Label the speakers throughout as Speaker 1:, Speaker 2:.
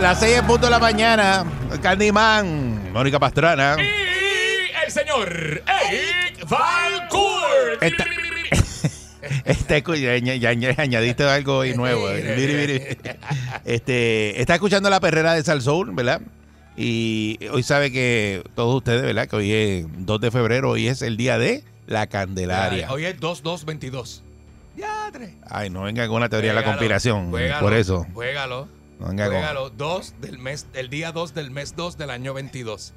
Speaker 1: Las 6 en punto de la mañana, Candyman, Mónica Pastrana.
Speaker 2: Y el señor Eric Valcourt.
Speaker 1: Está- Está escu- ya, ya- ya- ya añadiste algo hoy nuevo. eh. Biri, biri. Este, está escuchando la perrera de Sal Soul, ¿verdad? Y hoy sabe que todos ustedes, ¿verdad? Que hoy es 2 de febrero, hoy es el día de la Candelaria.
Speaker 2: Hoy es 2222. Ya, tres.
Speaker 1: Ay, no venga con la teoría de la
Speaker 2: Juégalo,
Speaker 1: conspiración.
Speaker 2: juégalo,
Speaker 1: Por eso.
Speaker 2: Juégalo.
Speaker 1: No venga con.
Speaker 2: juégalo. Dos del mes, el día 2 del mes 2 del año 22.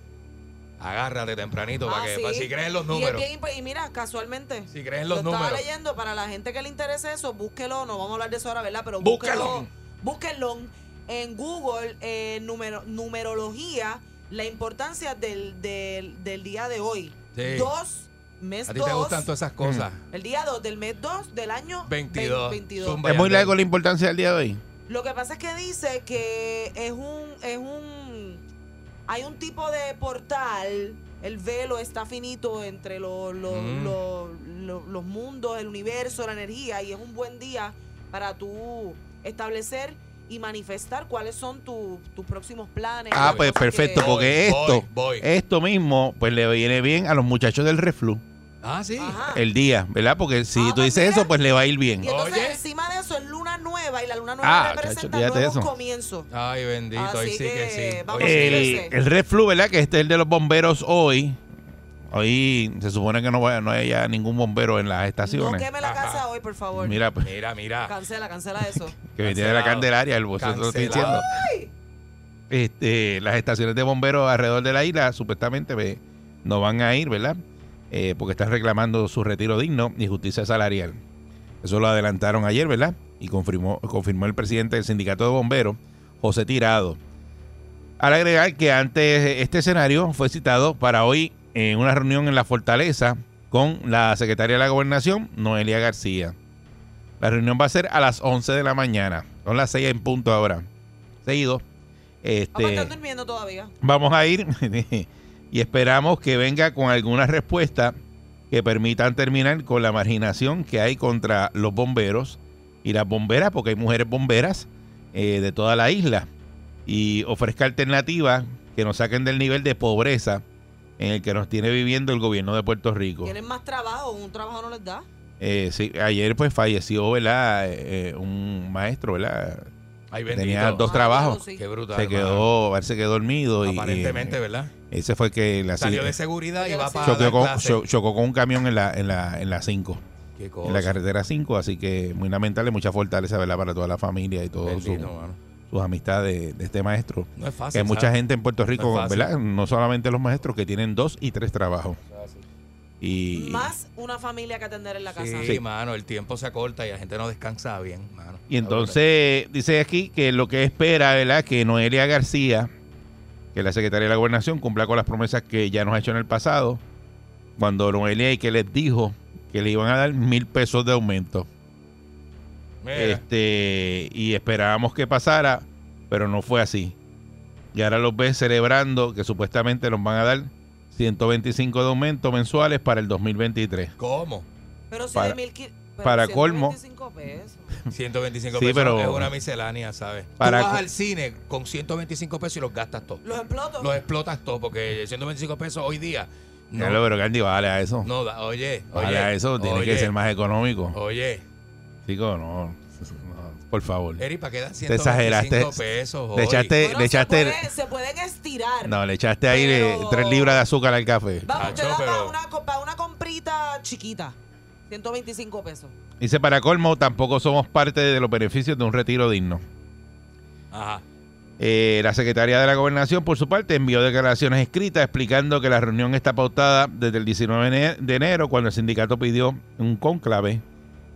Speaker 2: Agárrate tempranito
Speaker 3: Ah,
Speaker 2: para que
Speaker 3: sí.
Speaker 2: para si creen
Speaker 3: Y
Speaker 2: los
Speaker 3: es
Speaker 2: números.
Speaker 3: bien imp- y mira, casualmente.
Speaker 2: Si creen los
Speaker 3: lo
Speaker 2: números.
Speaker 3: Estaba leyendo para la gente que le interese eso, búsquelo. No vamos a hablar de eso ahora, ¿verdad? Pero
Speaker 2: Búsquelo.
Speaker 3: búsquelo. Búsquelo en Google, eh, numero- numerología, la importancia del, del, del día de hoy.
Speaker 2: Sí.
Speaker 3: Dos, mes
Speaker 2: A ti te gustan
Speaker 3: dos.
Speaker 2: todas esas cosas.
Speaker 1: Mm.
Speaker 3: El día 2 del mes 2 del año
Speaker 2: 22.
Speaker 3: 22.
Speaker 2: Zumba.
Speaker 1: Es muy largo la importancia del día de hoy.
Speaker 3: Lo que pasa es que dice que es un, es un, hay un tipo de portal, el velo está finito entre lo- lo-
Speaker 2: Mm.
Speaker 3: lo- lo- los mundos, el universo, la energía, y es un buen día para tú establecer y manifestar cuáles son tu- tus próximos planes.
Speaker 1: Ah,
Speaker 3: las
Speaker 1: pues
Speaker 3: cosas que-
Speaker 1: perfecto, porque
Speaker 2: Voy,
Speaker 1: esto,
Speaker 2: voy, voy.
Speaker 1: esto mismo, pues le viene bien a los muchachos del reflu.
Speaker 2: Ah, sí.
Speaker 3: Ajá.
Speaker 1: el día, ¿verdad? Porque si
Speaker 3: Ah,
Speaker 1: tú dices
Speaker 3: mira.
Speaker 1: eso, pues le va a ir bien.
Speaker 3: Y entonces
Speaker 2: Oye.
Speaker 3: encima de eso es luna nueva y la luna
Speaker 1: Ah,
Speaker 3: nueva
Speaker 1: chacho,
Speaker 3: representa
Speaker 1: olvídate de
Speaker 3: nuevos
Speaker 1: eso. Eh,
Speaker 3: comienzos.
Speaker 2: Ay, bendito. Hoy
Speaker 3: Así
Speaker 2: sí que
Speaker 3: que
Speaker 2: sí.
Speaker 3: vamos
Speaker 2: Hoy sí
Speaker 3: a
Speaker 2: que
Speaker 3: ir
Speaker 2: sí.
Speaker 1: El, el Red Flu, ¿verdad? Que este es el de los bomberos hoy. Hoy se supone que no, vaya, no haya ningún bombero en las
Speaker 3: No
Speaker 1: estaciones.
Speaker 3: queme la
Speaker 2: Ajá.
Speaker 3: casa hoy, por favor.
Speaker 1: Mira, pues,
Speaker 2: Mira, mira.
Speaker 3: Cancela, cancela eso.
Speaker 1: que me tiene la
Speaker 2: Cancelado.
Speaker 1: candelaria, el boceto lo estoy diciendo.
Speaker 2: Cancelado.
Speaker 1: Este, las estaciones de bomberos alrededor de la isla supuestamente ve, no van a ir, ¿verdad? Eh, porque están reclamando su retiro digno y justicia salarial. Eso lo adelantaron ayer, ¿verdad? Y confirmó, confirmó el presidente del sindicato de bomberos, José Tirado. Al agregar que antes este escenario fue citado para hoy en una reunión en la fortaleza con la secretaria de la gobernación, Noelia García. La reunión va a ser a las 11 de la mañana. Son las 6 en punto ahora. Seguido.
Speaker 3: Papá,
Speaker 1: Este,
Speaker 3: están durmiendo todavía.
Speaker 1: vamos a ir y esperamos que venga con alguna respuesta que permitan terminar con la marginación que hay contra los bomberos y las bomberas, porque hay mujeres bomberas eh, de toda la isla, y ofrezca alternativas que nos saquen del nivel de pobreza en el que nos tiene viviendo el gobierno de Puerto Rico.
Speaker 3: Tienen más trabajo, un trabajo no les da.
Speaker 1: Eh, sí, ayer pues falleció ¿verdad? Eh, eh, un maestro, ¿verdad?
Speaker 2: Ay, bendito.
Speaker 1: Tenía dos
Speaker 3: Ah,
Speaker 1: trabajos.
Speaker 3: sí.
Speaker 2: Qué brutal.
Speaker 1: Se
Speaker 2: hermano.
Speaker 1: quedó, él se quedó dormido y-
Speaker 2: Aparentemente,
Speaker 1: y
Speaker 2: ¿verdad?
Speaker 1: ese fue el que la
Speaker 2: Salió de seguridad y
Speaker 3: Yo
Speaker 2: va
Speaker 3: lo sé.
Speaker 2: para
Speaker 1: Choqueó
Speaker 2: dar
Speaker 1: con,
Speaker 2: clase.
Speaker 1: cho- chocó con un camión en la, en la, en la 5,
Speaker 2: Qué
Speaker 1: en la
Speaker 2: cosa.
Speaker 1: carretera 5, así que muy lamentable, mucha fortaleza ¿verdad? para toda la familia y todas
Speaker 2: Bendito,
Speaker 1: sus-
Speaker 2: mano.
Speaker 1: sus amistades de este maestro.
Speaker 2: No es fácil.
Speaker 1: Que hay mucha
Speaker 2: ¿sabes?
Speaker 1: gente en Puerto Rico,
Speaker 2: No es fácil.
Speaker 1: ¿verdad? No solamente los maestros que tienen dos y tres trabajos. Y,
Speaker 3: Más una familia que atender en la casa.
Speaker 2: Sí,
Speaker 1: Sí.
Speaker 2: mano, el tiempo se acorta y la gente no descansa bien, mano.
Speaker 1: y entonces dice aquí que lo que espera, ¿verdad? Que Noelia García, que es la secretaria de la gobernación, cumpla con las promesas que ya nos ha hecho en el pasado, cuando Noelia y que les dijo que le iban a dar mil pesos de aumento.
Speaker 2: Mira,
Speaker 1: este y esperábamos que pasara, pero no fue así. Y ahora los ves celebrando que supuestamente nos van a dar 125 de aumento mensuales para el 2023.
Speaker 2: ¿Cómo?
Speaker 3: Pero si
Speaker 1: Para-
Speaker 3: de mil qui- pero
Speaker 1: para colmo.
Speaker 3: 125 pesos.
Speaker 2: 125
Speaker 1: Sí,
Speaker 2: pesos
Speaker 1: pero-
Speaker 2: es una miscelánea, ¿sabes?
Speaker 1: Para
Speaker 2: Tú vas
Speaker 1: co-
Speaker 2: al cine con 125 pesos y los gastas todos.
Speaker 3: Los exploto.
Speaker 2: Los explotas todos porque 125 pesos hoy día no,
Speaker 1: Ya lo, pero Candy, vale a eso.
Speaker 2: no da. Oye, oye.
Speaker 1: vale a eso, tiene que
Speaker 2: oye,
Speaker 1: ser más económico.
Speaker 2: Oye,
Speaker 1: Chico, no, no, por favor.
Speaker 2: Eri, ¿para qué dan
Speaker 1: Te exageraste.
Speaker 2: 125 pesos
Speaker 1: Te
Speaker 2: hoy?
Speaker 1: echaste-
Speaker 3: Bueno,
Speaker 1: le echaste-
Speaker 3: se, puede- se pueden estirar.
Speaker 1: No, le echaste ahí eh,
Speaker 3: Pero-
Speaker 1: tres libras de azúcar al café.
Speaker 3: Vamos, te
Speaker 2: Cacho,
Speaker 3: da para
Speaker 2: pero-
Speaker 3: una, co- para una comprita chiquita. 125 pesos.
Speaker 1: Dice, para colmo, tampoco somos parte de los beneficios de un retiro digno.
Speaker 2: Ajá.
Speaker 1: Eh, la secretaria de la gobernación, por su parte, envió declaraciones escritas explicando que la reunión está pautada desde el 19 ene- de enero, cuando el sindicato pidió un cónclave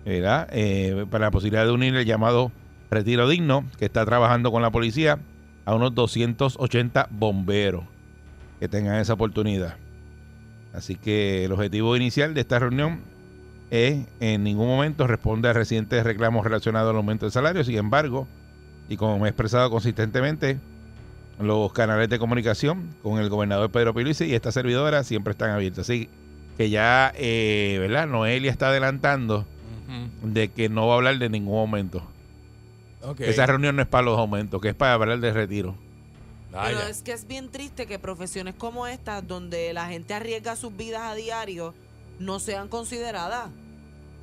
Speaker 1: ¿verdad? Eh, para la posibilidad de unir el llamado Retiro Digno, que está trabajando con la policía, a unos 280 bomberos que tengan esa oportunidad. Así que el objetivo inicial de esta reunión es E, en ningún momento responde a recientes reclamos relacionados al aumento de salario, sin embargo, y como me he expresado consistentemente, los canales de comunicación con el gobernador Pedro Pierluisi y esta servidora siempre están abiertos. Así que ya, eh, ¿verdad? Noelia está adelantando
Speaker 2: Ujú.
Speaker 1: de que no va a hablar de ningún aumento.
Speaker 2: Ok.
Speaker 1: Esa reunión no es para los aumentos, que es para hablar de retiro.
Speaker 2: Vaya.
Speaker 3: Pero es que es bien triste que profesiones como estas, donde la gente arriesga sus vidas a diario, no sean consideradas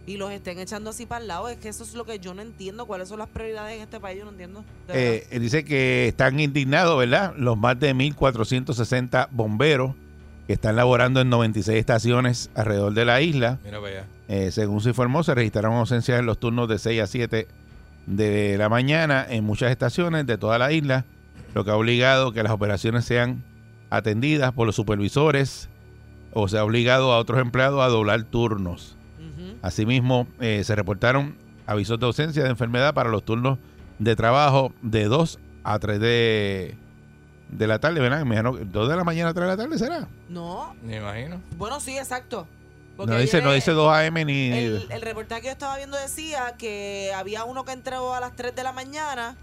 Speaker 3: y los estén echando así para el lado. Es que eso es lo que yo no entiendo. ¿Cuáles son las prioridades en este país? Yo no entiendo. de verdad.
Speaker 1: Eh, él dice que están indignados, ¿verdad? Los más de 1.460 bomberos que están laborando en 96 estaciones alrededor de la isla.
Speaker 2: Mira, vaya.
Speaker 1: Eh, según se informó, se registraron ausencias en los turnos de 6 a 7 de la mañana en muchas estaciones de toda la isla, lo que ha obligado que las operaciones sean atendidas por los supervisores o se ha obligado a otros empleados a doblar turnos.
Speaker 3: Ujú.
Speaker 1: Asimismo, eh, se reportaron avisos de ausencia de enfermedad para los turnos de trabajo de 2 a 3 de, de la tarde, ¿verdad? Me imagino que 2 de la mañana a 3 de la tarde será.
Speaker 3: No,
Speaker 2: Me imagino.
Speaker 3: bueno, sí, exacto. Porque
Speaker 1: No dice,
Speaker 3: ayer
Speaker 1: no
Speaker 3: el-
Speaker 1: dice 2 AM ni...
Speaker 3: El, el reportaje que yo estaba viendo decía que había uno que entró a las 3 de la mañana,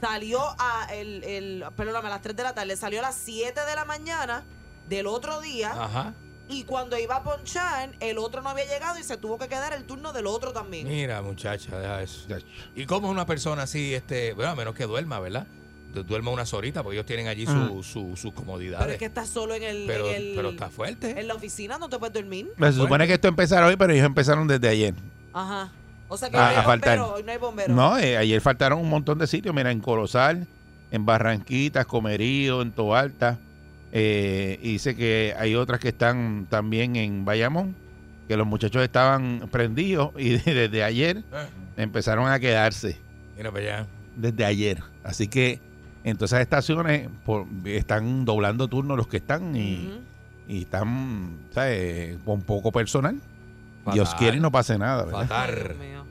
Speaker 3: salió a, el, el, perdóname, a las 3 de la tarde, salió a las 7 de la mañana del otro día.
Speaker 1: Ah,
Speaker 2: Ajá.
Speaker 3: Y cuando iba a ponchar, el otro no había llegado y se tuvo que quedar el turno del otro también.
Speaker 2: Mira, muchacha, deja eso.
Speaker 1: Chacho.
Speaker 2: ¿Y cómo es una persona así, este, bueno, a menos que duerma, ¿verdad? Du- Duerma unas horitas, porque ellos tienen allí su, su- sus comodidades.
Speaker 3: Ah. Pero es que estás solo en el,
Speaker 2: pero,
Speaker 3: en, el-
Speaker 2: pero está fuerte.
Speaker 3: en la oficina, no te puedes dormir.
Speaker 1: Pues Se supone que esto empezará hoy, pero ellos empezaron desde ayer.
Speaker 3: Ajá. O sea que
Speaker 1: Ah,
Speaker 3: hoy, no
Speaker 1: a
Speaker 3: hay
Speaker 1: faltar.
Speaker 3: bombero, hoy no hay bomberos.
Speaker 1: No, eh, ayer faltaron un montón de sitios. Mira, en Corozal, en Barranquitas, Comerío, en Toalta. Eh, y dice que hay otras que están también en Bayamón, que los muchachos estaban prendidos y desde ayer
Speaker 2: Eh,
Speaker 1: empezaron a quedarse.
Speaker 2: mira para allá.
Speaker 1: Desde ayer. Así que en todas esas estaciones por- están doblando turnos los que están y,
Speaker 3: Ujú.
Speaker 1: y están, ¿sabes? Con poco personal.
Speaker 2: Fatal.
Speaker 1: Dios quiere y no pase nada, ¿verdad?
Speaker 3: Ay,
Speaker 2: Fatal.
Speaker 3: Dios mío.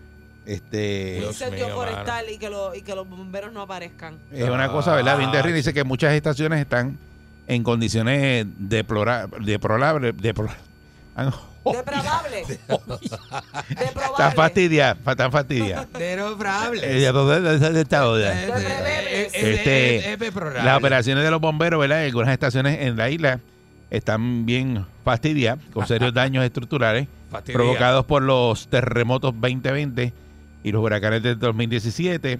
Speaker 1: Este,
Speaker 3: Un
Speaker 2: Dios
Speaker 3: incendio
Speaker 2: mío,
Speaker 3: forestal y que, lo- y que los bomberos no aparezcan.
Speaker 1: Es una cosa, ¿verdad? Bien terrible. Dice que muchas estaciones están en condiciones deplora- deplorables. ah, deplora- han-
Speaker 2: Oh.
Speaker 3: Depravable.
Speaker 1: Están
Speaker 3: Deprobable.
Speaker 1: fastidiadas, fa- están fastidiadas. Eh,
Speaker 2: Derobrable.
Speaker 1: de- de- de- de- de esta hora.
Speaker 3: Derobrables.
Speaker 1: Este, Las
Speaker 2: Este,
Speaker 1: operaciones de los bomberos, ¿verdad? En algunas estaciones en la isla están bien fastidiadas, con serios daños estructurales provocados por los terremotos 2020 y los huracanes del 2017.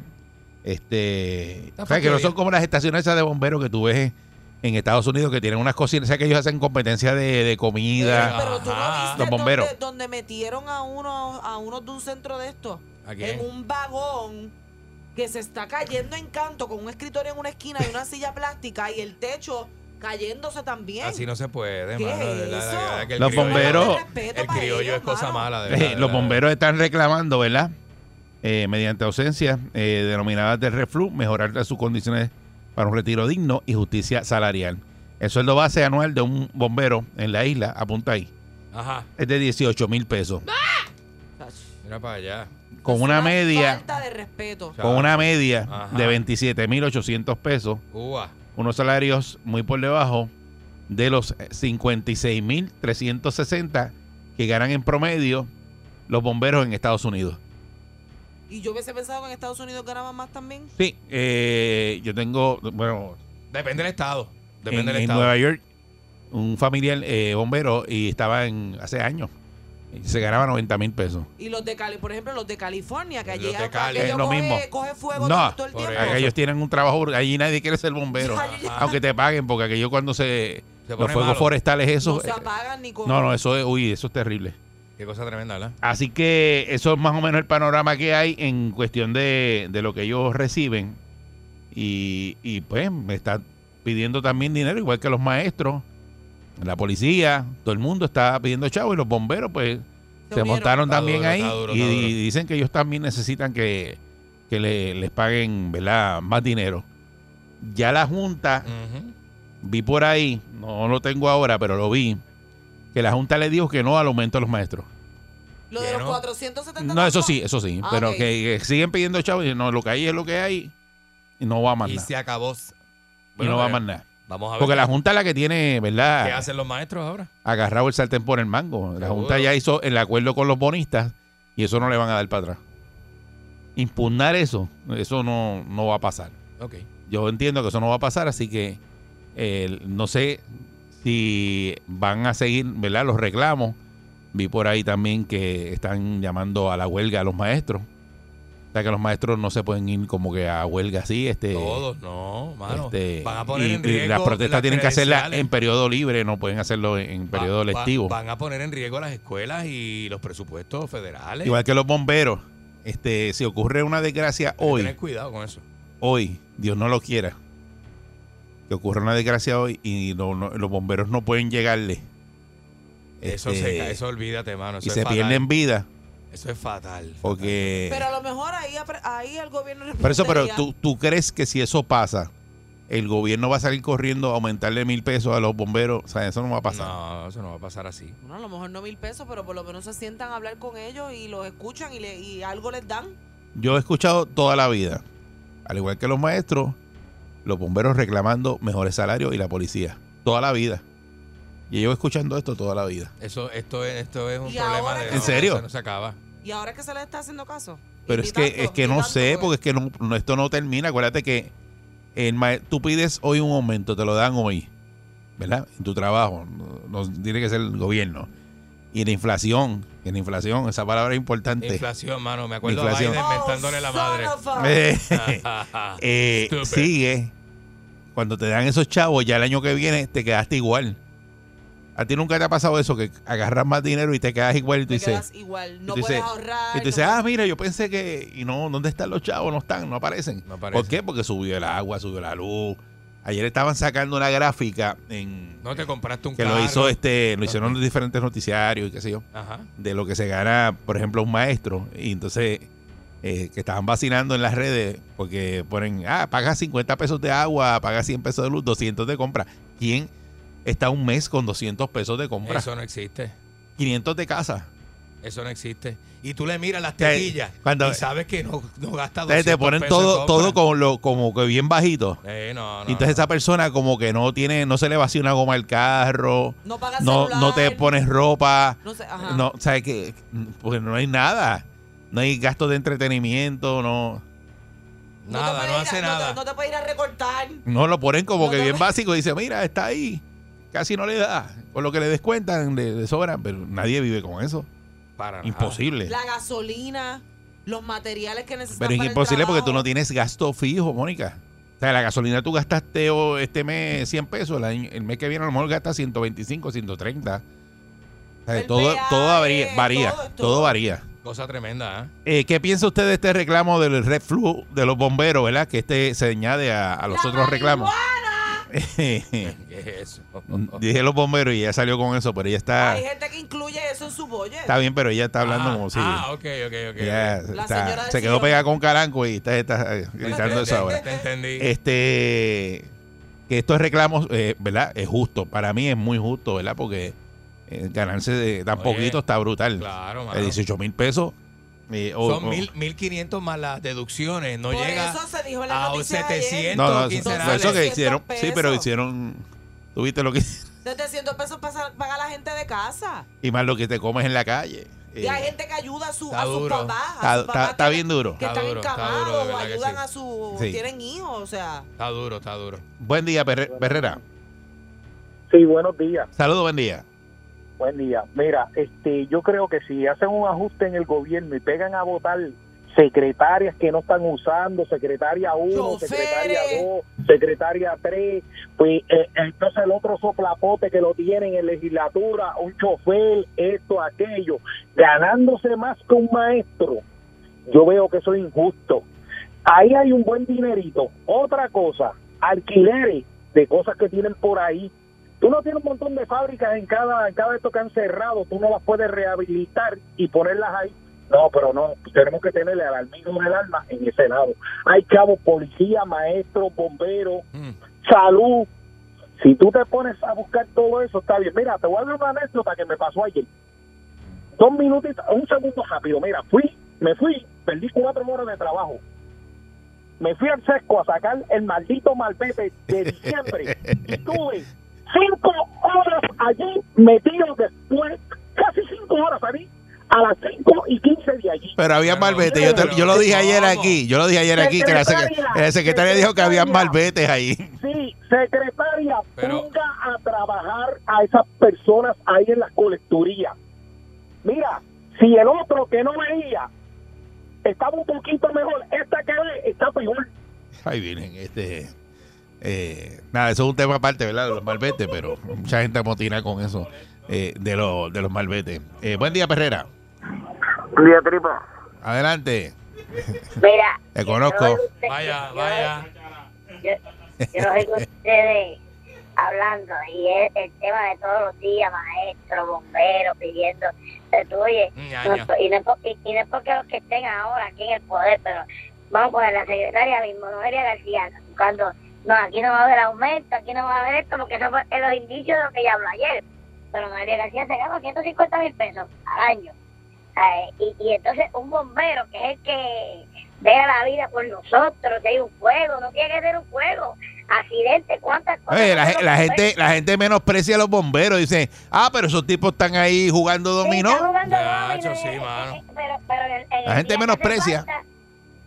Speaker 1: Este,
Speaker 2: Está
Speaker 1: o sea, que no son
Speaker 2: fastidiado.
Speaker 1: como las estaciones esas de bomberos que tú ves en Estados Unidos que tienen unas cocinas, o sea, que ellos hacen competencia de, de comida.
Speaker 3: Pero tú no
Speaker 2: Ajá.
Speaker 3: viste
Speaker 1: Ah. Los bomberos.
Speaker 3: Donde, donde metieron a uno, a uno de un centro de estos.
Speaker 2: Aquí.
Speaker 3: en un vagón que se está cayendo en canto con un escritorio en una esquina y una silla plástica y el techo cayéndose también.
Speaker 2: Así no se puede,
Speaker 3: ¿Qué
Speaker 2: mano.
Speaker 3: es
Speaker 2: de verdad, de
Speaker 3: eso?
Speaker 2: verdad que el
Speaker 1: Los
Speaker 2: criollo-
Speaker 1: bomberos-
Speaker 3: Respeto
Speaker 2: El
Speaker 3: para
Speaker 2: criollo
Speaker 3: ellos,
Speaker 2: es cosa
Speaker 3: mano.
Speaker 2: mala. De verdad,
Speaker 1: Eh,
Speaker 2: de
Speaker 1: los
Speaker 2: verdad.
Speaker 1: bomberos están reclamando, ¿verdad? Eh, mediante ausencias eh, denominadas de reflujo, mejorar sus condiciones para un retiro digno y justicia salarial. El sueldo base anual de un bombero en la isla, apunta ahí,
Speaker 2: Ajá.
Speaker 1: es de 18 mil pesos.
Speaker 2: Mira para allá.
Speaker 1: Con
Speaker 3: Es
Speaker 1: una media,
Speaker 3: Falta de respeto.
Speaker 1: con una media
Speaker 2: Ajá.
Speaker 1: de 27 mil 800 pesos,
Speaker 2: Uva.
Speaker 1: unos salarios muy por debajo de los eh, 56 mil 360 que ganan en promedio los bomberos en Estados Unidos.
Speaker 3: Y yo hubiese pensado que en Estados Unidos ganaban más también.
Speaker 1: Sí, eh, yo tengo, bueno,
Speaker 2: Depende del estado. Depende
Speaker 1: en,
Speaker 2: del
Speaker 1: en
Speaker 2: estado.
Speaker 1: Nueva York, un familiar eh, bombero y estaba en, hace años, y se ganaba 90 mil pesos.
Speaker 3: Y los de Cali, por ejemplo, los de California, que
Speaker 2: Los
Speaker 3: allí
Speaker 2: de Cali.
Speaker 3: aquello
Speaker 1: Es lo
Speaker 3: coge,
Speaker 1: mismo.
Speaker 3: coge fuego
Speaker 1: No,
Speaker 3: todo el
Speaker 2: por
Speaker 3: tiempo.
Speaker 2: eso.
Speaker 1: Aquellos tienen un trabajo, allí nadie quiere ser bombero,
Speaker 2: Ajá.
Speaker 1: aunque te paguen, porque aquellos cuando se,
Speaker 2: Se
Speaker 1: los
Speaker 2: pone
Speaker 1: fuegos
Speaker 2: malo.
Speaker 1: forestales, eso,
Speaker 3: no se
Speaker 1: eh,
Speaker 3: apagan ni con
Speaker 1: No, no, eso es, uy, eso es terrible.
Speaker 2: Qué cosa tremenda, ¿verdad?
Speaker 1: Así que eso es más o menos el panorama que hay en cuestión de, de lo que ellos reciben. Y, y pues me están pidiendo también dinero, igual que los maestros, la policía, todo el mundo está pidiendo chavo y los bomberos pues se,
Speaker 3: unieron.
Speaker 1: montaron
Speaker 2: Está
Speaker 1: también
Speaker 2: duro,
Speaker 1: ahí
Speaker 2: está duro,
Speaker 1: y,
Speaker 2: está duro.
Speaker 1: y dicen que ellos también necesitan que, que le- les paguen ¿verdad? más dinero. Ya la Junta,
Speaker 2: Ujú.
Speaker 1: vi por ahí, no lo tengo ahora, pero lo vi, que la Junta le dijo que no al aumento de los maestros.
Speaker 3: Lo de los
Speaker 2: Lleno.
Speaker 3: 470
Speaker 1: No, eso
Speaker 3: tampoco.
Speaker 1: sí, eso sí,
Speaker 3: Ah,
Speaker 1: pero
Speaker 3: ok.
Speaker 1: que, que siguen pidiendo chavos y no, lo que hay es lo que hay y no va a más
Speaker 2: Y
Speaker 1: nada.
Speaker 2: se acabó.
Speaker 1: Y
Speaker 2: Bueno,
Speaker 1: no va a
Speaker 2: pero
Speaker 1: más nada.
Speaker 2: Vamos a ver
Speaker 1: Porque
Speaker 2: qué-
Speaker 1: la Junta es la que tiene, ¿verdad?
Speaker 2: qué hacen los maestros ahora.
Speaker 1: agarrado el sartén por el mango. La
Speaker 2: Seguro.
Speaker 1: Junta ya hizo el acuerdo con los bonistas y eso no le van a dar para atrás. Impugnar eso, eso no, no va a pasar.
Speaker 2: Ok.
Speaker 1: Yo entiendo que eso no va a pasar, así que eh, no sé si van a seguir ¿verdad? los reclamos. Vi por ahí también que están llamando a la huelga a los maestros. O sea que los maestros no se pueden ir como que a huelga así. Este,
Speaker 2: Todos, no, mano.
Speaker 1: este,
Speaker 2: van a poner
Speaker 1: y-
Speaker 2: en
Speaker 1: y
Speaker 2: riesgo
Speaker 1: las protestas tienen que hacerlas
Speaker 2: credenciales.
Speaker 1: en periodo libre, no pueden hacerlo en, en
Speaker 2: Va-
Speaker 1: periodo
Speaker 2: va-
Speaker 1: lectivo.
Speaker 2: van a poner en riesgo las escuelas y los presupuestos federales.
Speaker 1: Igual que los bomberos. Este, si ocurre una desgracia
Speaker 2: Hay que
Speaker 1: hoy,
Speaker 2: Tener cuidado con eso.
Speaker 1: hoy, Dios no lo quiera, que ocurra una desgracia hoy y no- no- los bomberos no pueden llegarle.
Speaker 2: Eso
Speaker 1: Este,
Speaker 2: se cae, eso olvídate, mano. Eso
Speaker 1: y
Speaker 2: es
Speaker 1: se
Speaker 2: fatal.
Speaker 1: pierden vida
Speaker 2: Eso es fatal.
Speaker 1: porque...
Speaker 3: Pero a lo mejor ahí, apre- ahí el gobierno.
Speaker 1: Eh. Por eso, pero
Speaker 3: respondería.
Speaker 1: ¿tú, tú crees que si eso pasa, el gobierno va a salir corriendo a aumentarle mil pesos a los bomberos. O sea, eso no va a pasar.
Speaker 2: No, eso no va a pasar así.
Speaker 3: Bueno, a lo mejor no mil pesos, pero por lo menos se sientan a hablar con ellos y los escuchan y, le, y algo les dan.
Speaker 1: Yo he escuchado toda la vida, al igual que los maestros, los bomberos reclamando mejores salarios y la policía. Toda la vida. Y yo escuchando esto toda la vida.
Speaker 2: Eso, esto, es- esto es un
Speaker 3: Y
Speaker 2: problema
Speaker 3: ahora
Speaker 2: de.
Speaker 3: que-
Speaker 1: ¿En serio?
Speaker 2: Eso no se acaba.
Speaker 3: Y ahora que se les está haciendo caso.
Speaker 1: Pero
Speaker 3: Y
Speaker 1: es que
Speaker 3: tanto,
Speaker 1: es
Speaker 3: y
Speaker 1: que no
Speaker 3: tanto,
Speaker 1: sé,
Speaker 3: pues.
Speaker 1: porque es que no, no- esto no termina. Acuérdate que el mae- tú pides hoy un aumento, te lo dan hoy, ¿verdad? En tu trabajo, no, no tiene que ser el gobierno. Y la inflación, que la inflación, esa palabra es importante.
Speaker 2: Inflación, mano. Me acuerdo
Speaker 1: Inflación.
Speaker 2: a Biden mentándole la
Speaker 3: Oh, son of a-
Speaker 1: Eh,
Speaker 2: madre.
Speaker 1: eh,
Speaker 2: Stupid.
Speaker 1: sigue. Cuando te dan esos chavos, ya el año que viene te quedaste igual. A ti nunca te ha pasado eso, que agarras más dinero y te quedas igual y tú
Speaker 3: Te
Speaker 1: dices,
Speaker 3: quedas igual.
Speaker 1: y
Speaker 3: No
Speaker 1: tú
Speaker 3: puedes
Speaker 1: dices-
Speaker 3: ahorrar.
Speaker 1: y tú
Speaker 3: no
Speaker 1: dices, ah, mira, yo pensé que, y no, ¿dónde están los chavos? No están, no aparecen.
Speaker 2: No
Speaker 1: ¿Por
Speaker 2: parece.
Speaker 1: qué? Porque subió el agua, subió la luz. Ayer estaban sacando una gráfica en
Speaker 2: No te compraste un
Speaker 1: que
Speaker 2: carro.
Speaker 1: lo hizo este, lo hicieron los diferentes noticiarios y qué sé yo,
Speaker 2: Ajá.
Speaker 1: de lo que se gana, por ejemplo, un maestro. Y entonces, eh, que estaban vacinando en las redes porque ponen, ah, paga 50 pesos de agua, paga 100 pesos de luz, 200 de compra. ¿Quién está un mes con 200 pesos de compra?
Speaker 2: Eso no existe.
Speaker 1: 500 de casa.
Speaker 2: Eso no existe. Y tú le miras las
Speaker 1: Te-
Speaker 2: tetillas
Speaker 1: cuando-
Speaker 2: y sabes que no, no gasta 200
Speaker 1: Entonces te ponen
Speaker 2: pesos en
Speaker 1: todo,
Speaker 2: compra.
Speaker 1: todo como, lo, como que bien bajito.
Speaker 2: Eh, no, no,
Speaker 1: Y entonces
Speaker 2: no.
Speaker 1: esa persona como que no tiene, no se le vacía una goma al carro,
Speaker 3: No pagas
Speaker 1: no,
Speaker 3: celular,
Speaker 1: no te pones ropa,
Speaker 3: No sé, ajá.
Speaker 1: no, sabes que porque no hay nada, no hay gasto de entretenimiento, no,
Speaker 3: No te
Speaker 2: Nada,
Speaker 3: puedes
Speaker 2: no
Speaker 3: ir a-
Speaker 2: hace
Speaker 3: no te-
Speaker 2: nada.
Speaker 3: No te puedes ir a recortar.
Speaker 1: no lo ponen como
Speaker 3: No
Speaker 1: que
Speaker 3: te-
Speaker 1: bien básico, dice, mira, está ahí, casi no le da, con lo que le descuentan le, le sobra, pero nadie vive con eso,
Speaker 2: Para nada.
Speaker 1: imposible.
Speaker 3: La gasolina, los materiales que necesitas.
Speaker 1: Pero es
Speaker 3: para el
Speaker 1: imposible porque tú no
Speaker 3: trabajo.
Speaker 1: tienes gasto fijo, Mónica. O sea, la gasolina tú gastaste oh, este mes 100 pesos, el, año- el mes que viene a lo mejor gastas 125, 130. O sea,
Speaker 3: El
Speaker 1: todo,
Speaker 3: peaje,
Speaker 1: todo varía, varía,
Speaker 3: todo,
Speaker 1: todo,
Speaker 3: todo.
Speaker 1: varía.
Speaker 2: Cosa tremenda, ¿eh?
Speaker 1: Eh, ¿Qué piensa usted de este reclamo del Red Flu de los bomberos, verdad? Que este se añade a, a los
Speaker 3: ¡La
Speaker 1: otros reclamos.
Speaker 2: ¿Qué es eso?
Speaker 1: Dije los bomberos y ella salió con eso, pero ella está,
Speaker 3: Hay gente que incluye eso en su bolle.
Speaker 1: está bien, pero ella está hablando
Speaker 2: ah,
Speaker 1: como si...
Speaker 2: Ah, ok, ok, ok.
Speaker 1: ella
Speaker 3: La
Speaker 1: está-
Speaker 3: señora
Speaker 1: se
Speaker 3: del
Speaker 1: quedó
Speaker 3: sillón.
Speaker 1: pegada con Caranco y está, está eh,
Speaker 2: Te
Speaker 1: gritando
Speaker 2: entendí,
Speaker 1: eso ahora.
Speaker 2: Te entendí.
Speaker 1: este que estos reclamos, eh, ¿verdad? Es justo. Para mí es muy justo, ¿verdad? Porque eh, ganarse de tan
Speaker 2: Oye,
Speaker 1: poquito está brutal.
Speaker 2: claro,
Speaker 1: Eh,
Speaker 2: mano.
Speaker 1: 18 mil pesos. eh, o-
Speaker 2: Son
Speaker 1: o-
Speaker 2: mil- 1.500 más las deducciones. No
Speaker 3: Por
Speaker 2: llega
Speaker 3: eso se dijo en
Speaker 2: a
Speaker 3: la noticia de ayer.
Speaker 2: 700.
Speaker 1: No, no,
Speaker 2: quincenales.
Speaker 1: eso- por eso que
Speaker 3: 700
Speaker 1: hicieron. Sí, pero
Speaker 3: pesos.
Speaker 1: hicieron. Tuviste lo que.
Speaker 3: De 300 pesos pasa- paga la gente de casa.
Speaker 1: Y más lo que te comes en la calle. Eh,
Speaker 3: Y hay gente que ayuda a, su,
Speaker 2: está
Speaker 3: a sus
Speaker 2: duro.
Speaker 3: papás.
Speaker 1: está,
Speaker 3: a sus papás
Speaker 1: está- está
Speaker 3: que-
Speaker 1: bien duro.
Speaker 3: Que
Speaker 2: Está
Speaker 3: están
Speaker 2: duro, está
Speaker 3: encamados
Speaker 2: duro, de
Speaker 3: o
Speaker 2: verdad que
Speaker 3: ayudan
Speaker 2: sí.
Speaker 3: a su.
Speaker 1: Sí.
Speaker 3: Tienen hijos, o sea.
Speaker 2: Está duro, está duro.
Speaker 1: Buen día, Perre- Perrera.
Speaker 4: Sí, buenos días.
Speaker 1: Saludos, buen día.
Speaker 4: Buen día. Mira, este, yo creo que si hacen un ajuste en el gobierno y pegan a votar secretarias que no están usando, secretaria 1,
Speaker 3: Choferes.
Speaker 4: secretaria 2, secretaria 3, pues eh, entonces el otro soplapote que lo tienen en legislatura, un chofer, esto, aquello, ganándose más que un maestro, yo veo que eso es injusto. Ahí hay un buen dinerito. Otra cosa, alquileres de cosas que tienen por ahí
Speaker 5: Tú no tienes un montón de fábricas en cada, en cada esto que han cerrado, tú no las puedes rehabilitar y ponerlas ahí. No, pero no, tenemos que tenerle al amigo del alma en ese lado. Hay chavos, policía, maestro, bombero, salud. Si tú te pones a buscar todo eso, está bien. Mira, te voy a dar una anécdota que me pasó ayer. Dos minutos, un segundo rápido. Mira, fui, me fui, perdí cuatro horas de trabajo. Me fui al sesco a sacar el maldito malvete de diciembre y tuve cinco horas allí metido después, casi cinco horas salí a las cinco y quince de allí.
Speaker 1: Pero había
Speaker 2: Pero,
Speaker 1: malvete. Yo, te-
Speaker 2: pero,
Speaker 1: yo lo dije ayer
Speaker 2: ¿cómo?
Speaker 1: aquí. Yo lo dije ayer aquí que la secre-
Speaker 5: Secretaria,
Speaker 1: la secretaria dijo que había
Speaker 5: secretaria.
Speaker 1: malbetes ahí.
Speaker 5: Sí, secretaria,
Speaker 2: Pero-
Speaker 5: ponga a trabajar a esas personas ahí en las colecturías. Mira, si el otro que no veía estaba un poquito mejor, esta que ve está peor.
Speaker 1: Ay, vienen, este. eh, nada, eso es un tema aparte, ¿verdad? De los malbetes, pero mucha gente amotina con eso eh, de, los de los malbetes. Eh, buen día, Perrera.
Speaker 5: Día tripa.
Speaker 1: Adelante.
Speaker 6: Mira.
Speaker 1: Te conozco.
Speaker 6: yo no oigo usted-
Speaker 2: Vaya,
Speaker 6: yo-
Speaker 2: vaya.
Speaker 6: Yo, yo los oigo a ustedes hablando y es el tema de todos los días, maestros, bomberos, pidiendo. eh, tú, oye, no
Speaker 2: Ñaña.
Speaker 6: es por- y, no es por- y- y no es porque los que estén ahora aquí en el poder, pero vamos a poner la secretaria mismo, Noelia García, cuando no, aquí no va a haber aumento, aquí no va a haber esto, porque eso fue en los indicios de lo que ella habló ayer. Pero Noelia García se gana 150 mil pesos al año. Eh, y, y entonces un bombero que es el que vea la vida por nosotros, si hay un fuego, no tiene que ser un fuego, accidente, cuántas cosas.
Speaker 1: Oye, la,
Speaker 6: no
Speaker 1: ge-
Speaker 6: son
Speaker 1: la
Speaker 6: los
Speaker 1: gente, la gente menosprecia a los bomberos. Dicen, ah, pero esos tipos están ahí jugando
Speaker 6: Sí, está
Speaker 1: dominó.
Speaker 6: jugando
Speaker 2: Ya,
Speaker 6: dominó,
Speaker 2: eso sí,
Speaker 6: eh,
Speaker 2: mano.
Speaker 6: eh, pero- pero en el- en el
Speaker 1: La gente
Speaker 6: día que
Speaker 1: menosprecia.
Speaker 6: hace falta-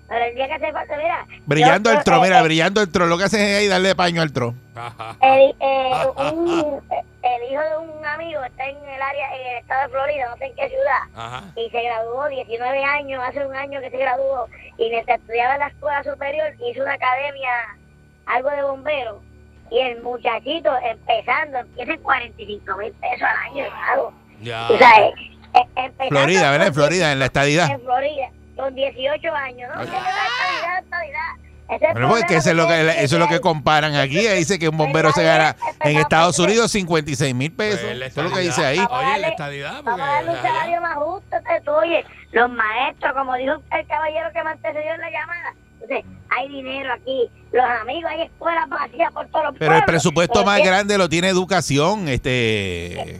Speaker 6: Pero el día que hace falta, mira.
Speaker 1: Brillando
Speaker 6: yo-
Speaker 1: el tro, mira,
Speaker 6: eh,
Speaker 1: brillando el tro. Lo que hacen es ahí darle paño al tro.
Speaker 6: El, eh, un- eh, el hijo de un amigo está en el área, en el estado de Florida, no sé en qué ciudad,
Speaker 2: Ajá.
Speaker 6: y se graduó 19 años, hace un año que se graduó, y mientras estudiaba en la escuela superior hizo una academia, algo de bombero, y el muchachito empezando, empieza en 45 mil pesos al año, hermano.
Speaker 2: Ya. pues,
Speaker 6: Tú sabes, eh, empezando
Speaker 1: Ah. Florida, ¿verdad? En
Speaker 6: con
Speaker 1: Florida, en la estadidad.
Speaker 6: en Florida, con 18 años. No, señora, estabilidad, estabilidad. Ese es el
Speaker 1: Bueno, porque
Speaker 6: problema
Speaker 1: eso es lo que,
Speaker 6: tiene
Speaker 1: eso es lo que
Speaker 6: hay.
Speaker 1: comparan aquí. Ahí dice que un bombero se gana en Estados Unidos 56 mil pesos.
Speaker 2: Pues, la
Speaker 1: Eso es lo que
Speaker 2: estadidad.
Speaker 1: dice ahí.
Speaker 2: Oye, la
Speaker 1: Ah,
Speaker 2: estadidad, porque.
Speaker 6: Vamos a darle un
Speaker 2: ya, ya.
Speaker 6: salario más justo. Entonces, tú, oye, los maestros, como dijo el caballero que me antecedió en la llamada, entonces, hay dinero aquí, los amigos, hay escuelas vacías por todos los
Speaker 1: Pero el
Speaker 6: pueblos.
Speaker 1: presupuesto más
Speaker 6: Entonces,
Speaker 1: grande lo tiene educación, este
Speaker 6: eh,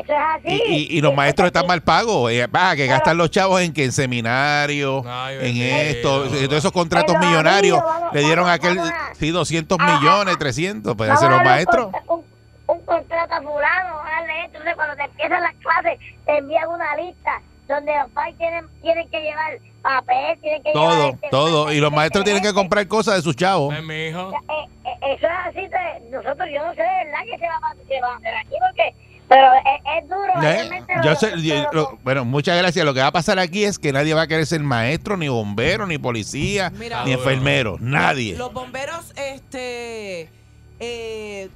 Speaker 6: eso es
Speaker 1: y,
Speaker 6: así. Eh,
Speaker 1: y- y los maestros están mal pagos. Eh, va, que gastan los chavos en que en seminarios,
Speaker 2: Ay,
Speaker 1: en
Speaker 2: bendito.
Speaker 1: esto, en todos esos contratos
Speaker 6: Pero,
Speaker 1: millonarios.
Speaker 6: amigo, vamos,
Speaker 1: Le dieron
Speaker 6: vamos,
Speaker 1: aquel,
Speaker 6: vamos a-
Speaker 1: sí, 200
Speaker 6: a- a-
Speaker 1: millones, 300, pues
Speaker 6: Vamos a
Speaker 1: hacer los
Speaker 6: darle un
Speaker 1: maestros.
Speaker 6: contra- Un, un contrato a fulano, vamos a darle esto. Entonces, cuando te empiezan las clases, te envían una lista donde los pais tienen, tienen que llevar papel, tienen que llevar...
Speaker 1: Todo,
Speaker 6: este-
Speaker 1: todo. Y los maestros tienen que comprar cosas de sus chavos.
Speaker 2: Ven, mi hijo.
Speaker 6: Eh, eh, eso es así, te- nosotros, yo no sé, ¿verdad? Que se va a, que va a hacer aquí, porque... Pero es, es duro,
Speaker 1: Eh,
Speaker 6: realmente,
Speaker 1: yo
Speaker 6: lo-
Speaker 1: sé-
Speaker 6: lo-
Speaker 1: yo-
Speaker 6: lo-
Speaker 1: lo- bueno, muchas gracias. Lo que va a pasar aquí es que nadie va a querer ser maestro, ni bombero, ni policía,
Speaker 3: Mira,
Speaker 1: ni
Speaker 2: Ah, bueno.
Speaker 1: enfermero. Nadie.
Speaker 3: Los bomberos, este, eh,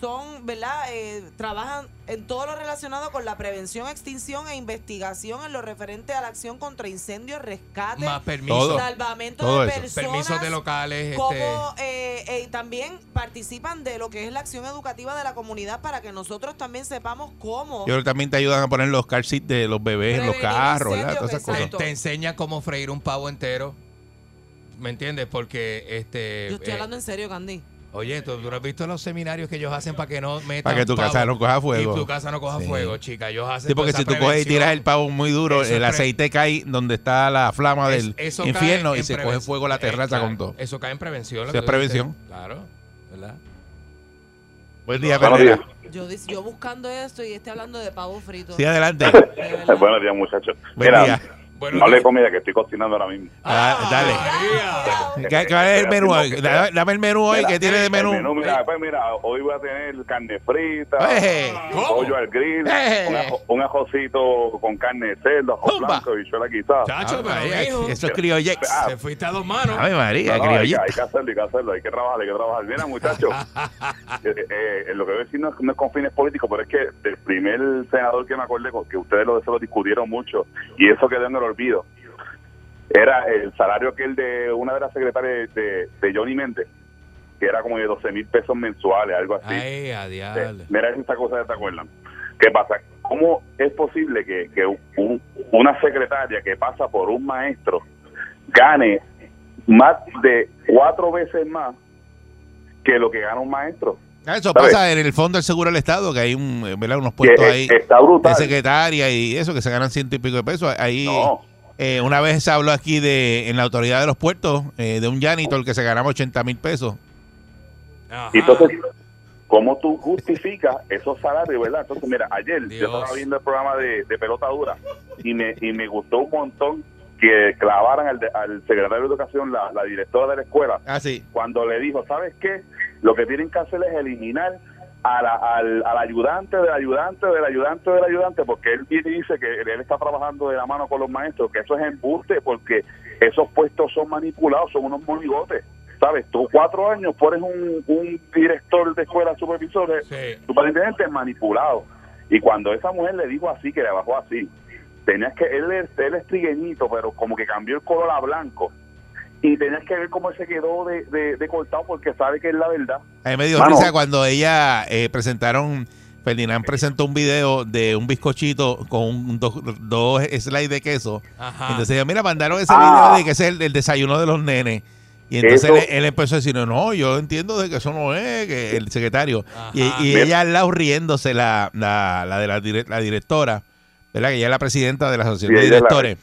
Speaker 3: son, ¿verdad? Eh, trabajan en todo lo relacionado con la prevención, extinción e investigación en lo referente a la acción contra incendios, rescate,
Speaker 2: Más permisos.
Speaker 1: Todo.
Speaker 3: salvamento
Speaker 1: Todo
Speaker 3: de
Speaker 1: eso.
Speaker 3: personas.
Speaker 2: Permisos de locales. este.
Speaker 3: Como eh, eh, también participan de lo que es la acción educativa de la comunidad para que nosotros también sepamos cómo.
Speaker 1: Yo creo que también te ayudan a poner los car seats de los bebés en los
Speaker 3: Prevenir
Speaker 1: carros, ¿verdad?
Speaker 3: incendios,
Speaker 1: Todas esas
Speaker 2: Te,
Speaker 1: cosas.
Speaker 3: exacto.
Speaker 2: te enseña cómo freír un pavo entero. ¿Me entiendes? Porque este.
Speaker 3: Yo estoy
Speaker 2: eh,
Speaker 3: hablando en serio, Candy.
Speaker 2: Oye, ¿tú, tú no has visto los seminarios que ellos hacen para que no metan
Speaker 1: Para que tu
Speaker 2: pavo?
Speaker 1: casa no coja
Speaker 2: Y tu
Speaker 1: fuego.
Speaker 2: casa no coja
Speaker 1: Sí.
Speaker 2: fuego, chica. Ellos hacen
Speaker 1: Sí, porque
Speaker 2: toda
Speaker 1: si
Speaker 2: esa
Speaker 1: tú coges y
Speaker 2: prevención.
Speaker 1: tiras el pavo muy duro, eh,
Speaker 2: Eso es
Speaker 1: el
Speaker 2: pre-
Speaker 1: aceite cae donde está la flama
Speaker 2: Es-
Speaker 1: del
Speaker 2: eso cae
Speaker 1: infierno
Speaker 2: en
Speaker 1: y se coge
Speaker 2: prevención.
Speaker 1: fuego la
Speaker 2: Eh,
Speaker 1: terraza
Speaker 2: claro,
Speaker 1: con todo.
Speaker 2: Eso cae en prevención. lo
Speaker 1: Eso
Speaker 2: que
Speaker 1: es
Speaker 2: tú dices.
Speaker 1: prevención.
Speaker 2: Claro, ¿verdad?
Speaker 1: Buen día,
Speaker 7: Buenos
Speaker 1: Pereira.
Speaker 7: días.
Speaker 3: Yo, dis- yo buscando esto y este hablando de pavo frito.
Speaker 1: Sí, adelante.
Speaker 3: De verdad.
Speaker 7: Eh, Buenos días, muchachos.
Speaker 1: Buen
Speaker 7: Mira,
Speaker 1: día.
Speaker 2: Bueno, eh.
Speaker 7: no hable de comida, que estoy cocinando ahora mismo.
Speaker 1: Ah, dale.
Speaker 2: María.
Speaker 1: ¿Qué, qué es el menú hoy? Da- Dame el menú hoy.
Speaker 7: Mira,
Speaker 1: ¿Qué tiene de
Speaker 7: El
Speaker 1: menú?
Speaker 7: menú, mira, pues mira, hoy voy a tener carne frita,
Speaker 1: Eh,
Speaker 2: ¿Cómo?
Speaker 7: pollo al grill,
Speaker 1: Eh.
Speaker 7: un, ajo- un ajocito con carne de cerdo, ajo
Speaker 1: Zumba.
Speaker 7: blanco, bichuela quizás.
Speaker 2: Chacho,
Speaker 1: Ah,
Speaker 2: pero
Speaker 1: María,
Speaker 2: mijo,
Speaker 1: Eso es criollex.
Speaker 2: te fuiste a dos manos.
Speaker 1: Ay,
Speaker 7: No,
Speaker 1: María,
Speaker 7: no, hay, que,
Speaker 1: criollita.
Speaker 7: hay que hacerlo, hay que hacerlo, hay que trabajar, hay que trabajar. Mira, muchachos, eh, eh, eh, lo que voy a decir no, es- no es con fines políticos, pero es que el primer senador que me acordé, con- que ustedes lo, se lo discutieron mucho, y eso quedó en el olvido, era el salario que el de una de las secretarias de, de, de Johnny Méndez. que era como de 12 mil pesos mensuales, algo así.
Speaker 2: Ay, a diablo.
Speaker 7: Eh, mira esta cosa, ¿te acuerdan? ¿Qué pasa? ¿Cómo es posible que, que un- una secretaria que pasa por un maestro gane más de cuatro veces más que lo que gana un maestro?
Speaker 1: Ah, Eso
Speaker 7: ¿Sabes?
Speaker 1: pasa en el Fondo del Seguro del Estado, que hay un, eh, ¿verdad? unos puestos
Speaker 7: Que es-
Speaker 1: ahí
Speaker 7: está brutal.
Speaker 1: de secretaria y eso, que se ganan ciento y pico de pesos. Ahí,
Speaker 7: No.
Speaker 1: eh, una vez se habló aquí de en la autoridad de los puertos, eh, de un janitor que se ganaba 80 mil pesos.
Speaker 2: Ajá.
Speaker 7: Y entonces, ¿cómo tú justificas esos salarios, verdad? Entonces, mira, ayer yo
Speaker 2: Dios.
Speaker 7: estaba viendo el programa de, de pelota dura y me, y me gustó un montón que clavaran al, de- al secretario de Educación, la, la directora de la escuela,
Speaker 1: Ah, sí.
Speaker 7: cuando le dijo, ¿sabes qué? Lo que tienen que hacer es eliminar a la- al, al ayudante del ayudante del ayudante del ayudante, porque él viene y dice que él está trabajando de la mano con los maestros, que eso es embuste, porque esos puestos son manipulados, son unos monigotes. ¿Sabes? Tú cuatro años, tú eres un, un director de escuela, supervisor, eh,
Speaker 2: Sí.
Speaker 7: superintendente manipulado. Y cuando esa mujer le dijo así, que le bajó así, tenías que, él, es- él es trigueñito, pero como que cambió el color a blanco. Y tenías que ver cómo él se quedó de, de- de cortado porque sabe que es la verdad.
Speaker 1: A mí me dio
Speaker 7: Mano.
Speaker 1: risa cuando ella eh, presentaron, Ferdinand presentó un video de un bizcochito con un- dos dos slides de queso.
Speaker 2: Ajá.
Speaker 1: Entonces ella, mira, mandaron ese
Speaker 7: Ah.
Speaker 1: video de que ese es el, el desayuno de los nenes. Y entonces
Speaker 7: Eso-
Speaker 1: él, él empezó a decir, no, yo entiendo de que eso no es, que el secretario. Y,
Speaker 2: Ajá.
Speaker 1: y
Speaker 7: Me-
Speaker 1: ella al lado riéndose, la, la, la de la, dire- la directora, ¿verdad? Que ella es la presidenta de la asociación
Speaker 7: Sí,
Speaker 1: de
Speaker 7: ella es la-
Speaker 1: directores.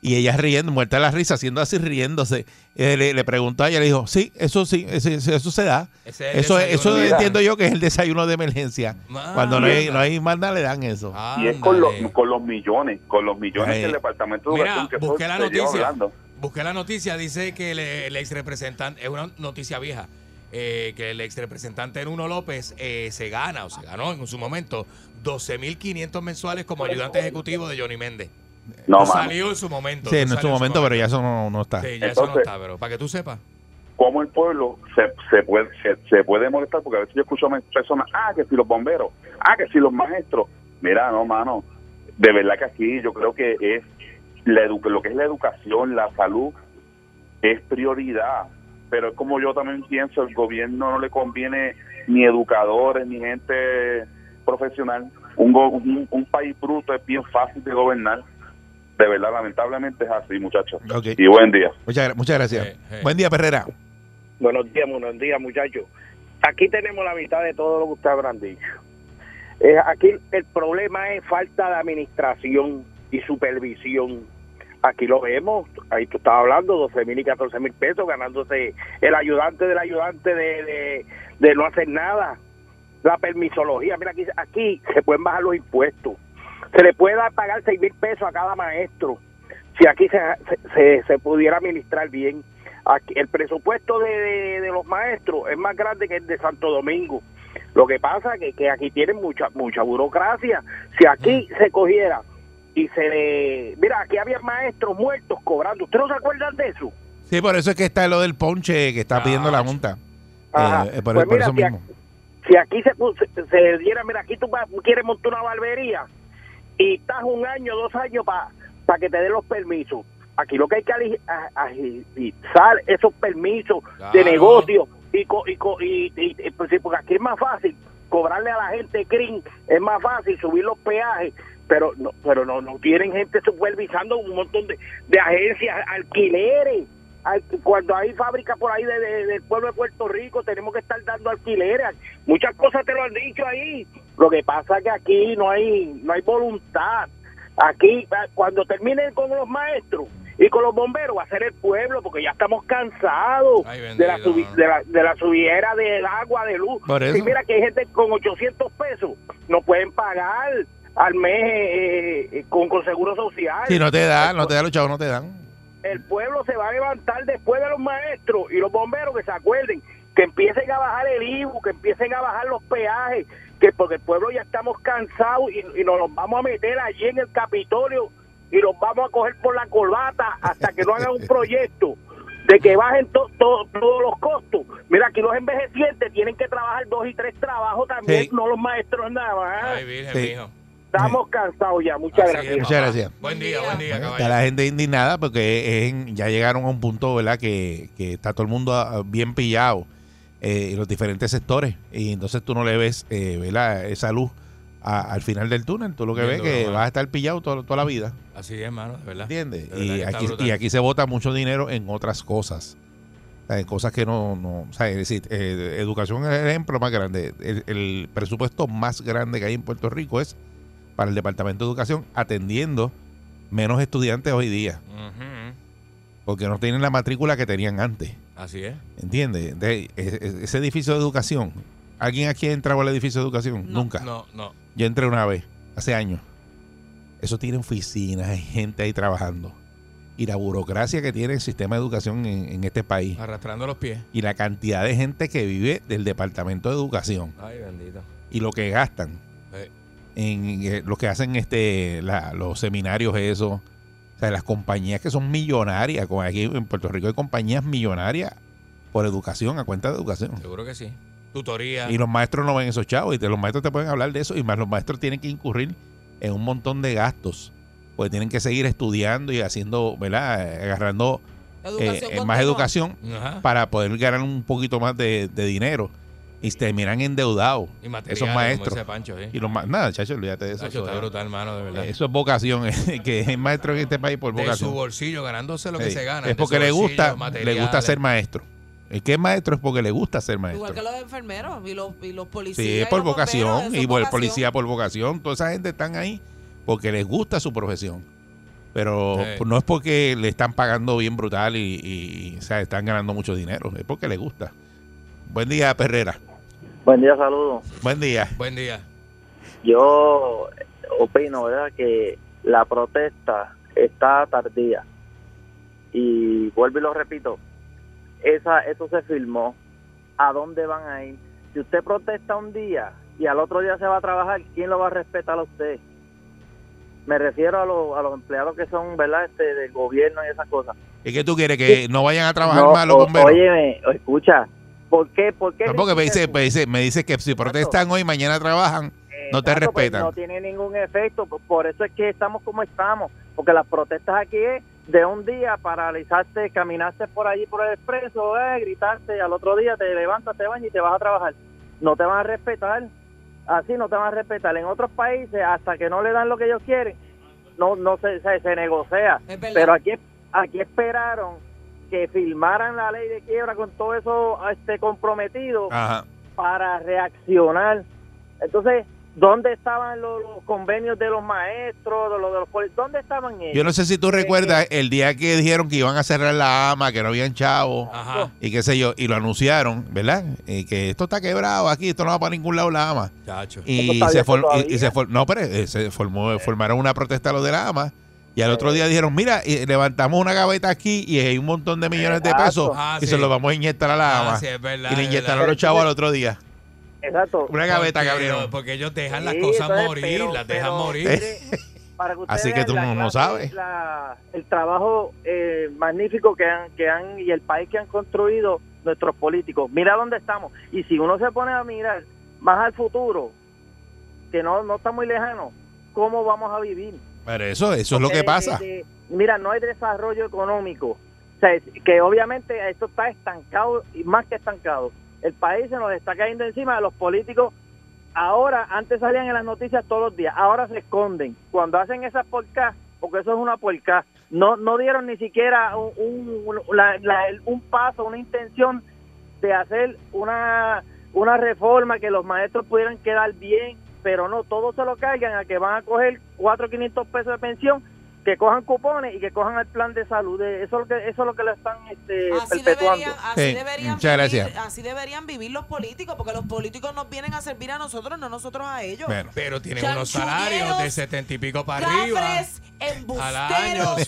Speaker 1: Y ella riendo, muerta de la risa, haciendo así, riéndose. Eh, le, le preguntó a ella, le dijo, sí, eso sí, ese- ese- eso se da.
Speaker 2: Ese es el
Speaker 1: Eso, es- eso
Speaker 2: desayuno.
Speaker 1: entiendo yo que es el desayuno de emergencia.
Speaker 2: Ah,
Speaker 1: Cuando no hay,
Speaker 2: anda.
Speaker 1: no hay manda, le dan eso.
Speaker 2: Ah,
Speaker 7: Y es con los,
Speaker 2: Ándale.
Speaker 7: con los millones, con los millones
Speaker 1: Ay.
Speaker 7: que el Departamento de
Speaker 2: Mira,
Speaker 7: Educación que eso
Speaker 2: busqué la
Speaker 7: se lleva
Speaker 2: noticia.
Speaker 7: hablando.
Speaker 2: Busqué la noticia, dice que el, el ex representante, es una noticia vieja, eh, que el ex representante Nuno López eh, se gana o se ganó en su momento 12.500 mensuales como ayudante ejecutivo de Johnny Méndez.
Speaker 7: No,
Speaker 2: No
Speaker 7: mano.
Speaker 2: salió en su momento.
Speaker 1: Sí,
Speaker 2: no
Speaker 1: en
Speaker 2: salió
Speaker 1: su momento, pero ya eso no, no está.
Speaker 2: Sí, ya eso no
Speaker 7: Entonces-
Speaker 2: está, Ah, pero para que tú sepas.
Speaker 7: cómo el pueblo se, se puede se, se puede molestar porque a veces yo escucho a personas ah que si los bomberos ah que si los maestros mira no mano de verdad que aquí yo creo que es la edu- lo que es la educación la salud es prioridad pero es como yo también pienso el gobierno no le conviene ni educadores ni gente profesional un go- un, un país bruto es bien fácil de gobernar de verdad lamentablemente es así muchachos
Speaker 1: Ok.
Speaker 7: y buen día
Speaker 1: Muchas, gra- muchas gracias.
Speaker 2: Eh, eh.
Speaker 1: Buen día, Perrera.
Speaker 5: Buenos días, buenos días, muchachos. Aquí tenemos la mitad de todo lo que ustedes habrán dicho. Eh, aquí el problema es falta de administración y supervisión. Aquí lo vemos, ahí tú estabas hablando, 12 mil y 14 mil pesos ganándose el ayudante del ayudante de, de, de no hacer nada. La permisología, mira, aquí, aquí se pueden bajar los impuestos. Se le puede dar pagar 6 mil pesos a cada maestro si aquí se, se- se- se pudiera administrar bien. Aquí, el presupuesto de, de- de los maestros es más grande que el de Santo Domingo. Lo que pasa que, que aquí tienen mucha mucha burocracia. Si aquí se cogiera y se le... Mira, aquí había maestros muertos cobrando. ¿Ustedes no se acuerdan de eso?
Speaker 1: Sí, por eso es que está lo del ponche que está pidiendo la Junta.
Speaker 5: Ajá.
Speaker 1: Eh, eh, por,
Speaker 5: Pues
Speaker 1: por
Speaker 5: mira,
Speaker 1: eso
Speaker 5: si
Speaker 1: mismo.
Speaker 5: si aquí se, pu- se- se diera, mira, aquí tú vas- quieres montar una barbería y estás un año, dos años para que te den los permisos. Aquí lo que hay que ali- a- agilizar esos permisos de
Speaker 2: Claro.
Speaker 5: negocio y, co- y, co- y, y- y- pues sí, porque aquí es más fácil cobrarle a la gente green, es más fácil subir los peajes, pero no, pero no, no tienen gente supervisando un montón de, de agencias, alquileres. Al- Cuando hay fábricas por ahí de- de- del pueblo de Puerto Rico, tenemos que estar dando alquileres. Muchas cosas te lo han dicho ahí. Lo que pasa es que aquí no hay, no hay voluntad. Aquí, ah, cuando terminen con los maestros y con los bomberos, va a ser el pueblo, porque ya estamos cansados
Speaker 2: Ay,
Speaker 5: de la,
Speaker 2: bendito.
Speaker 5: subi- de, la, de la subiera del agua, de luz.
Speaker 1: Por eso.
Speaker 5: Sí, mira que hay gente con 800 pesos, no pueden pagar al mes eh, eh, con, con seguro social.
Speaker 1: Si no te dan, no te dan los chavos, no te dan.
Speaker 5: El pueblo se va a levantar después de los maestros y los bomberos que se acuerden, que empiecen a bajar el IBU, que empiecen a bajar los peajes, que porque el pueblo ya estamos cansados y, y nos los vamos a meter allí en el Capitolio y los vamos a coger por la corbata hasta que no hagan un proyecto de que bajen to- to- todos los costos. Mira, aquí los envejecientes tienen que trabajar dos y tres trabajos también,
Speaker 1: Sí.
Speaker 5: no los maestros nada más.
Speaker 2: Ay, virgen,
Speaker 1: Sí.
Speaker 2: mijo.
Speaker 5: estamos cansados ya, muchas
Speaker 2: Así
Speaker 5: gracias.
Speaker 2: es,
Speaker 1: Muchas
Speaker 2: papá.
Speaker 1: gracias.
Speaker 2: Buen día, buen día,
Speaker 1: Está
Speaker 2: caballero.
Speaker 1: la gente indignada porque es en- ya llegaron a un punto, ¿verdad? Que, que está todo el mundo ah, bien pillado. eh, y los diferentes sectores. Y entonces tú no le ves eh, ¿verdad? esa luz a- al final del túnel. Tú lo que ves
Speaker 2: Viéndolo,
Speaker 1: que
Speaker 2: ajá.
Speaker 1: vas a estar pillado toda, toda la vida.
Speaker 2: Así es, hermano, de verdad.
Speaker 1: ¿Entiendes?
Speaker 2: De verdad
Speaker 1: Y
Speaker 2: que está
Speaker 1: aquí,
Speaker 2: brutal.
Speaker 1: y aquí se vota mucho dinero en otras cosas. O sea, En cosas que no. no o sea, es decir, eh, educación es el ejemplo más grande. El, el presupuesto más grande que hay en Puerto Rico es para el Departamento de Educación, atendiendo menos estudiantes hoy día,
Speaker 2: Ujú.
Speaker 1: porque no tienen la matrícula que tenían antes.
Speaker 2: Así es.
Speaker 1: ¿Entiendes? De- e- e- ese edificio de educación. ¿Alguien aquí ha entrado al edificio de educación?
Speaker 3: No.
Speaker 1: Nunca.
Speaker 2: No, no.
Speaker 1: Yo entré una vez, hace años. Eso tiene oficinas, hay gente ahí trabajando. Y la burocracia que tiene el sistema de educación en, en este país.
Speaker 2: Arrastrando los pies.
Speaker 1: Y la cantidad de gente que vive del departamento de educación.
Speaker 2: Ay, bendito.
Speaker 1: Y lo que gastan.
Speaker 2: Eh.
Speaker 1: En eh, los que hacen este la- los seminarios, eso. O sea, las compañías que son millonarias. Como aquí en Puerto Rico hay compañías millonarias por educación, a cuenta de educación.
Speaker 2: Seguro que sí. Tutoría.
Speaker 1: Y los maestros no ven esos chavos. Y te- los maestros te pueden hablar de eso. Y más los maestros tienen que incurrir en un montón de gastos. Pues tienen que seguir estudiando y haciendo, ¿verdad? Eh, Agarrando eh, eh,
Speaker 3: continua.
Speaker 1: más educación
Speaker 2: Ajá.
Speaker 1: para poder ganar un poquito más de, de dinero. Y se terminan endeudados.
Speaker 2: Y materiales,
Speaker 1: esos maestros.
Speaker 2: Como dice Pancho, ¿eh?
Speaker 1: Y los ma- Nada, chacho, olvídate de eso.
Speaker 2: Nacho, está
Speaker 1: eso,
Speaker 2: brutal, hermano, de verdad.
Speaker 1: es, eso es vocación. eh, que es maestro en este país por
Speaker 2: de su
Speaker 1: vocación.
Speaker 2: bolsillo, ganándose lo que
Speaker 1: Sí.
Speaker 2: se gana.
Speaker 1: es
Speaker 2: de su
Speaker 1: porque le
Speaker 2: bolsillo,
Speaker 1: gusta, le gusta
Speaker 2: materiales.
Speaker 1: ser maestro. El que es maestro es porque le gusta ser maestro.
Speaker 3: Igual que los enfermeros y los, y los policías.
Speaker 1: Sí,
Speaker 3: y
Speaker 1: es por
Speaker 3: los bomberos,
Speaker 1: vocación
Speaker 3: eso
Speaker 1: y
Speaker 3: es
Speaker 1: por el
Speaker 3: vocación.
Speaker 1: policía por vocación. Toda esa gente están ahí porque les gusta su profesión. Pero pues,
Speaker 2: Sí.
Speaker 1: no es porque le están pagando bien brutal y, y, o sea, están ganando mucho dinero. Es porque les gusta. Buen día, Perrera.
Speaker 8: Buen día, saludos.
Speaker 1: Buen día.
Speaker 2: Buen día.
Speaker 8: Yo opino, ¿verdad?, que la protesta está tardía. Y vuelvo y lo repito, esa, eso se filmó. ¿A dónde van a ir? Si usted protesta un día y al otro día se va a trabajar, ¿quién lo va a respetar a usted? Me refiero a, los- a los empleados que son, ¿verdad?, este, del gobierno y esas cosas.
Speaker 1: ¿Y qué tú quieres? ¿Que no vayan a trabajar
Speaker 8: No,
Speaker 1: más los
Speaker 8: o-
Speaker 1: bomberos?
Speaker 8: óyeme, escucha, ¿por qué? ¿Por qué
Speaker 1: No, porque me
Speaker 8: criticas
Speaker 1: dice,
Speaker 8: tú?
Speaker 1: me, dice, me dice que si protestan hoy, mañana trabajan. No te
Speaker 8: Exacto, pues,
Speaker 1: respetan.
Speaker 8: no tiene ningún efecto. Por- Por eso es que estamos como estamos. Porque las protestas aquí es de un día paralizarte, caminarte por allí por el expreso, eh, gritarte, y al otro día te levantas, te bañas y te vas a trabajar. No te van a respetar. Así no te van a respetar. En otros países, hasta que no le dan lo que ellos quieren, no, no se, se, se negocia.
Speaker 3: Es verdad.
Speaker 8: Pero aquí, aquí esperaron que firmaran la ley de quiebra con todo eso este comprometido
Speaker 1: Ajá.
Speaker 8: para reaccionar. Entonces, ¿dónde estaban los, los convenios de los maestros, de los, de los policías? ¿Dónde estaban ellos?
Speaker 1: Yo no sé si tú recuerdas el día que dijeron que iban a cerrar la AMA, que no habían chavos.
Speaker 2: Ajá.
Speaker 1: y qué sé yo, y lo anunciaron, ¿verdad? Eh, que esto está quebrado aquí, esto no va para ningún lado la AMA.
Speaker 2: Chacho.
Speaker 1: Y
Speaker 8: está
Speaker 1: se,
Speaker 8: abierto
Speaker 1: for- y- y
Speaker 8: todavía.
Speaker 1: se for- no, pero eh, se formó, formaron una protesta a los de la AMA. Y al otro día dijeron, mira, eh, levantamos una gaveta aquí y hay un montón de millones de
Speaker 8: Exacto.
Speaker 1: pesos
Speaker 2: Ah,
Speaker 1: y
Speaker 2: sí.
Speaker 1: se los vamos a inyectar a la AMA.
Speaker 2: Ah, sí, es verdad,
Speaker 1: y le
Speaker 2: es
Speaker 1: inyectaron
Speaker 2: verdad.
Speaker 1: a los chavos al otro día.
Speaker 8: Exacto.
Speaker 1: Una gaveta que
Speaker 2: Porque-
Speaker 1: abrieron.
Speaker 2: Porque ellos pues dejan las
Speaker 8: Sí,
Speaker 2: cosas
Speaker 8: entonces,
Speaker 2: morir,
Speaker 8: pero-
Speaker 2: las dejan
Speaker 8: pero,
Speaker 2: morir.
Speaker 8: mire, para ustedes
Speaker 1: Así que tú
Speaker 8: vean la
Speaker 1: no- no
Speaker 8: clase,
Speaker 1: sabes.
Speaker 8: la- el trabajo eh, magnífico que han, que han y el país que han construido nuestros políticos. Mira dónde estamos. Y si uno se pone a mirar más al futuro, que no, no está muy lejano, ¿cómo vamos a vivir?
Speaker 1: Pero eso, eso es lo que
Speaker 8: Eh,
Speaker 1: pasa.
Speaker 8: eh, eh, mira, no hay desarrollo económico. O sea, es que obviamente esto está estancado y más que estancado. El país se nos está cayendo encima de los políticos. Ahora, antes salían en las noticias todos los días, ahora se esconden. Cuando hacen esas porcas, porque eso es una porca, no, no dieron ni siquiera un, un- un- la- la- el- un paso, una intención de hacer una, una reforma que los maestros pudieran quedar bien, pero no, todos se lo cargan a que van a coger 4 500 pesos de pensión, que cojan cupones y que cojan el plan de salud. Eh, Eso es lo que, eso es lo, que le están este,
Speaker 3: Así
Speaker 8: perpetuando.
Speaker 3: deberían, así,
Speaker 1: Sí,
Speaker 3: deberían
Speaker 1: muchas
Speaker 3: vivir,
Speaker 1: gracias.
Speaker 3: así deberían vivir los políticos, porque los políticos nos vienen a servir a nosotros, no nosotros a ellos.
Speaker 1: Bueno,
Speaker 2: Pero tienen
Speaker 3: Chanchulleros,
Speaker 2: unos salarios de setenta y pico para arriba.
Speaker 3: Cafres,
Speaker 2: Al año,
Speaker 3: embusteros,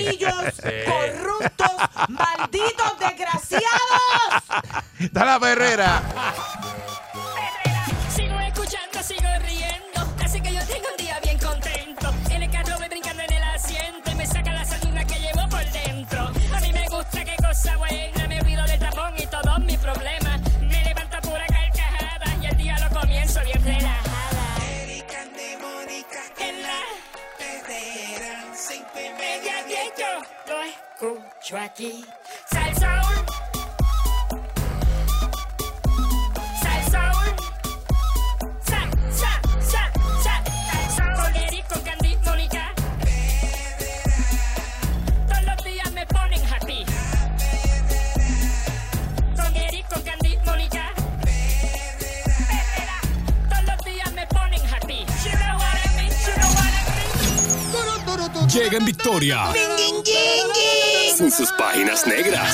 Speaker 2: sí.
Speaker 3: pillos,
Speaker 2: Sí.
Speaker 3: corruptos, malditos, desgraciados.
Speaker 1: está la perrera.
Speaker 9: Sigo escuchando, sigo riendo. Así que yo tengo un día bien contento. En el carro voy brincando en el asiento y me saca la salina que llevo por dentro. A mí me gusta qué cosa buena. Me olvido del tapón y todos mis problemas. Me levanta pura carcajada y el día lo comienzo bien relajada. En la media diez yo lo escucho aquí. Salsa
Speaker 10: Llega en victoria con sus páginas negras.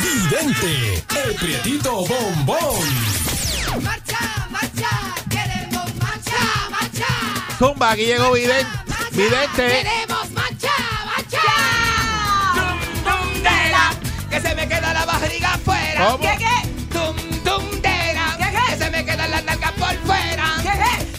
Speaker 10: Vidente, el prietito bombón.
Speaker 2: Marcha, marcha, queremos marcha, marcha.
Speaker 1: Zumba, aquí llegó Vidente.
Speaker 2: Marcha,
Speaker 1: Vidente.
Speaker 2: Queremos marcha, marcha. Tum, tum, dela, que se me queda la barriga afuera.
Speaker 1: ¿Cómo? ¿Qué,
Speaker 2: Tum, tum, dela, que se me quedan las nalgas por fuera.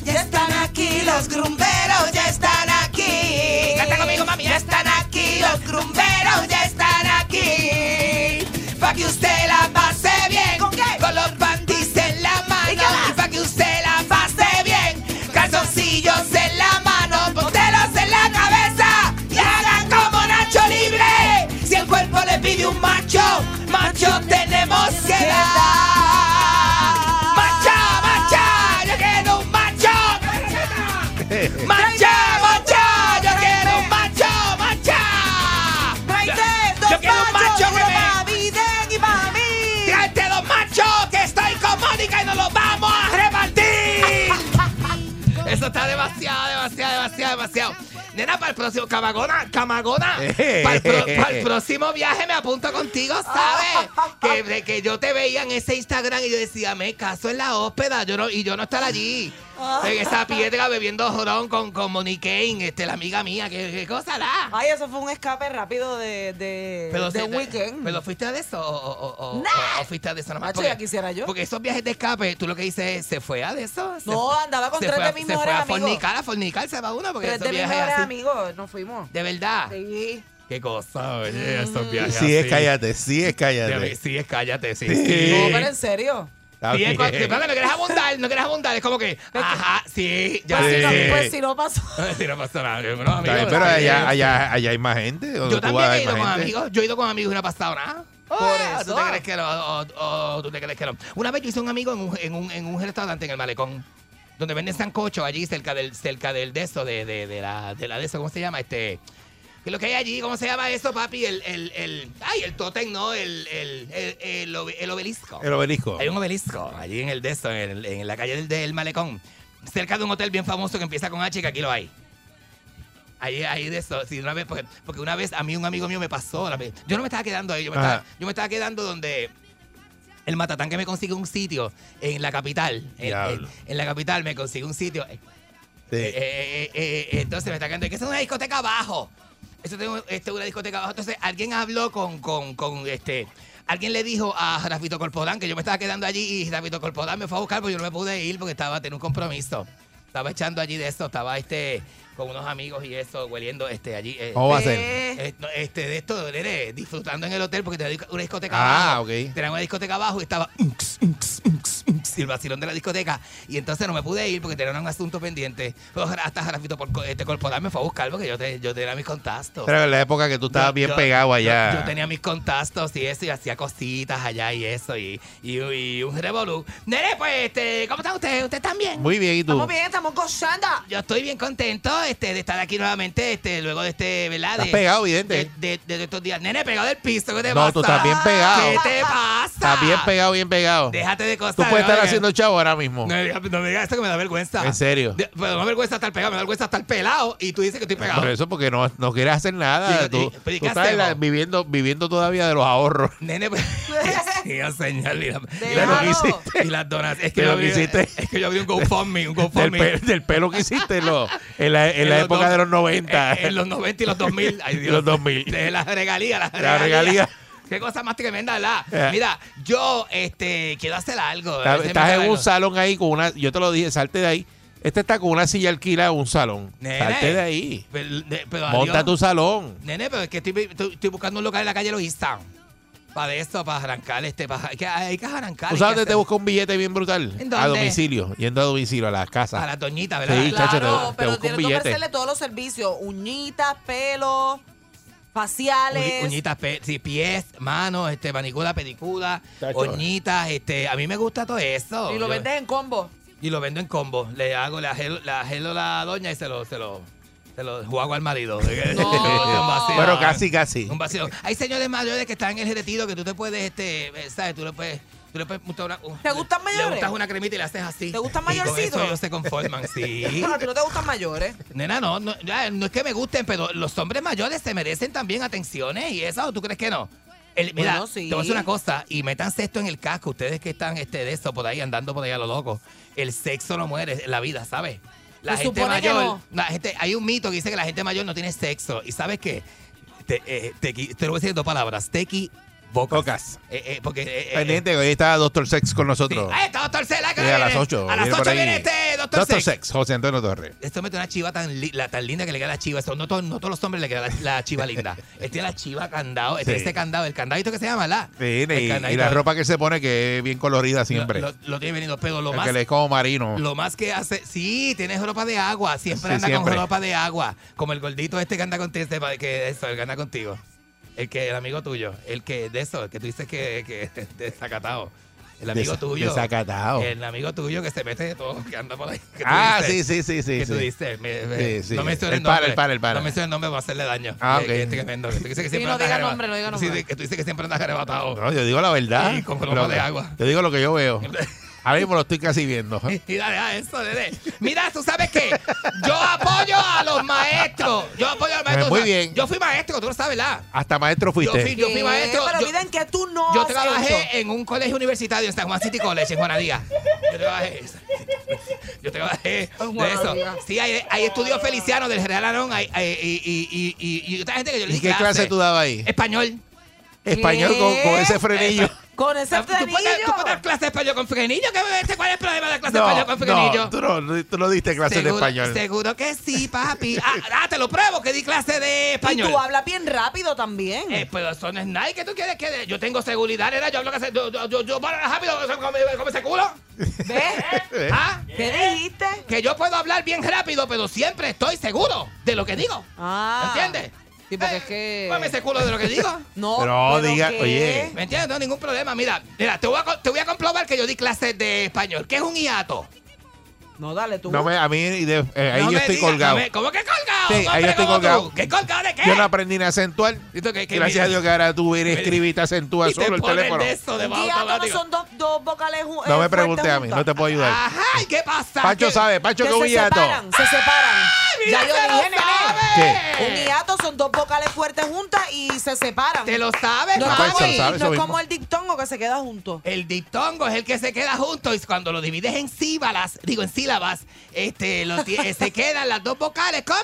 Speaker 2: Ya están aquí los grumberos, ya están aquí. Canta conmigo, mami. Ya están aquí los grumberos, ya están aquí. Pa' que usted la pase bien. ¿Con qué? Con los bandis en la mano. ¿Y, pa' que usted la pase bien. Calzoncillos en la mano, ponteros en la cabeza. Y hagan como Nacho Libre. Si el cuerpo le pide un macho, macho tenemos que dar. ¡Macha, macha! ¡Yo quiero un macho! ¡Mancha, mancha! ¡Yo quiero un macho, mancha! ¡Yo quiero un macho que me... ¡Tráete dos machos que estoy con Mónica y nos los vamos a repartir! Eso está demasiado, demasiado, demasiado, demasiado. Nena, para el próximo... ¡Camagona! ¡Camagona! Para el, pro- para el próximo viaje me apunto contigo, ¿sabes? Que, de que yo te veía en ese Instagram y yo decía, me caso en la hóspeda yo no, y yo no estar allí.
Speaker 8: Ah.
Speaker 2: En esa piedra bebiendo jorón con, con Monique, este, la amiga mía. ¿Qué, qué cosa da?
Speaker 3: Ay, eso fue un escape rápido de, de, Eh, de
Speaker 2: sí,
Speaker 3: weekend.
Speaker 2: pero fuiste a eso o, o- o- o- o fuiste a eso nomás.
Speaker 3: Macho, ya quisiera yo.
Speaker 2: Porque esos viajes de escape, tú lo que dices es, se fue a de eso. Se
Speaker 3: No,
Speaker 2: fu-
Speaker 3: andaba con
Speaker 2: se
Speaker 3: tres
Speaker 2: fue a-
Speaker 3: de mis
Speaker 2: Se fue
Speaker 3: mejores
Speaker 2: a
Speaker 3: amigos.
Speaker 2: fornicar, a fornicar se va uno porque
Speaker 3: Tres
Speaker 2: esos
Speaker 3: de mis
Speaker 2: viajes
Speaker 3: mejores
Speaker 2: así.
Speaker 3: amigos, nos fuimos.
Speaker 2: De verdad.
Speaker 3: Sí.
Speaker 2: Qué cosa, oye,
Speaker 3: Mm.
Speaker 2: esos Eh, viajes
Speaker 1: Sí, es
Speaker 2: así.
Speaker 1: cállate, sí es
Speaker 2: De-
Speaker 1: cállate.
Speaker 2: Sí, es cállate, sí.
Speaker 1: Sí.
Speaker 2: sí.
Speaker 3: No, pero en serio.
Speaker 1: Está
Speaker 2: Sí, es
Speaker 1: bien.
Speaker 2: cuando- sí, porque no quieres abundar, no quieres abundar, es como que, ajá, sí, ya
Speaker 1: Sí.
Speaker 3: Pues, si no,
Speaker 2: sé.
Speaker 3: pues si no pasó.
Speaker 2: Sí, no pasa nada, no,
Speaker 1: Está
Speaker 2: amigo,
Speaker 1: bien, pero
Speaker 2: está bien.
Speaker 1: allá, allá, allá hay más gente. ¿o
Speaker 2: Yo
Speaker 1: tú vas
Speaker 2: también
Speaker 1: a
Speaker 2: he
Speaker 1: ver
Speaker 2: ido
Speaker 1: más
Speaker 2: con
Speaker 1: gente?
Speaker 2: amigos. Yo he ido con amigos y no ha pasado nada. Ah, ¿Tú te
Speaker 3: eso.
Speaker 2: crees que no? Oh, oh, ¿Tú te crees que no? Una vez yo hice un amigo en un, en un, en un restaurante en el Malecón, donde venden sancocho allí cerca del, cerca del de eso, de, de, de la, de la de eso, ¿cómo se llama? Este. ¿Qué es lo que hay allí? ¿Cómo se llama eso, papi? El, el, el, ay, el tótem, ¿no? Oh, El, el, el, el obe- el obelisco.
Speaker 1: El obelisco.
Speaker 2: Hay un obelisco allí en el de eso, en, el- en la calle del, del Malecón, cerca de un hotel bien famoso que empieza con H, que aquí lo hay. Ahí, ahí de eso, sí, una vez, porque, porque una vez a mí un amigo mío me pasó, la vez- yo no me estaba quedando ahí, yo me,
Speaker 1: Ajá.
Speaker 2: estaba, yo me estaba quedando donde el matatán que me consigue un sitio en la capital, en,
Speaker 1: Diablo.
Speaker 2: en- en la capital me consigue un sitio, eh,
Speaker 1: Sí.
Speaker 2: eh, eh, eh, eh, entonces me está quedando, que es una discoteca abajo, eso tengo, esto es una discoteca abajo, entonces alguien habló con, con, con este... Alguien le dijo a Rafito Corporán que yo me estaba quedando allí y Rafito Corporán me fue a buscar porque yo no me pude ir porque estaba teniendo un compromiso. Estaba echando allí de eso, estaba este con unos amigos y eso, hueliendo este allí. eh,
Speaker 1: ¿Cómo va a ser?
Speaker 3: Eh,
Speaker 2: eh, no, Este, de esto, nene, disfrutando en el hotel porque tenía una discoteca
Speaker 1: Ah,
Speaker 2: abajo.
Speaker 1: ok.
Speaker 2: Tenía una discoteca abajo y estaba unx, unx, unx, unx, y el vacilón de la discoteca. Y entonces no me pude ir porque tenía un asunto pendiente. Pero hasta Jarafito por, este corporal me fue a buscar porque yo, te- yo tenía mis contactos.
Speaker 1: Pero en la época que tú estabas
Speaker 2: Yo-
Speaker 1: bien
Speaker 2: yo-
Speaker 1: pegado allá.
Speaker 2: Yo, yo tenía mis contactos y eso, y hacía cositas allá y eso, y, y, y un revolú. Nene, pues, este, ¿cómo están ustedes? ¿Ustedes están bien?
Speaker 1: Muy bien, ¿y tú?
Speaker 3: Estamos bien, estamos gozando.
Speaker 2: Yo estoy bien contento este, de estar aquí nuevamente, este, luego de este, ¿verdad?
Speaker 1: Estás
Speaker 2: De-
Speaker 1: pegado, vidente.
Speaker 2: De, de- de estos días. Nene, pegado del piso, ¿qué te
Speaker 1: No,
Speaker 2: pasa?
Speaker 1: tú estás bien pegado.
Speaker 2: ¿Qué te pasa?
Speaker 1: Estás bien pegado, bien pegado.
Speaker 2: Déjate de cosas.
Speaker 1: Tú puedes
Speaker 2: ¿no?
Speaker 1: estar
Speaker 2: Que-
Speaker 1: haciendo chavo ahora mismo.
Speaker 2: No, me digas- no me digas esto que me da vergüenza.
Speaker 1: En serio.
Speaker 2: De- pero no me vergüenza estar pegado, me da vergüenza estar pelado y tú dices que estoy pegado.
Speaker 1: Por eso, porque no, no quieres hacer nada.
Speaker 2: Y-
Speaker 1: tú
Speaker 2: y- pero ¿y
Speaker 1: tú
Speaker 2: qué
Speaker 1: estás
Speaker 2: hacemos?
Speaker 1: la- viviendo, viviendo todavía de los ahorros.
Speaker 2: Nene, pues. Dios mío, señor. Y, la- y
Speaker 3: Déjalo.
Speaker 2: las donas- y las donas. Es que,
Speaker 1: De
Speaker 2: yo
Speaker 1: lo que
Speaker 2: abrí,
Speaker 1: hiciste.
Speaker 2: es que yo abrí un GoFundMe, un
Speaker 1: Del,
Speaker 2: GoFundMe.
Speaker 1: pe- del pelo que hiciste en, lo- en la, en
Speaker 2: En
Speaker 1: la
Speaker 2: los
Speaker 1: época
Speaker 2: dos-
Speaker 1: de los 90.
Speaker 2: En, en los 90 y los 2000. Ay, Dios.
Speaker 1: Los 2000.
Speaker 2: De las regalías, las
Speaker 1: La
Speaker 2: regalías.
Speaker 1: regalía.
Speaker 2: Qué cosa más tremenda, ¿verdad?
Speaker 1: Eh.
Speaker 2: Mira, yo este, quiero hacer algo.
Speaker 1: Estás-
Speaker 2: Ese
Speaker 1: estás
Speaker 2: me
Speaker 1: en
Speaker 2: algo.
Speaker 1: un salón ahí con una. Yo te lo dije, salte de ahí. Este está con una silla alquilada en un salón.
Speaker 2: Nene.
Speaker 1: Salte de ahí.
Speaker 2: Pero, de- pero
Speaker 1: Monta
Speaker 2: adiós.
Speaker 1: tu salón.
Speaker 2: Nene, pero es que estoy, estoy- estoy buscando un local en la calle Logista. Para esto, para arrancar este. Para, hay, que, hay que arrancar.
Speaker 1: ¿Tú
Speaker 2: hay
Speaker 1: sabes
Speaker 2: que
Speaker 1: dónde te
Speaker 2: hacer-
Speaker 1: busca un billete bien brutal?
Speaker 2: ¿En
Speaker 1: A
Speaker 2: dónde?
Speaker 1: domicilio. Yendo a domicilio, a las casas.
Speaker 2: A la doñita, ¿verdad?
Speaker 1: Sí, chacho, te-
Speaker 3: Claro,
Speaker 1: te
Speaker 3: pero
Speaker 1: busco un
Speaker 3: tienes que
Speaker 1: billete.
Speaker 3: ofrecerle todos los servicios: uñitas, pelos,
Speaker 2: Uñi-
Speaker 3: faciales.
Speaker 2: Uñitas, pe- sí, pies, manos, este, manicura, pedicura,
Speaker 1: Chacho.
Speaker 2: uñitas, este, a mí me gusta todo eso.
Speaker 3: Y lo
Speaker 2: Yo-
Speaker 3: vendes en combo.
Speaker 2: Y lo vendo en combo. Le hago, le ajelo, le ajelo a la doña y se lo, se lo, se lo juego al marido. Un vacío.
Speaker 1: Bueno, casi, casi.
Speaker 2: Un vacío. Hay señores mayores que están en el retiro que tú te puedes, este, eh, ¿sabes? Tú le puedes Tú le puedes untar una, un-
Speaker 3: ¿Te gustan
Speaker 2: Le
Speaker 3: mayores?
Speaker 2: untas una cremita y le haces así.
Speaker 3: ¿Te gustan
Speaker 2: Y con
Speaker 3: mayorcitos?
Speaker 2: eso ellos se conforman, sí.
Speaker 3: Pero a ti no te gustan mayores.
Speaker 2: Nena, no, no, ya, no es que me gusten, pero los hombres mayores se merecen también atenciones y eso, ¿tú crees que no? El- mira,
Speaker 3: Bueno, sí.
Speaker 2: te voy a decir una cosa, y métanse esto en el casco, ustedes que están este, de eso por ahí, andando por ahí a lo loco. El sexo no muere, la vida, ¿sabes? La
Speaker 3: Se
Speaker 2: gente
Speaker 3: supone que
Speaker 2: mayor,
Speaker 3: no.
Speaker 2: la gente, hay un mito que dice que la gente mayor no tiene sexo. ¿Y sabes qué? Te, eh, te, qui- te lo voy a decir en dos palabras, tequi, bocas.
Speaker 1: Tocas.
Speaker 2: Eh, eh, porque, eh, eh,
Speaker 1: Pendiente, que hoy está Doctor Sex con
Speaker 2: sí.
Speaker 1: nosotros.
Speaker 2: Ahí está Doctor Sela, que
Speaker 1: Sí,
Speaker 2: viene.
Speaker 1: a las 8.
Speaker 2: A las 8 viene este Doctor,
Speaker 1: Doctor
Speaker 2: Sex.
Speaker 1: Sex, José Antonio Torres.
Speaker 2: Esto mete una chiva tan, li- la- tan linda que le queda la chiva. Eso, no, to- no todos los hombres le queda la, la chiva linda. Este tiene la chiva candado. Este
Speaker 1: Sí.
Speaker 2: este candado. El candadito que se llama, ¿la?
Speaker 1: Sí,
Speaker 2: El
Speaker 1: y, y
Speaker 2: candadito.
Speaker 1: la ropa que se pone que es bien colorida siempre.
Speaker 2: Lo, lo- lo tiene venido, pero lo
Speaker 1: El
Speaker 2: más,
Speaker 1: que le es como marino.
Speaker 2: lo más que hace. Sí, tiene ropa de agua. Siempre
Speaker 1: Sí,
Speaker 2: anda
Speaker 1: siempre.
Speaker 2: con ropa de agua. Como el gordito este que anda contigo. este pa- que eso, el que anda contigo. El que, el amigo tuyo. El que de eso, el que tú dices que, que desacatado. El amigo
Speaker 1: Desa-
Speaker 2: tuyo.
Speaker 1: desacatado.
Speaker 2: El amigo tuyo que se mete de todo, que anda por ahí. que tú
Speaker 1: ah,
Speaker 2: dices.
Speaker 1: sí, sí, sí, sí.
Speaker 2: ¿Qué tú
Speaker 1: sí.
Speaker 2: dices? Me- me-
Speaker 1: Sí, sí.
Speaker 2: No me suena
Speaker 1: El
Speaker 2: el
Speaker 1: pana,
Speaker 2: nombre.
Speaker 1: el pana, el pana.
Speaker 2: No me suena el nombre para hacerle daño.
Speaker 1: Ah,
Speaker 2: Que-
Speaker 1: ok.
Speaker 2: que este que vendo, que tú dices que siempre
Speaker 3: no
Speaker 2: andas
Speaker 3: diga
Speaker 2: arreba-
Speaker 3: nombre, no diga
Speaker 2: tú dices
Speaker 3: nombre.
Speaker 2: que tú dices que siempre andas arrebatado.
Speaker 1: No, yo digo la verdad.
Speaker 2: Sí, con ropa
Speaker 1: Lo-
Speaker 2: de agua.
Speaker 1: Yo digo lo que yo veo. Ahora mismo lo estoy casi viendo.
Speaker 2: Y dale a eso, nene. Mira, tú sabes qué. Yo apoyo a los maestros. Yo apoyo a los maestros.
Speaker 1: Eh, Muy
Speaker 2: O sea,
Speaker 1: bien.
Speaker 2: Yo fui maestro, tú lo sabes, ¿verdad?
Speaker 1: Hasta maestro fuiste.
Speaker 2: fui- Yo fui
Speaker 3: ¿Qué?
Speaker 2: maestro,
Speaker 3: Eh, Pero
Speaker 2: yo-
Speaker 3: miren que tú no
Speaker 2: Yo
Speaker 3: has
Speaker 2: trabajé
Speaker 3: hecho.
Speaker 2: en un colegio universitario en San Juan City College, en Juanadía. Yo trabajé. Yo trabajé de eso.
Speaker 3: Juanadía.
Speaker 2: Sí, hay, hay estudios felicianos del Real Arón hay- hay- y, y, y, y, y otra gente que yo le
Speaker 1: ¿Y
Speaker 2: di
Speaker 1: qué clase tú dabas ahí?
Speaker 2: Español.
Speaker 1: Español con, con ese frenillo.
Speaker 3: Con ese
Speaker 2: ¿Tú puedes,
Speaker 3: frenillo.
Speaker 2: ¿Tú puedes dar clase de español con frenillo? ¿Qué me dice? ¿Cuál es el problema de dar clase de español
Speaker 1: No,
Speaker 2: con frenillo?
Speaker 1: no, tú no, tú no diste clase de
Speaker 2: seguro,
Speaker 1: español.
Speaker 2: seguro que sí, papi. Ah, ah, te lo pruebo que di clase de
Speaker 3: Y
Speaker 2: español.
Speaker 3: tú hablas bien rápido también.
Speaker 2: Eh, pero eso no es nada. ¿Y ¿Qué tú quieres que Yo tengo seguridad, era yo hablo que se, yo, yo, yo, yo- para, rápido, come, come ese culo.
Speaker 3: ¿Ves?
Speaker 2: ¿Ah?
Speaker 3: ¿Qué dijiste?
Speaker 2: Que yo puedo hablar bien rápido, pero siempre estoy seguro de lo que digo.
Speaker 3: Ah.
Speaker 2: ¿Entiendes?
Speaker 3: Sí, porque
Speaker 2: Eh,
Speaker 3: es que-
Speaker 2: Come ese culo de lo que digo.
Speaker 3: No,
Speaker 1: Pero
Speaker 3: ¿pero
Speaker 1: diga-
Speaker 3: qué?
Speaker 1: oye.
Speaker 2: ¿Me entiendes? No, ningún problema. Mira, mira, te voy a, co- te voy a comprobar que yo di clases de español. ¿Qué es un hiato?
Speaker 3: No, dale tú.
Speaker 1: No me, a mí, y de- eh, ahí
Speaker 2: No
Speaker 1: yo
Speaker 2: me
Speaker 1: estoy
Speaker 2: digas,
Speaker 1: colgado.
Speaker 2: no me- ¿Cómo que colgado?
Speaker 1: Sí, ahí
Speaker 2: hombre,
Speaker 1: yo estoy
Speaker 2: como tú?
Speaker 1: colgado.
Speaker 2: ¿Qué colgado de qué?
Speaker 1: Yo no aprendí ni a acentuar.
Speaker 2: ¿Y tú qué- qué
Speaker 1: Gracias a
Speaker 2: mira?
Speaker 1: Dios que ahora tú vienes,
Speaker 2: Mira.
Speaker 1: escribiste, acentúa
Speaker 2: Y te
Speaker 1: solo el
Speaker 2: ponen
Speaker 1: teléfono.
Speaker 2: de eso de
Speaker 3: Y
Speaker 2: bajo
Speaker 3: ya no
Speaker 2: automático.
Speaker 3: son dos, dos vocales ju-
Speaker 1: No
Speaker 3: eh,
Speaker 1: me
Speaker 3: fuertes
Speaker 1: preguntes a mí,
Speaker 3: juntas.
Speaker 1: no te puedo ayudar.
Speaker 2: Ajá, ¿y qué pasa?
Speaker 1: Pancho
Speaker 2: ¿Qué-
Speaker 1: sabe, Pancho,
Speaker 3: Que
Speaker 1: que es un
Speaker 3: se
Speaker 1: hiato.
Speaker 3: separan, se separan.
Speaker 2: Mira,
Speaker 3: ya yo
Speaker 2: se lo
Speaker 3: dije, nene.
Speaker 2: sabe.
Speaker 3: Un hiato son dos vocales fuertes juntas y se separan.
Speaker 2: Te lo sabes,
Speaker 3: no es
Speaker 1: Pues,
Speaker 2: mami.
Speaker 3: como,
Speaker 1: se lo
Speaker 3: el-
Speaker 1: sabe,
Speaker 3: no
Speaker 1: eso
Speaker 3: es como
Speaker 1: mismo.
Speaker 3: el diptongo que se queda junto.
Speaker 2: El diptongo es el que se queda junto y cuando lo divides en sílabas, digo en sílabas, este, lo ti- eh, se quedan las dos vocales, ¿coma?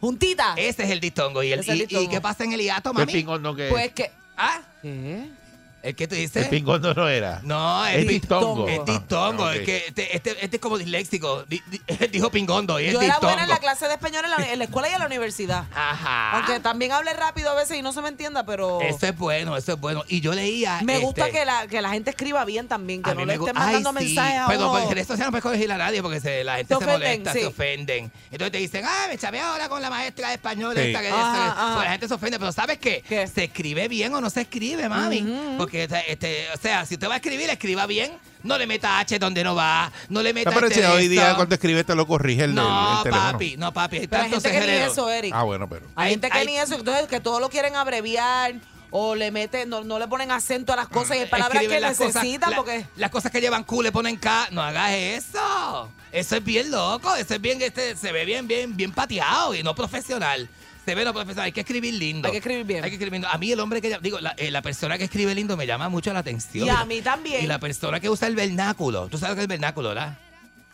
Speaker 3: Juntita.
Speaker 2: Ese es el diptongo. ¿Y, el,
Speaker 3: Ese es el
Speaker 2: y- y
Speaker 3: diptongo.
Speaker 2: qué pasa en el hiato,
Speaker 1: ¿Qué
Speaker 2: mami?
Speaker 1: pingón no que
Speaker 3: Pues que.
Speaker 2: ¿Ah?
Speaker 3: ¿Qué?
Speaker 2: ¿El que tú
Speaker 1: El
Speaker 2: dices?
Speaker 1: pingón no, no era.
Speaker 2: No,
Speaker 1: Es
Speaker 2: el diptongo.
Speaker 1: distongo.
Speaker 3: Es
Speaker 2: El diptongo,
Speaker 1: Ah, ok.
Speaker 2: el que este, este, este es como disléxico. Di- di- dijo pingondo y es
Speaker 3: Yo era
Speaker 2: diptongo.
Speaker 3: buena en la clase de español en la, en la escuela y en la universidad.
Speaker 2: Ajá.
Speaker 3: Aunque también hable rápido a veces y no se me entienda, pero.
Speaker 2: Eso es bueno, eso es bueno. Y yo leía.
Speaker 3: Me
Speaker 2: este,
Speaker 3: gusta que la, que la gente escriba bien también, que
Speaker 2: a
Speaker 3: no
Speaker 2: mí
Speaker 3: le
Speaker 2: me gu-
Speaker 3: estén
Speaker 2: Ay,
Speaker 3: mandando
Speaker 2: sí,
Speaker 3: mensajes a
Speaker 2: Pero pues,
Speaker 3: uno.
Speaker 2: por el resto no puedes corregir a nadie porque se, la gente
Speaker 3: Se
Speaker 2: se,
Speaker 3: ofenden,
Speaker 2: molesta,
Speaker 3: sí.
Speaker 2: se ofenden. Entonces te dicen, ah, me chavé ahora con la maestra de español
Speaker 1: Sí.
Speaker 2: esta que
Speaker 3: Ajá,
Speaker 2: esta que-".
Speaker 3: ajá.
Speaker 2: Pues la gente se ofende, pero ¿sabes qué?
Speaker 3: ¿Qué?
Speaker 2: Se escribe bien o no se escribe, mami. Porque, este, este, o sea, si usted va a escribir, escriba bien. No le meta H donde no va. No le meta
Speaker 1: No, pero
Speaker 2: este
Speaker 1: si hoy día
Speaker 2: esto.
Speaker 1: cuando escribes te lo corrige el,
Speaker 2: No,
Speaker 1: el- el teléfono.
Speaker 2: papi, no, papi. hay
Speaker 3: Pero hay
Speaker 2: tantos
Speaker 3: gente que ni
Speaker 2: ejereros.
Speaker 3: eso, Eric.
Speaker 1: Ah, bueno, pero.
Speaker 3: Hay
Speaker 2: Hay-
Speaker 3: gente que
Speaker 2: hay-
Speaker 3: ni eso, entonces que todo lo quieren abreviar o le meten, no, no le ponen acento a las cosas y hay palabras
Speaker 2: Escribe
Speaker 3: que
Speaker 2: las cosas-
Speaker 3: necesitan
Speaker 2: la-
Speaker 3: porque
Speaker 2: Las cosas que llevan Q le ponen K. No hagas eso. Eso es bien loco. Eso es bien, este, se ve bien, bien, bien pateado y no profesional. Se ve no profesional. Hay que escribir lindo.
Speaker 3: Hay que escribir bien.
Speaker 2: Hay que escribir lindo. A mí el hombre que... Digo, la, eh, la persona que escribe lindo me llama mucho la atención.
Speaker 3: Y a mí también.
Speaker 2: Y la persona que usa el vernáculo. ¿Tú sabes lo que es el vernáculo, verdad?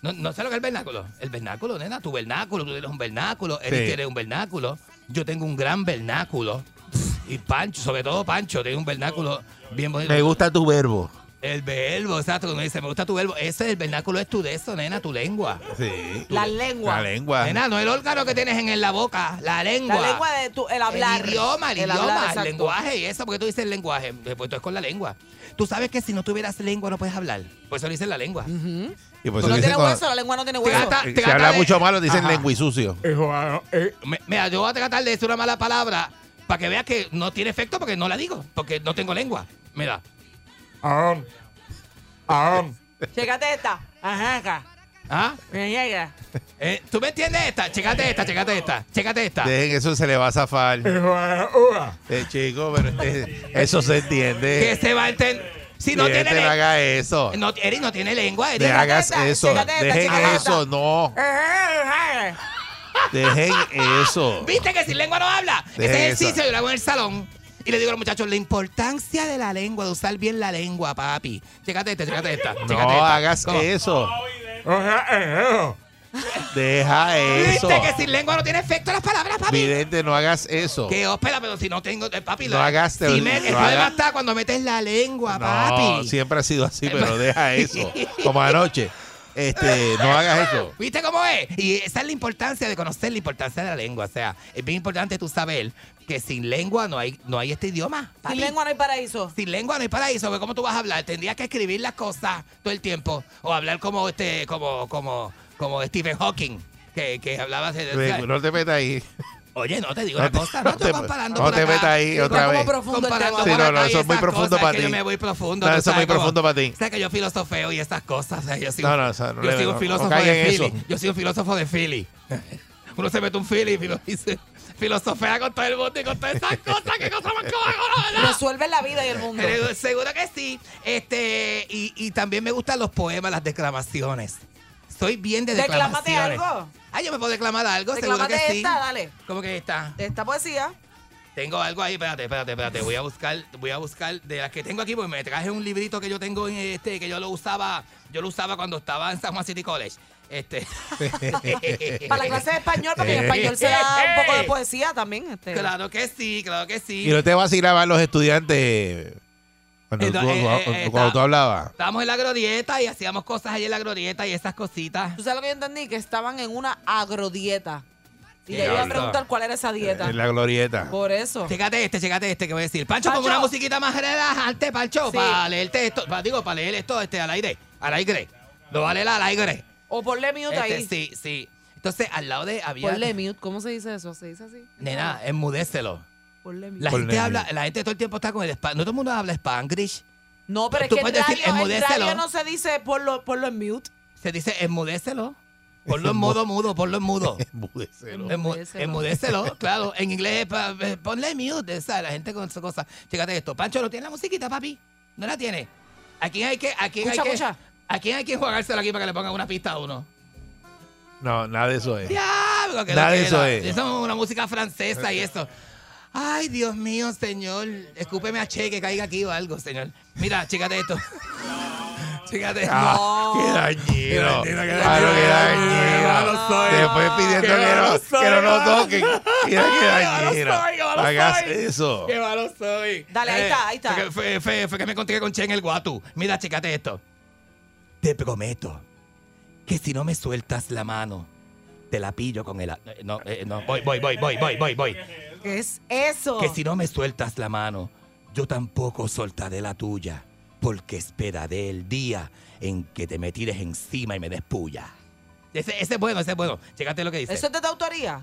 Speaker 2: No, no sé lo que es el vernáculo. El vernáculo, nena. Tu vernáculo. Tú tienes un vernáculo. Eric
Speaker 1: Sí.
Speaker 2: tiene un vernáculo. Yo tengo un gran vernáculo. Y Pancho, sobre todo Pancho, tiene un vernáculo bien bonito.
Speaker 1: Me gusta tu verbo.
Speaker 2: El verbo, exacto. Cuando me dice, me gusta tu verbo. Ese es el vernáculo, es tu de eso, nena, tu lengua.
Speaker 1: Sí.
Speaker 3: la lengua,
Speaker 1: La lengua.
Speaker 2: Nena, no el órgano que tienes en, en la boca, la lengua.
Speaker 3: la lengua de tu, el hablar.
Speaker 2: El idioma, el, idioma,
Speaker 3: hablar,
Speaker 2: el
Speaker 3: exacto.
Speaker 2: lenguaje y eso, porque tú dices lenguaje. Pues tú es con la lengua. Tú sabes que si no tuvieras lengua no puedes hablar. Por eso le dicen la lengua.
Speaker 1: Y por
Speaker 3: Tú
Speaker 1: eso
Speaker 3: no
Speaker 1: dicen
Speaker 3: tienes
Speaker 1: cuando-
Speaker 3: hueso, la lengua no tiene
Speaker 2: Te
Speaker 3: hueso.
Speaker 2: gata-
Speaker 1: eh,
Speaker 2: te
Speaker 1: se
Speaker 2: gata
Speaker 1: habla
Speaker 2: de-
Speaker 1: mucho malo, dicen
Speaker 2: Ajá. Eh,
Speaker 1: lenguisucio.
Speaker 2: Me- Mira, yo voy a tratar de decir una mala palabra para que veas que no tiene efecto porque no la digo, porque no tengo lengua. Mira.
Speaker 3: Chécate esta. Ajá, acá.
Speaker 2: ¿Ah?
Speaker 3: Mira, mira.
Speaker 2: Eh, ¿Tú me entiendes esta? Chécate esta, chécate esta, chécate esta.
Speaker 1: Dejen eso, se le va a zafar. Eh, chico, pero eh, eso se
Speaker 2: que
Speaker 1: entiende.
Speaker 2: se va a entender. Si no
Speaker 1: Mire,
Speaker 2: tiene
Speaker 1: te no
Speaker 2: lengua.
Speaker 1: haga eso. No,
Speaker 2: No, Eric no tiene lengua. Eric.
Speaker 1: le hagas
Speaker 3: esta,
Speaker 1: eso.
Speaker 3: chécate esta,
Speaker 1: Dejen
Speaker 3: chécate esta.
Speaker 1: eso,
Speaker 2: Eh,
Speaker 1: no. Dejen eso.
Speaker 2: ¿Viste que sin lengua no habla?
Speaker 1: Deja
Speaker 2: Ese
Speaker 1: esa.
Speaker 2: ejercicio yo lo hago en el salón. Y le digo a los muchachos, la importancia de la lengua, de usar bien la lengua, papi. Chécate esta, chécate esta.
Speaker 1: No
Speaker 2: chécate esta.
Speaker 1: hagas
Speaker 2: ¿Cómo?
Speaker 1: eso. Deja eso.
Speaker 2: ¿Viste que sin lengua no tiene efecto las palabras, papi?
Speaker 1: Vidente, no hagas eso.
Speaker 2: Que ópera, pero si no tengo, eh, papi.
Speaker 1: No
Speaker 2: la-
Speaker 1: hagas-
Speaker 2: si me, el
Speaker 1: no hagas-
Speaker 2: problema está cuando metes la lengua,
Speaker 1: No,
Speaker 2: papi.
Speaker 1: siempre ha sido así, pero deja eso. Como anoche. Este, no hagas eso.
Speaker 2: ¿Viste cómo es? Y esa es la importancia de conocer la importancia de la lengua. O sea, es bien importante tú saber que sin lengua no hay, no hay este idioma. papi.
Speaker 3: Sin lengua no hay paraíso.
Speaker 2: Sin lengua no hay paraíso, porque ¿cómo tú vas a hablar? Tendrías que escribir las cosas todo el tiempo. O hablar como este, como, como, como Stephen Hawking, que, que hablaba de-
Speaker 1: Ve, No te metas ahí.
Speaker 2: Oye, no te digo
Speaker 1: No
Speaker 2: una
Speaker 1: te-
Speaker 2: cosa, no,
Speaker 1: no
Speaker 2: te,
Speaker 1: te-
Speaker 2: comparando
Speaker 1: no
Speaker 2: por
Speaker 1: te
Speaker 2: acá.
Speaker 1: metas ahí
Speaker 2: Digo,
Speaker 1: otra
Speaker 2: ¿cómo
Speaker 1: vez.
Speaker 3: profundo el tema.
Speaker 2: comparando por
Speaker 1: Sí, no, no,
Speaker 2: acá y
Speaker 1: eso es muy
Speaker 2: esas
Speaker 1: profundo
Speaker 2: cosas,
Speaker 1: para
Speaker 2: que
Speaker 1: ti.
Speaker 2: Yo me voy profundo.
Speaker 1: No,
Speaker 2: tú
Speaker 1: eso es muy
Speaker 2: sabes cómo-
Speaker 1: profundo para ti.
Speaker 2: O sea, que yo filosofeo y esas cosas. o sea, yo soy,
Speaker 1: No,
Speaker 2: un-
Speaker 1: no, o sea, no
Speaker 2: yo
Speaker 1: le-
Speaker 2: soy un
Speaker 1: no-
Speaker 2: filósofo
Speaker 1: no caiga
Speaker 2: de
Speaker 1: en
Speaker 2: Philly.
Speaker 1: eso.
Speaker 2: Yo soy un filósofo de Philly. Uno se mete un Philly y filo- y se- filosofea con todo el mundo y con todas esas cosas. ¡Qué cosa más cojones, ¿verdad?
Speaker 3: Resuelve la vida y el mundo.
Speaker 2: Eh, Seguro que sí. Este, y, y también me gustan los poemas, las declamaciones. Soy bien de declamaciones.
Speaker 3: Declámate algo.
Speaker 2: Ay, yo me puedo declamar algo, seguro
Speaker 3: Declámate
Speaker 2: que sí.
Speaker 3: esta, dale.
Speaker 2: ¿Cómo que está?
Speaker 3: De esta poesía.
Speaker 2: Tengo algo ahí, espérate, espérate, espérate. Voy a buscar, voy a buscar de las que tengo aquí, porque me traje un librito que yo tengo en este, que yo lo usaba, yo lo usaba cuando estaba en San Juan City College. Este.
Speaker 3: Para la clase de español, porque en
Speaker 2: Eh.
Speaker 3: español se da un poco de
Speaker 2: Eh.
Speaker 3: poesía también. Este.
Speaker 2: Claro que sí, claro que sí.
Speaker 1: Y no te vacilaban los estudiantes cuando,
Speaker 2: Eh, no,
Speaker 1: tú,
Speaker 2: eh,
Speaker 1: cuando-
Speaker 2: eh, eh,
Speaker 1: cuando tú
Speaker 2: está-
Speaker 1: hablabas.
Speaker 2: Estábamos en la agrodieta y hacíamos cosas ahí en la agrodieta y esas cositas.
Speaker 3: ¿Tú sabes lo que yo entendí? Que estaban en una agrodieta. Y le
Speaker 2: Diablo.
Speaker 3: iba a preguntar cuál era esa dieta.
Speaker 1: En la glorieta.
Speaker 3: Por eso.
Speaker 2: Chécate este, chécate este que voy a decir. Pancho,
Speaker 3: Pancho.
Speaker 2: pon una musiquita más relajante, Pancho,
Speaker 3: Sí.
Speaker 2: para leerte esto, pa- digo, para leer esto este, al aire, al aire. No vale la al aire.
Speaker 3: O ponle mute
Speaker 2: Este,
Speaker 3: ahí.
Speaker 2: sí, sí. Entonces, al lado de había
Speaker 3: Ponle mute. ¿Cómo se dice eso? ¿Se dice así? Ah,
Speaker 2: Nena, enmudécelo.
Speaker 3: Ponle mute.
Speaker 2: La
Speaker 1: Ponle
Speaker 2: gente
Speaker 1: mute.
Speaker 2: habla, la gente todo el tiempo está con el span, no todo el mundo habla spanglish.
Speaker 3: No, pero es
Speaker 2: Tú
Speaker 3: que en
Speaker 2: puedes
Speaker 3: radio,
Speaker 2: decir,
Speaker 3: en
Speaker 2: enmudécelo.
Speaker 3: radio no se dice ponlo, ponlo en mute.
Speaker 2: Se dice enmudécelo. Ponlo en modo mudo, ponlo en mudo.
Speaker 1: Embudecelo.
Speaker 2: Enmu-
Speaker 3: Enmudécelo.
Speaker 2: Enmudécelo, claro. En inglés, pa- eh, ponle mute, ¿sabes? La gente con su cosa. Chécate esto. Pancho, ¿no tiene la musiquita, papi? ¿No la tiene? ¿A quién hay que, a quién
Speaker 3: Escucha,
Speaker 2: hay que,
Speaker 3: escucha.
Speaker 2: a quién hay que jugárselo aquí para que le pongan una pista a uno?
Speaker 1: No, nada de eso es.
Speaker 2: ¡Diablo! que
Speaker 1: Nada
Speaker 2: lo
Speaker 1: de
Speaker 2: que
Speaker 1: eso
Speaker 2: era.
Speaker 1: es.
Speaker 2: Eso es una música francesa y eso. Ay, Dios mío, señor. Escúpeme a Che que caiga aquí o algo, señor. Mira, chécate esto. Chécate.
Speaker 1: Ah, qué dañero.
Speaker 2: Qué dañino, qué
Speaker 1: Claro, qué
Speaker 2: dañino. Qué
Speaker 1: dañero.
Speaker 2: malo soy.
Speaker 1: Después pidiendo
Speaker 2: Qué
Speaker 1: que
Speaker 2: malo
Speaker 1: no,
Speaker 2: soy,
Speaker 1: que no nos
Speaker 2: malo.
Speaker 1: toquen. Mira qué
Speaker 2: malo
Speaker 1: dañero.
Speaker 2: soy, qué malo
Speaker 1: No Hagas
Speaker 2: soy.
Speaker 1: eso.
Speaker 2: Qué malo soy.
Speaker 3: Dale, ahí está, ahí está.
Speaker 2: Eh, Fue, que- fue- fue- fue que me encontré con Che en el Guatu. Mira, chécate esto. Te prometo que si no me sueltas la mano, te la pillo con el... a- No, eh, no, voy, voy, voy, voy, voy, voy, voy.
Speaker 3: ¿Qué es eso?
Speaker 2: Que si no me sueltas la mano, yo tampoco soltaré la tuya, porque esperaré el día en que te me tires encima y me despulla. Ese, ese es bueno, ese es bueno. Chécate lo que dice.
Speaker 3: ¿Eso es de tu autoría?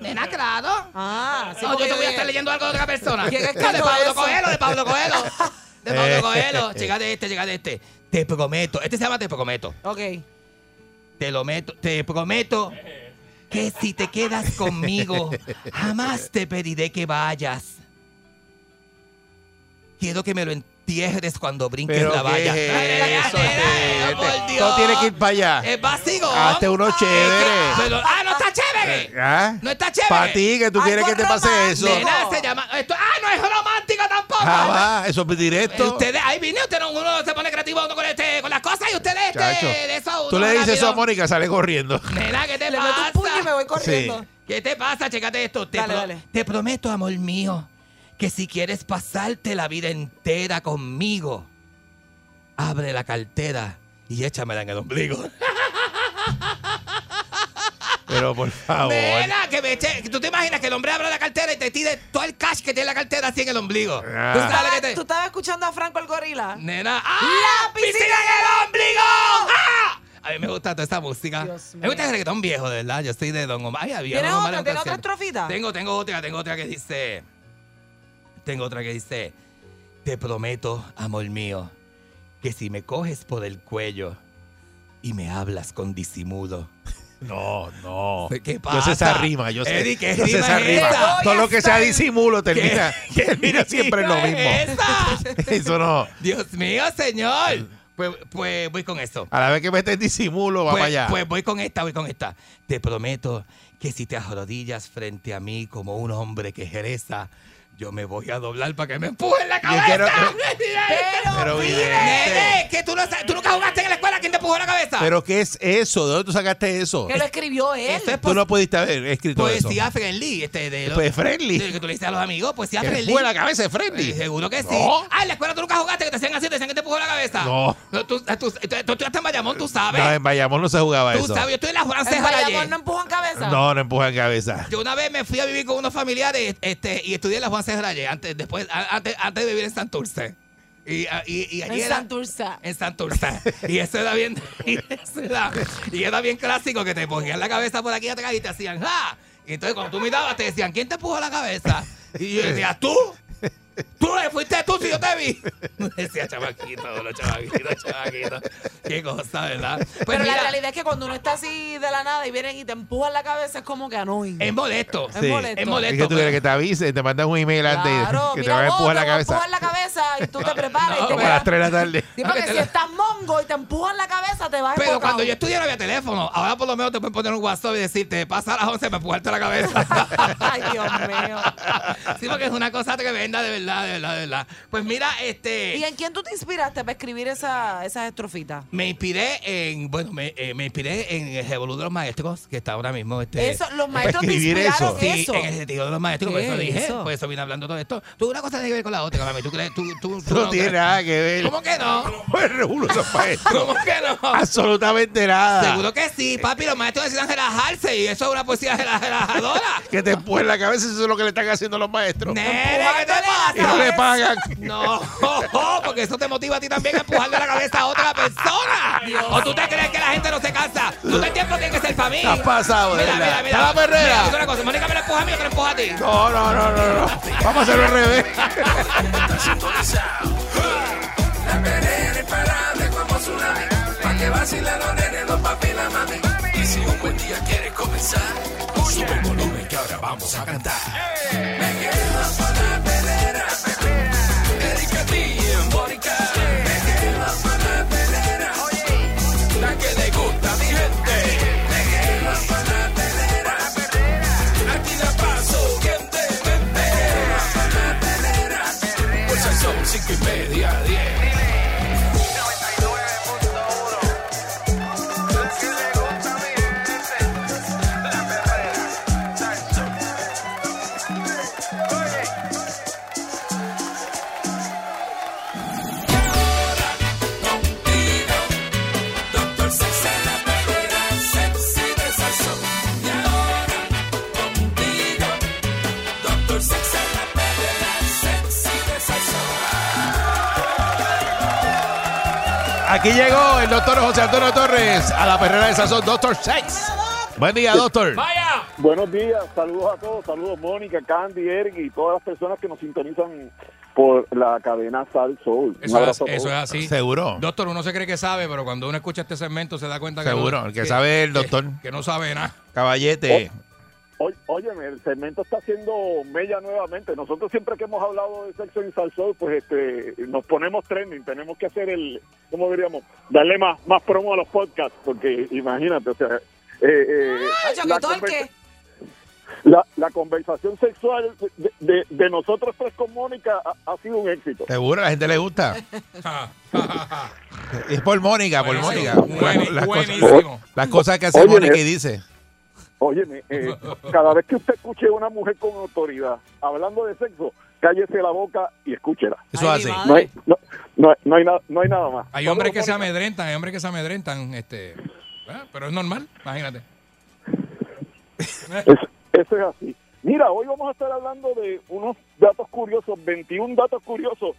Speaker 2: Nena, claro.
Speaker 3: Ah, sí,
Speaker 2: No, yo
Speaker 3: porque
Speaker 2: te voy a
Speaker 3: dije,
Speaker 2: estar leyendo algo de otra persona.
Speaker 3: ¿Quién
Speaker 2: de
Speaker 3: escribió
Speaker 2: Pablo
Speaker 3: eso?
Speaker 2: Coelho, de Pablo Coelho. De
Speaker 1: Eh.
Speaker 2: Pablo Coelho. Chécate este, chécate este. Te prometo. Este se llama Te prometo.
Speaker 3: Ok.
Speaker 2: Te lo meto, te prometo que si te quedas conmigo, jamás te pediré que vayas. Quiero que me lo entierres cuando brinques
Speaker 1: Pero
Speaker 2: la valla.
Speaker 1: qué
Speaker 2: Ay, ay, ay,
Speaker 1: es eso,
Speaker 2: ay, ay,
Speaker 1: gente.
Speaker 2: por Dios.
Speaker 1: No tienes que ir para allá.
Speaker 2: Es básico.
Speaker 1: Hazte uno
Speaker 2: Ay,
Speaker 1: chévere.
Speaker 2: qué- pero- ah, no está chévere.
Speaker 1: ¿Ah?
Speaker 2: No está chévere.
Speaker 1: Para ti, que tú
Speaker 3: Algo
Speaker 1: quieres que te pase eso.
Speaker 3: romántico.
Speaker 2: Nena, se llama. esto- ah, no es romántico tampoco.
Speaker 1: Jamás, eso es
Speaker 2: Eh,
Speaker 1: directo.
Speaker 2: Ustedes, ahí vine, usted no, uno se pone creativo uno con, este, con las cosas y ustedes este,
Speaker 1: Chacho.
Speaker 2: de eso,
Speaker 1: Tú
Speaker 2: uno
Speaker 1: le dices
Speaker 2: rápido.
Speaker 1: eso a Mónica, sale corriendo.
Speaker 2: Nena, ¿qué te
Speaker 3: Le meto
Speaker 2: pasa?
Speaker 3: un puño y me voy corriendo.
Speaker 1: Sí.
Speaker 2: ¿Qué te pasa? Chécate esto. Te,
Speaker 3: Dale,
Speaker 2: pro-
Speaker 3: dale.
Speaker 2: te prometo, amor mío, que si quieres pasarte la vida entera conmigo, abre la cartera y échamela en el ombligo.
Speaker 1: Pero por
Speaker 2: Ah,
Speaker 1: favor.
Speaker 2: Nena, que me eche- ¿Tú te imaginas que el hombre abra la cartera y te tire todo el cash que tiene la cartera así en el ombligo?
Speaker 1: Ah.
Speaker 2: ¿Tú
Speaker 3: ¿Tú
Speaker 2: sabes
Speaker 3: estabas-
Speaker 2: que te-
Speaker 3: ¿Tú estabas escuchando a Franco el gorila?
Speaker 2: Nena, ¡ah!
Speaker 3: ¡La piscina
Speaker 2: en el ombligo! ¡Ah! A mí me gusta toda esa música.
Speaker 3: Dios
Speaker 2: Me gusta el reggaetón viejo, de verdad. Yo soy de Don Omar. Ay, había
Speaker 3: ¿Tienes
Speaker 2: Don Omar
Speaker 3: otra?
Speaker 2: en
Speaker 3: ¿Tienes otra
Speaker 2: canciones.
Speaker 3: estrofita?
Speaker 2: Tengo, tengo otra, tengo otra que dice. Tengo otra que dice. Te prometo, amor mío, que si me coges por el cuello y me hablas con disimulo,
Speaker 1: No, no.
Speaker 2: ¿Qué
Speaker 1: Yo sé
Speaker 2: pasa?
Speaker 1: esa rima, yo sé.
Speaker 2: Eddie, ¿qué
Speaker 1: yo sé
Speaker 2: rima
Speaker 1: esa
Speaker 2: es
Speaker 1: rima.
Speaker 2: esta?
Speaker 1: Todo lo
Speaker 11: Voy a
Speaker 1: que sea
Speaker 11: estar-
Speaker 1: disimulo termina,
Speaker 2: ¿Qué-
Speaker 1: termina siempre en lo mismo.
Speaker 2: ¡Esa!
Speaker 1: Eso no.
Speaker 2: Dios mío, señor. Pues, pues voy con esto.
Speaker 1: A la vez que metes disimulo, va
Speaker 2: Pues,
Speaker 1: para allá.
Speaker 2: pues voy con esta, voy con esta. Te prometo que si te arrodillas frente a mí como un hombre que jereza, yo me voy a doblar para que me Pues, empujen la cabeza.
Speaker 1: quiero-
Speaker 2: pero,
Speaker 1: Pero,
Speaker 2: mire,
Speaker 1: vidente.
Speaker 2: nene, que tú, no, sa- tú nunca jugaste en la escuela, ¿quién te empujó la cabeza?
Speaker 1: Pero ¿qué es eso? ¿De dónde tú sacaste eso?
Speaker 3: Que lo escribió él.
Speaker 2: Eso es
Speaker 1: Tú no pudiste haber escrito eso.
Speaker 2: poesía friendly, este de los-
Speaker 1: Pues
Speaker 2: de
Speaker 1: friendly.
Speaker 2: que tú le dices a los amigos, pues, poesía
Speaker 1: Que
Speaker 2: friendly.
Speaker 1: fue la cabeza de Freddy.
Speaker 2: Eh, seguro que sí.
Speaker 1: No.
Speaker 2: Ah, en la escuela tú nunca jugaste, que te hacían así, te hacían que te empujó la cabeza.
Speaker 1: No.
Speaker 2: tú, tú, tú, tú estudiaste en Bayamón, tú sabes.
Speaker 1: No, en Bayamón no se jugaba
Speaker 2: tú
Speaker 1: eso.
Speaker 2: sabes, yo estoy en la Juan
Speaker 3: En
Speaker 2: C. Jalayé.
Speaker 3: Bayamón no empujan cabeza.
Speaker 1: No, no empujan cabeza.
Speaker 2: Yo una vez me fui a vivir con unos familiares este, y estudié en la Juan C. Rayé, antes, después, a- antes, antes de vivir en Santurce. Y, a- y, y allí
Speaker 3: En
Speaker 2: era-
Speaker 3: Santurce.
Speaker 2: En Santurce. Y eso era bien, y eso era, y era bien clásico que te ponían la cabeza por aquí atrás y te hacían ¡ja! Y entonces cuando tú mirabas te decían, ¿quién te puso la cabeza? Y yo decía, ¿tú? Tú le fuiste tú si yo te vi. Decía chavaquito, los chavaquitos, chavaquitos. Qué cosa, ¿verdad? Pues
Speaker 3: Pero
Speaker 2: mira,
Speaker 3: la realidad es que cuando uno está así de la nada y vienen y te empujan la cabeza, es como que anoin.
Speaker 2: es molesto.
Speaker 3: Es
Speaker 1: Sí.
Speaker 3: molesto.
Speaker 2: es molesto. pues.
Speaker 1: Es que tú quieres que te avise, te mandan un email antes
Speaker 3: Claro,
Speaker 1: que te
Speaker 3: mira,
Speaker 1: van a
Speaker 3: vos,
Speaker 1: empujar
Speaker 3: te
Speaker 1: la
Speaker 3: van a
Speaker 1: cabeza.
Speaker 3: empujar la cabeza y tú te preparas y
Speaker 2: no,
Speaker 3: te
Speaker 1: Como a las
Speaker 3: quedas-
Speaker 1: 3 de la tarde.
Speaker 3: Sí, porque si estás mongo y te empujan la cabeza, te vas
Speaker 2: Pero
Speaker 3: embocado.
Speaker 2: cuando yo estudié no había teléfono. Ahora por lo menos te pueden poner un WhatsApp y decirte, pasa a las 11, me puerta la cabeza.
Speaker 3: Ay, Dios mío.
Speaker 2: sí, porque es una cosa tremenda, de verdad, de verdad, de verdad. Pues mira, este...
Speaker 3: ¿Y en quién tú te inspiraste para escribir esa, esas estrofitas?
Speaker 2: Me inspiré en, bueno, me, eh, me inspiré en el revolú de los maestros, que está ahora mismo. Este,
Speaker 3: Eso, los maestros te
Speaker 1: Pues, escribir eso.
Speaker 3: inspiraron
Speaker 2: Sí,
Speaker 3: eso.
Speaker 2: en el sentido de los maestros, por
Speaker 3: ¿Qué
Speaker 2: eso
Speaker 3: es
Speaker 2: dije,
Speaker 3: eso?
Speaker 2: por eso vine hablando todo esto. Tú una cosa tiene que ver con la otra, mami. ¿Tú crees? Tú, tú, tú
Speaker 1: No tiene
Speaker 2: crees.
Speaker 1: nada que ver.
Speaker 2: ¿Cómo que no?
Speaker 1: El revuelo de los maestros.
Speaker 2: ¿Cómo que no?
Speaker 1: Absolutamente nada.
Speaker 2: Seguro que sí, papi. Los maestros necesitan relajarse y eso es una poesía rela- relajadora.
Speaker 1: que te empujen Pues la cabeza, eso es lo que le están haciendo los maestros.
Speaker 2: Nene, ¿qué te
Speaker 1: Y no le
Speaker 2: pasa?
Speaker 1: pagan.
Speaker 2: No, porque eso te motiva a ti también a empujarle la cabeza a otra persona. ¿O tú te crees que la gente no se cansa? Tú el tiempo tiene que ser para mí.
Speaker 1: Estás pasado, de
Speaker 2: Mira,
Speaker 1: verdad.
Speaker 2: mira, mira.
Speaker 1: Está la perrera.
Speaker 2: Mira, una cosa, Mónica me la empuja a mí, otra empuja a ti.
Speaker 1: No, no, no, no, no. Vamos a hacerlo al revés.
Speaker 12: La perrera imparable como tsunami. Pa' que vacilen los nenes, los papi y la mami. Y si un buen día quieres comenzar, sube el volumen que ahora vamos a cantar. Me quedo con la perrera. Erika T en Mónica. Me quedo con la perrera. La que le gusta a mi gente. Me quedo con la perrera. Aquí la paso bien de mente. Me quedo con la perrera. Pues al son cinco y media a diez.
Speaker 1: Aquí llegó el doctor José Antonio Torres a la perrera de Sazón, Doctor Sex. Buen día, doctor.
Speaker 2: ¡Vaya!
Speaker 4: Buenos días, saludos a todos, saludos Mónica, Candy, Eric y todas las personas que nos sintonizan por la cadena Sal Soul. Un
Speaker 2: Eso es,
Speaker 4: abrazo a
Speaker 2: eso es
Speaker 4: todos.
Speaker 2: así.
Speaker 1: Seguro.
Speaker 2: Doctor, uno se cree que sabe, pero cuando uno escucha este segmento se da cuenta que.
Speaker 1: Seguro,
Speaker 2: no-
Speaker 1: el que sabe es el doctor.
Speaker 2: Que, Oh. que no sabe nada.
Speaker 1: Caballete.
Speaker 4: Oy- Óyeme, el segmento está haciendo mella nuevamente. Nosotros siempre que hemos hablado de sexo en Salsol, pues este, nos ponemos trending. Tenemos que hacer el, ¿cómo diríamos? Darle más, más promo a los podcasts, porque imagínate, o sea... eh, eh,
Speaker 3: Ay, Ah, yo que
Speaker 4: la
Speaker 3: todo el
Speaker 4: conversa-
Speaker 3: que-
Speaker 4: La, la conversación sexual de, de- de nosotros tres con Mónica ha, ha sido un éxito.
Speaker 1: Seguro, a la gente le gusta. Es por Mónica, por Mónica.
Speaker 2: Buenísimo. Buen-
Speaker 1: Las cosas,
Speaker 2: buenísimo.
Speaker 1: las cosas que hace
Speaker 4: Oye,
Speaker 1: Mónica
Speaker 4: eh.
Speaker 1: y dice.
Speaker 4: Óyeme, eh, cada vez que usted escuche a una mujer con autoridad hablando de sexo, cállese la boca y escúchela.
Speaker 1: Eso
Speaker 3: Ay,
Speaker 1: hace.
Speaker 3: mi madre.
Speaker 4: No hay, no, no hay, no hay, nada, no hay nada más.
Speaker 2: Hay hombres que se amedrentan, hay hombres que se amedrentan, este. ¿verdad? Pero es normal, imagínate.
Speaker 4: Es- eso es así. Mira, hoy vamos a estar hablando de unos datos curiosos, 21 datos curiosos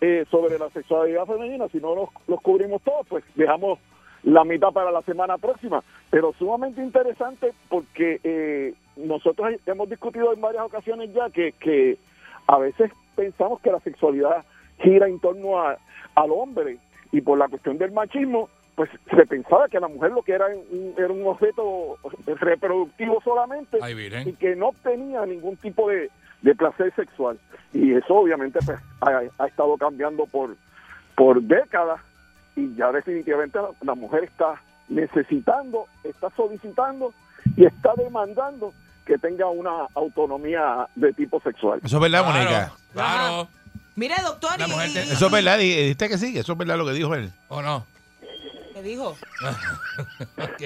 Speaker 4: eh, sobre la sexualidad femenina. Si no los, los cubrimos todos, pues dejamos la mitad para la semana próxima. Pero sumamente interesante porque eh, nosotros hemos discutido en varias ocasiones ya que, que a veces pensamos que la sexualidad gira en torno a- al hombre y por la cuestión del machismo pues se pensaba que la mujer lo que era un, era un objeto reproductivo solamente
Speaker 2: Ay,
Speaker 4: y
Speaker 2: Virgen.
Speaker 4: que no obtenía ningún tipo de, de placer sexual. Y eso obviamente pues, ha, ha estado cambiando por, por décadas y ya definitivamente la, la mujer está necesitando, está solicitando y está demandando que tenga una autonomía de tipo sexual.
Speaker 1: Eso es verdad,
Speaker 2: Claro,
Speaker 1: Mónica.
Speaker 2: Claro.
Speaker 3: Mire, doctor,
Speaker 2: La mujer
Speaker 3: y,
Speaker 2: te-
Speaker 3: y-
Speaker 1: Eso es verdad. di- Dijiste que sí, eso es verdad lo que dijo él.
Speaker 2: ¿O no?
Speaker 3: ¿Qué dijo?
Speaker 2: Ok, ok.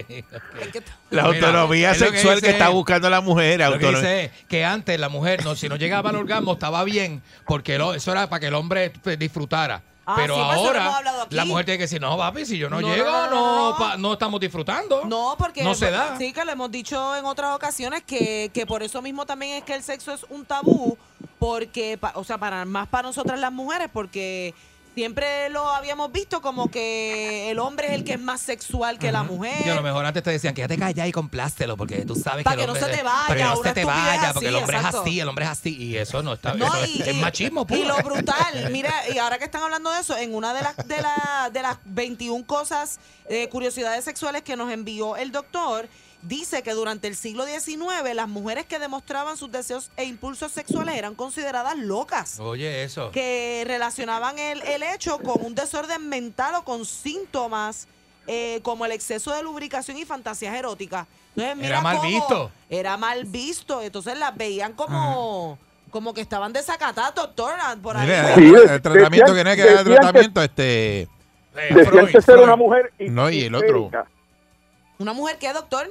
Speaker 3: Es que-
Speaker 1: La
Speaker 2: Mira,
Speaker 1: autonomía
Speaker 2: es lo que
Speaker 1: sexual que,
Speaker 2: dice-
Speaker 1: está buscando la mujer.
Speaker 2: Lo que
Speaker 1: autonomía.
Speaker 2: dice es que antes la mujer, no, si no llegaba al orgasmo, estaba bien, porque lo- eso era para que el hombre pues, disfrutara.
Speaker 3: Ah,
Speaker 2: Pero
Speaker 3: sí, pues, eso lo hemos
Speaker 2: ahora
Speaker 3: hablado aquí.
Speaker 2: la mujer tiene que decir, no, papi, si yo no,
Speaker 3: No, no,
Speaker 2: llego, no,
Speaker 3: no, no, no.
Speaker 2: pa- no estamos disfrutando.
Speaker 3: No, porque pues,
Speaker 2: No se da.
Speaker 3: Sí, que le hemos dicho en otras ocasiones que, que por eso mismo también es que el sexo es un tabú, porque, pa- o sea, para más para nosotras las mujeres, porque siempre lo habíamos visto como que el hombre es el que es más sexual que la mujer.
Speaker 2: Y a lo mejor antes te decían, quédate callada y complástelo, porque tú sabes
Speaker 3: Pa'
Speaker 2: que, el
Speaker 3: que no
Speaker 2: hombre-
Speaker 3: se te vaya,
Speaker 2: Para que no
Speaker 3: una
Speaker 2: se te
Speaker 3: estupidez
Speaker 2: vaya, porque el
Speaker 3: así,
Speaker 2: hombre
Speaker 3: exacto.
Speaker 2: es así, el hombre es así. Y eso no está
Speaker 3: No,
Speaker 2: eso
Speaker 3: y-
Speaker 2: es
Speaker 3: y-
Speaker 2: machismo puro.
Speaker 3: Y lo brutal, mira, y ahora que están hablando de eso, en una de las de, la- de las 21 cosas, eh, curiosidades sexuales que nos envió el doctor, dice que durante el siglo XIX las mujeres que demostraban sus deseos e impulsos sexuales eran consideradas locas,
Speaker 2: Oye,
Speaker 1: Oh.
Speaker 2: eso.
Speaker 3: que relacionaban el, el hecho con un desorden mental o con síntomas. eh, como el exceso de lubricación y fantasías eróticas. Entonces, mira
Speaker 2: Era mal
Speaker 3: cómo
Speaker 2: visto.
Speaker 3: Era mal visto. Entonces las veían como, como que estaban desacatadas, doctora, por ahí.
Speaker 1: Mira,
Speaker 4: Sí,
Speaker 1: el,
Speaker 4: decían-
Speaker 1: tratamiento que no hay que dar
Speaker 4: decían que-
Speaker 1: tratamiento, este.
Speaker 2: Eh,
Speaker 4: Decían
Speaker 2: Freud,
Speaker 4: que ser
Speaker 2: Freud.
Speaker 4: una mujer
Speaker 1: No, y el otro.
Speaker 4: histérica.
Speaker 3: ¿Una mujer qué, doctor?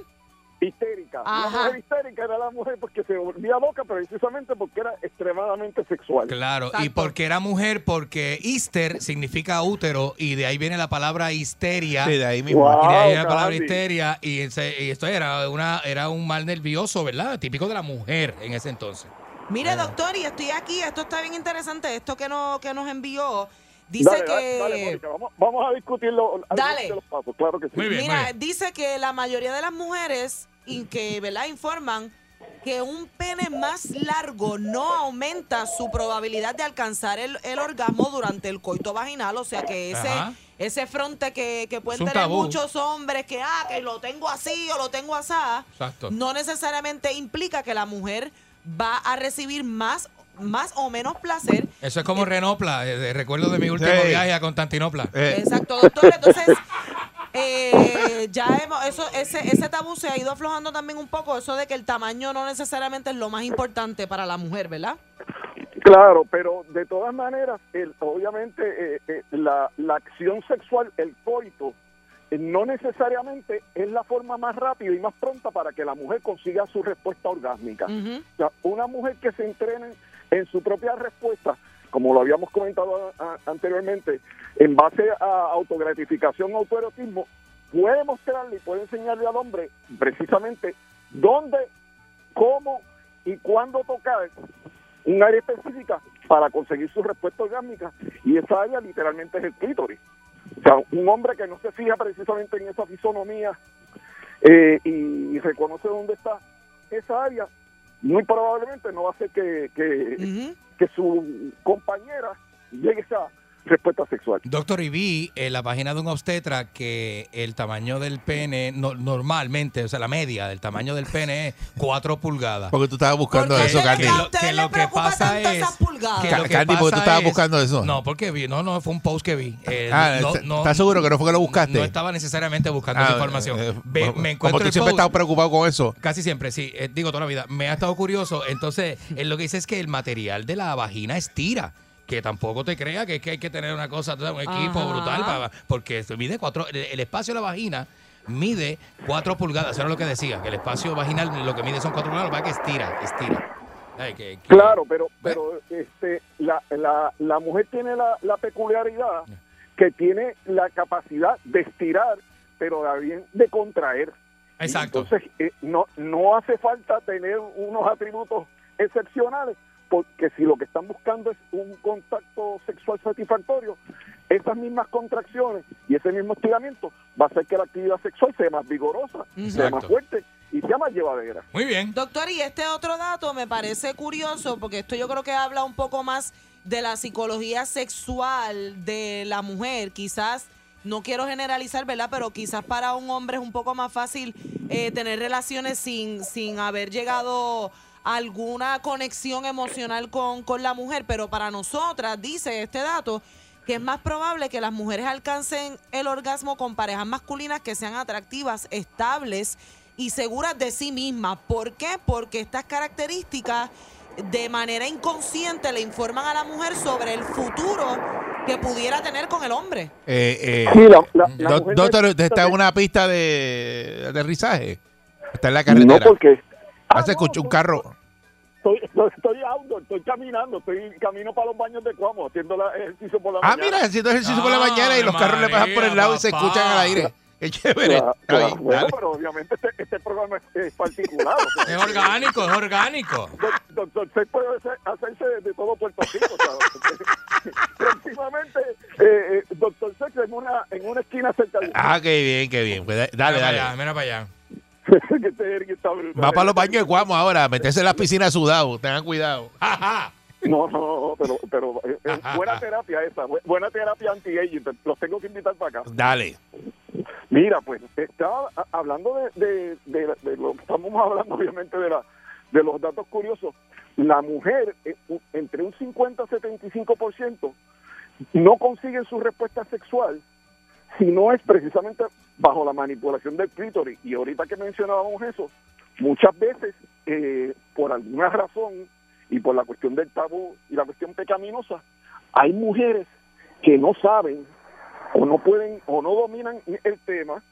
Speaker 4: histérica.
Speaker 3: Ajá.
Speaker 4: La mujer histérica era la mujer porque se volvía loca precisamente porque era extremadamente sexual.
Speaker 2: Claro, y
Speaker 3: Exacto.
Speaker 2: porque era mujer, porque Easter significa útero y de ahí viene la palabra histeria.
Speaker 1: Sí, de ahí mismo.
Speaker 4: Wow.
Speaker 2: Y de ahí viene la
Speaker 4: Claro,
Speaker 2: palabra
Speaker 4: Candy.
Speaker 2: histeria y, ese- y esto era una era un mal nervioso, ¿verdad? Típico de la mujer en ese entonces.
Speaker 3: Mire, doctor, y estoy aquí, esto está bien interesante, esto que, no, que nos envió. Dice
Speaker 4: Dale,
Speaker 3: que...
Speaker 4: dale, dale, Mónica, vamos, vamos a discutirlo. algunos
Speaker 3: Dale.
Speaker 4: de los pasos, claro que sí.
Speaker 2: Muy bien,
Speaker 3: Mira,
Speaker 2: muy bien.
Speaker 3: dice que la mayoría de las mujeres y que, ¿verdad? Informan que un pene más largo no aumenta su probabilidad de alcanzar el, el orgasmo durante el coito vaginal, o sea que ese
Speaker 2: Ajá.
Speaker 3: ese fronte que, que
Speaker 2: Es un
Speaker 3: pueden tener
Speaker 2: tabú.
Speaker 3: muchos hombres que ah que lo tengo así o lo tengo así,
Speaker 2: Exacto.
Speaker 3: no necesariamente implica que la mujer va a recibir más más o menos placer
Speaker 2: Eso es como Renopla, eh, de- recuerdo de mi último
Speaker 1: Sí.
Speaker 2: viaje a Constantinopla.
Speaker 1: Eh,
Speaker 3: Exacto, doctor. Entonces, eh, ya hemos, eso, ese, ese tabú se ha ido aflojando también un poco, eso de que el tamaño no necesariamente es lo más importante para la mujer, ¿verdad?
Speaker 4: Claro, pero de todas maneras, el- obviamente eh, eh, la, la acción sexual, el coito, eh, no necesariamente es la forma más rápida y más pronta para que la mujer consiga su respuesta orgásmica.
Speaker 3: Ujú.
Speaker 4: O sea, una mujer que se entrene en su propia respuesta, como lo habíamos comentado a- a- anteriormente, en base a autogratificación, autoerotismo, puede mostrarle y puede enseñarle al hombre precisamente dónde, cómo y cuándo tocar un área específica para conseguir su respuesta orgánica y esa área literalmente es el clítoris. O sea, un hombre que no se fija precisamente en esa fisonomía eh, y reconoce dónde está esa área, muy probablemente no va a hacer que, que,
Speaker 3: Ujú.
Speaker 4: que su compañera llegue a esa respuesta sexual.
Speaker 2: Doctor, y vi en la página de un obstetra que el tamaño del pene, no- normalmente, o sea, la media del tamaño del pene es 4 pulgadas.
Speaker 1: porque tú estabas buscando
Speaker 3: ¿Por qué
Speaker 1: eso,
Speaker 3: te
Speaker 1: Candy.
Speaker 3: la- ustedes les preocupa tanto esas pulgadas?
Speaker 2: que lo que
Speaker 1: Candy, porque tú
Speaker 2: pasa
Speaker 1: estabas
Speaker 2: es-
Speaker 1: buscando eso.
Speaker 2: No, porque vi, no, no, fue un post que vi. Eh,
Speaker 1: Ah,
Speaker 2: no-
Speaker 1: ¿estás-
Speaker 2: no-
Speaker 1: ¿Estás seguro que no fue que lo buscaste?
Speaker 2: No estaba necesariamente buscando
Speaker 1: Ah,
Speaker 2: esa información.
Speaker 1: eh,
Speaker 2: Ve-
Speaker 1: como-
Speaker 2: me
Speaker 1: como
Speaker 2: encuentro
Speaker 1: tú
Speaker 2: el
Speaker 1: siempre
Speaker 2: post,
Speaker 1: estás preocupado con eso.
Speaker 2: Casi siempre, sí. eh, digo toda la vida. Me ha estado curioso. Entonces, él lo que dice es que el material de la vagina estira. Que tampoco te crea que, es que hay que tener una cosa, tú sabes, un equipo
Speaker 3: Ajá.
Speaker 2: brutal. para- porque esto mide cuatro. El, el espacio de la vagina mide cuatro pulgadas. Eso era lo que decía. Que el espacio vaginal lo que mide son cuatro pulgadas. Lo que pasa es que estira, estira. Ay, que- que-
Speaker 4: Claro, pero, pero este, la, la, la mujer tiene la, la peculiaridad que tiene la capacidad de estirar, pero también de contraer.
Speaker 2: Exacto.
Speaker 4: Entonces, eh, no, no hace falta tener unos atributos excepcionales, porque si lo que están buscando es un contacto sexual satisfactorio, esas mismas contracciones y ese mismo estiramiento va a hacer que la actividad sexual sea más vigorosa, sea más
Speaker 2: Exacto.
Speaker 4: fuerte y sea más llevadera.
Speaker 2: Muy bien.
Speaker 3: Doctor, y este otro dato me parece curioso, porque esto yo creo que habla un poco más de la psicología sexual de la mujer, quizás no quiero generalizar, ¿verdad? Pero quizás para un hombre es un poco más fácil eh, tener relaciones sin, sin haber llegado a alguna conexión emocional con, con la mujer, pero para nosotras, dice este dato, que es más probable que las mujeres alcancen el orgasmo con parejas masculinas que sean atractivas, estables y seguras de sí mismas. ¿Por qué? Porque estas características de manera inconsciente le informan a la mujer sobre el futuro que pudiera tener con el hombre.
Speaker 1: Eh, eh,
Speaker 4: Sí, la- la- la
Speaker 1: do-
Speaker 4: mujer
Speaker 1: doctor,
Speaker 4: necesita
Speaker 1: usted está en
Speaker 4: que-
Speaker 1: una pista de aterrizaje. Está en la
Speaker 4: No,
Speaker 1: carretera.
Speaker 4: porque Ah,
Speaker 1: Hace
Speaker 4: no,
Speaker 1: escuchó un carro.
Speaker 4: Estoy, estoy, estoy outdoor, estoy caminando, estoy camino para los baños de Cuamo, haciendo la- ejercicio por la
Speaker 1: Ah,
Speaker 4: mañana. Ah,
Speaker 1: mira, haciendo ejercicio por la mañana y los carros le pasan por el lado y se
Speaker 2: María,
Speaker 1: escuchan al
Speaker 2: Ah, papá.
Speaker 1: aire. Qué chévere.
Speaker 4: Claro,
Speaker 1: Está
Speaker 4: claro.
Speaker 1: bien,
Speaker 4: Bueno,
Speaker 1: dale.
Speaker 4: pero obviamente este, este programa es, es particular. o
Speaker 2: Es
Speaker 4: sea,
Speaker 2: orgánico, es orgánico.
Speaker 4: doc- Doctor Sey puede hacer- hacerse de, de todo Puerto Rico. o sea, Próximamente, eh, eh, Doctor Sey en una, en una esquina cerca de...
Speaker 1: Ah, qué bien, qué bien. Pues da- dale,
Speaker 2: mira
Speaker 1: dale.
Speaker 2: Para allá, mira para allá.
Speaker 4: que este- que está brutal.
Speaker 1: Va para los baños de Guamo ahora, a meterse en las piscinas sudado, tengan cuidado. Ah,
Speaker 2: Ajá.
Speaker 4: No, no, pero, pero eh, eh, buena terapia esa, bu- buena terapia anti-aging, te- los tengo que invitar para acá.
Speaker 1: Dale.
Speaker 4: Mira, pues estaba a- hablando de, de- de- de lo que estamos hablando, obviamente, de, la, de los datos curiosos. La mujer, eh, u- entre un 50 y 75%, no consigue su respuesta sexual si no es precisamente bajo la manipulación del clítoris. Y ahorita que mencionábamos eso, muchas veces, eh, por alguna razón, y por la cuestión del tabú y la cuestión pecaminosa, hay mujeres que no saben o no pueden o no dominan el tema,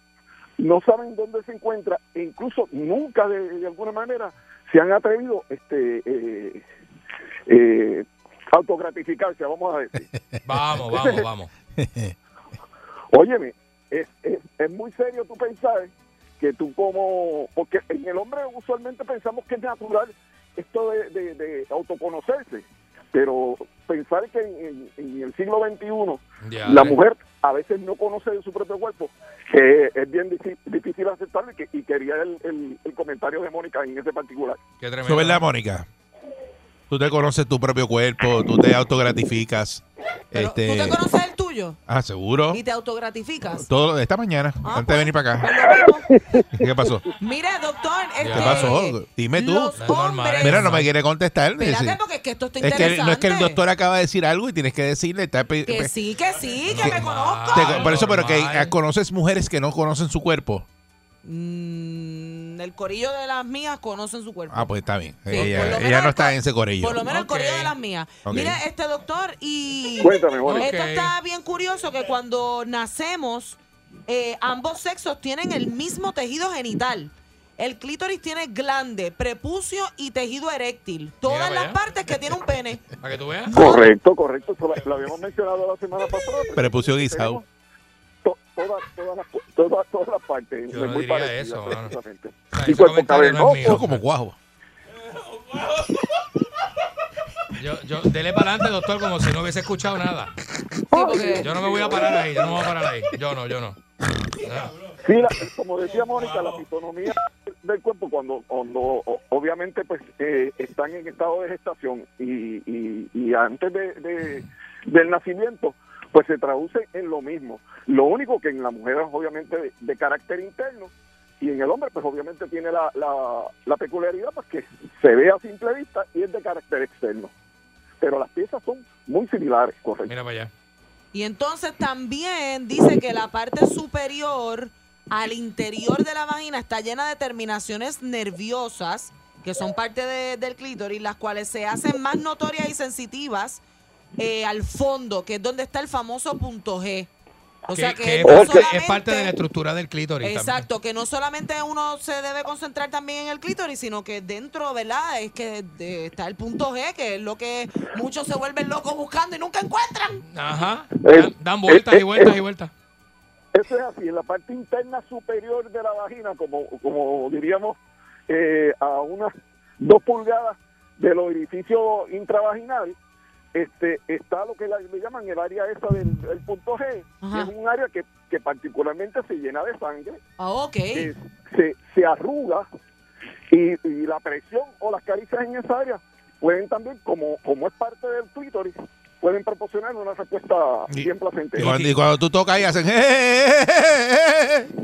Speaker 4: no saben dónde se encuentra e incluso nunca de, de alguna manera se han atrevido este eh, eh, autogratificarse, vamos a decir.
Speaker 2: Vamos, vamos, vamos.
Speaker 4: Óyeme, es, es, es muy serio tú pensar que tú como, porque en el hombre usualmente pensamos que es natural esto de, de- de autoconocerse, pero pensar que en- en- en el siglo XXI
Speaker 2: Ya,
Speaker 4: la
Speaker 2: eh.
Speaker 4: mujer a veces no conoce de su propio cuerpo, que es bien difi- difícil aceptarlo y, que- y quería el, el- el comentario de Mónica en ese particular.
Speaker 2: Qué tremendo.
Speaker 1: Eso es verdad, Mónica. Tú te conoces tu propio cuerpo, tú te autogratificas.
Speaker 3: Pero,
Speaker 1: este,
Speaker 3: ¿Tú te conoces el tuyo?
Speaker 1: ah, seguro.
Speaker 3: ¿Y te autogratificas?
Speaker 1: Todo lo de esta mañana,
Speaker 3: Ah,
Speaker 1: antes
Speaker 3: pues.
Speaker 1: de venir para acá. ¿Qué pasó?
Speaker 3: Mire, doctor, es
Speaker 2: ¿Qué
Speaker 3: que
Speaker 1: pasó? Dime tú.
Speaker 3: Los
Speaker 2: Es normal,
Speaker 3: hombres,
Speaker 1: Mira, no me quiere contestar.
Speaker 3: espérate,
Speaker 1: dice.
Speaker 3: porque es que esto está
Speaker 1: Es que no es que el
Speaker 3: interesante.
Speaker 1: doctor acaba de decir algo y tienes que decirle. está pe-
Speaker 3: Que
Speaker 1: pe-
Speaker 3: sí, que sí, que me
Speaker 2: Normal.
Speaker 3: conozco.
Speaker 1: te- por eso, pero que
Speaker 2: Normal.
Speaker 1: conoces mujeres que no conocen su cuerpo.
Speaker 3: Mm, el corillo de las mías conocen su cuerpo.
Speaker 1: Ah, pues está bien.
Speaker 3: Sí, por lo
Speaker 1: ella
Speaker 3: menos
Speaker 1: ella no
Speaker 3: el
Speaker 1: está
Speaker 3: co-
Speaker 1: en ese corillo.
Speaker 3: Por lo menos
Speaker 2: Ok.
Speaker 3: el correo de las mías.
Speaker 1: Ok.
Speaker 3: Mira, este doctor y...
Speaker 4: Cuéntame, Mónica.
Speaker 3: Esto
Speaker 2: Ok.
Speaker 3: está bien curioso que cuando nacemos, eh, ambos sexos tienen el mismo tejido genital. El clítoris tiene glande, prepucio y tejido eréctil. Todas
Speaker 2: para
Speaker 3: las
Speaker 2: allá.
Speaker 3: partes que tiene un pene.
Speaker 2: Para que tú veas.
Speaker 4: Correcto, correcto, eso lo, lo habíamos mencionado la semana pasada.
Speaker 1: Prepucio guisado.
Speaker 4: Tenemos to- Todas todas las todas- todas las partes.
Speaker 2: Yo no
Speaker 4: muy
Speaker 2: diría
Speaker 4: parecidas,
Speaker 2: eso, mano.
Speaker 4: precisamente.
Speaker 2: O sea,
Speaker 4: Y
Speaker 2: ese
Speaker 4: cuerpo
Speaker 2: comentario no es
Speaker 4: cavernoso.
Speaker 2: mío.
Speaker 1: Eso es como guajo.
Speaker 2: Yo, yo, dele para adelante, doctor, como si no hubiese escuchado nada.
Speaker 3: Sí, porque-
Speaker 2: Yo no me voy a parar ahí, yo no me voy a parar ahí. Yo no, yo no. Ah.
Speaker 4: Sí, la- como decía Mónica, la fisonomía del cuerpo cuando, cuando o- obviamente pues eh, están en estado de gestación y, y- y
Speaker 5: ah,
Speaker 4: antes de, de- del nacimiento, pues se traduce en lo mismo. Lo único que en la mujer es obviamente de, de carácter interno y en el hombre pues obviamente tiene la, la, la peculiaridad pues que se ve a simple vista y es de carácter externo. Pero las piezas son muy similares, correcto.
Speaker 2: Mira para allá.
Speaker 3: Y entonces también dice que la parte superior al interior de la vagina está llena de terminaciones nerviosas, que son parte de- del clítoris, las cuales se hacen más notorias y sensitivas eh, al fondo, que es donde está el famoso punto G. O sea que,
Speaker 2: es,
Speaker 3: no
Speaker 2: parte-
Speaker 3: solamente-
Speaker 2: es parte de la estructura del clítoris. también.
Speaker 3: Exacto, que no solamente uno se debe concentrar también en el clítoris, sino que dentro, ¿verdad? Es que eh, está el punto G, que es lo que muchos se vuelven locos buscando y nunca encuentran.
Speaker 2: Ajá.
Speaker 4: Eh,
Speaker 2: Dan, dan vueltas
Speaker 4: eh,
Speaker 2: y vueltas
Speaker 4: eh,
Speaker 2: y vueltas.
Speaker 4: Eso es así, en la parte interna superior de la vagina, como, como diríamos, eh, a unas dos pulgadas de los edificios intravaginal, este, está lo que la- le llaman el área esa del, del punto G,
Speaker 3: Ajá.
Speaker 4: que es un área que, que particularmente se llena de sangre,
Speaker 3: Ah, ok.
Speaker 4: que se, se arruga y, y la presión o las caricias en esa área pueden también, como, como es parte del clítoris, pueden proporcionar una respuesta bien
Speaker 1: Y
Speaker 4: placentera.
Speaker 1: cuando, y cuando tú tocas y hacen. "Eh, eh, eh, eh, eh, eh".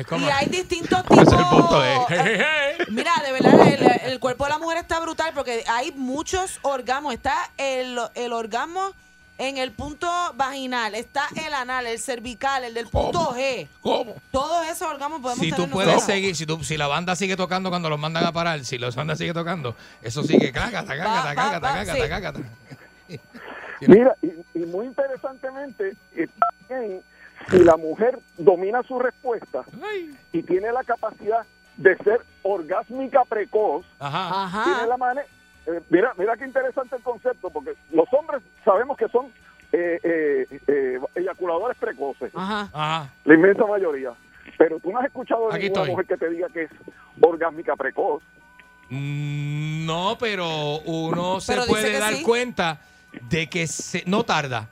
Speaker 2: Es como.
Speaker 3: Y hay distintos tipos.
Speaker 1: el punto, eh.
Speaker 3: eh, Mira, de verdad, el, el cuerpo de la mujer está brutal porque hay muchos orgasmos. Está el, el orgasmo en el punto vaginal, está el anal, el cervical, el del punto G.
Speaker 1: ¿Cómo?
Speaker 3: Todos esos orgasmos podemos
Speaker 2: Si tú
Speaker 3: tener
Speaker 2: puedes
Speaker 3: nosotros.
Speaker 2: seguir, si, tú, si la banda sigue tocando cuando los mandan a parar, si los banda sigue tocando, eso sigue cágata, cágata,
Speaker 3: Va, va,
Speaker 2: cágata,
Speaker 3: va,
Speaker 2: cágata,
Speaker 3: sí.
Speaker 2: cágata.
Speaker 4: Mira, y, y muy interesantemente, está bien si la mujer domina su respuesta
Speaker 2: Ay.
Speaker 4: y tiene la capacidad de ser orgásmica precoz,
Speaker 2: Ajá.
Speaker 4: tiene la
Speaker 3: Ajá.
Speaker 4: mane- eh, mira, mira qué interesante el concepto, porque los hombres sabemos que son eh, eh, eh, eyaculadores precoces,
Speaker 3: Ajá.
Speaker 2: Ajá.
Speaker 4: la inmensa mayoría. Pero tú no has escuchado de
Speaker 2: Aquí
Speaker 4: ninguna
Speaker 2: estoy.
Speaker 4: mujer que te diga que es orgásmica precoz.
Speaker 2: Mm, No, pero uno se
Speaker 3: Pero dice
Speaker 2: puede
Speaker 3: que
Speaker 2: dar
Speaker 3: sí.
Speaker 2: cuenta de que se, no tarda.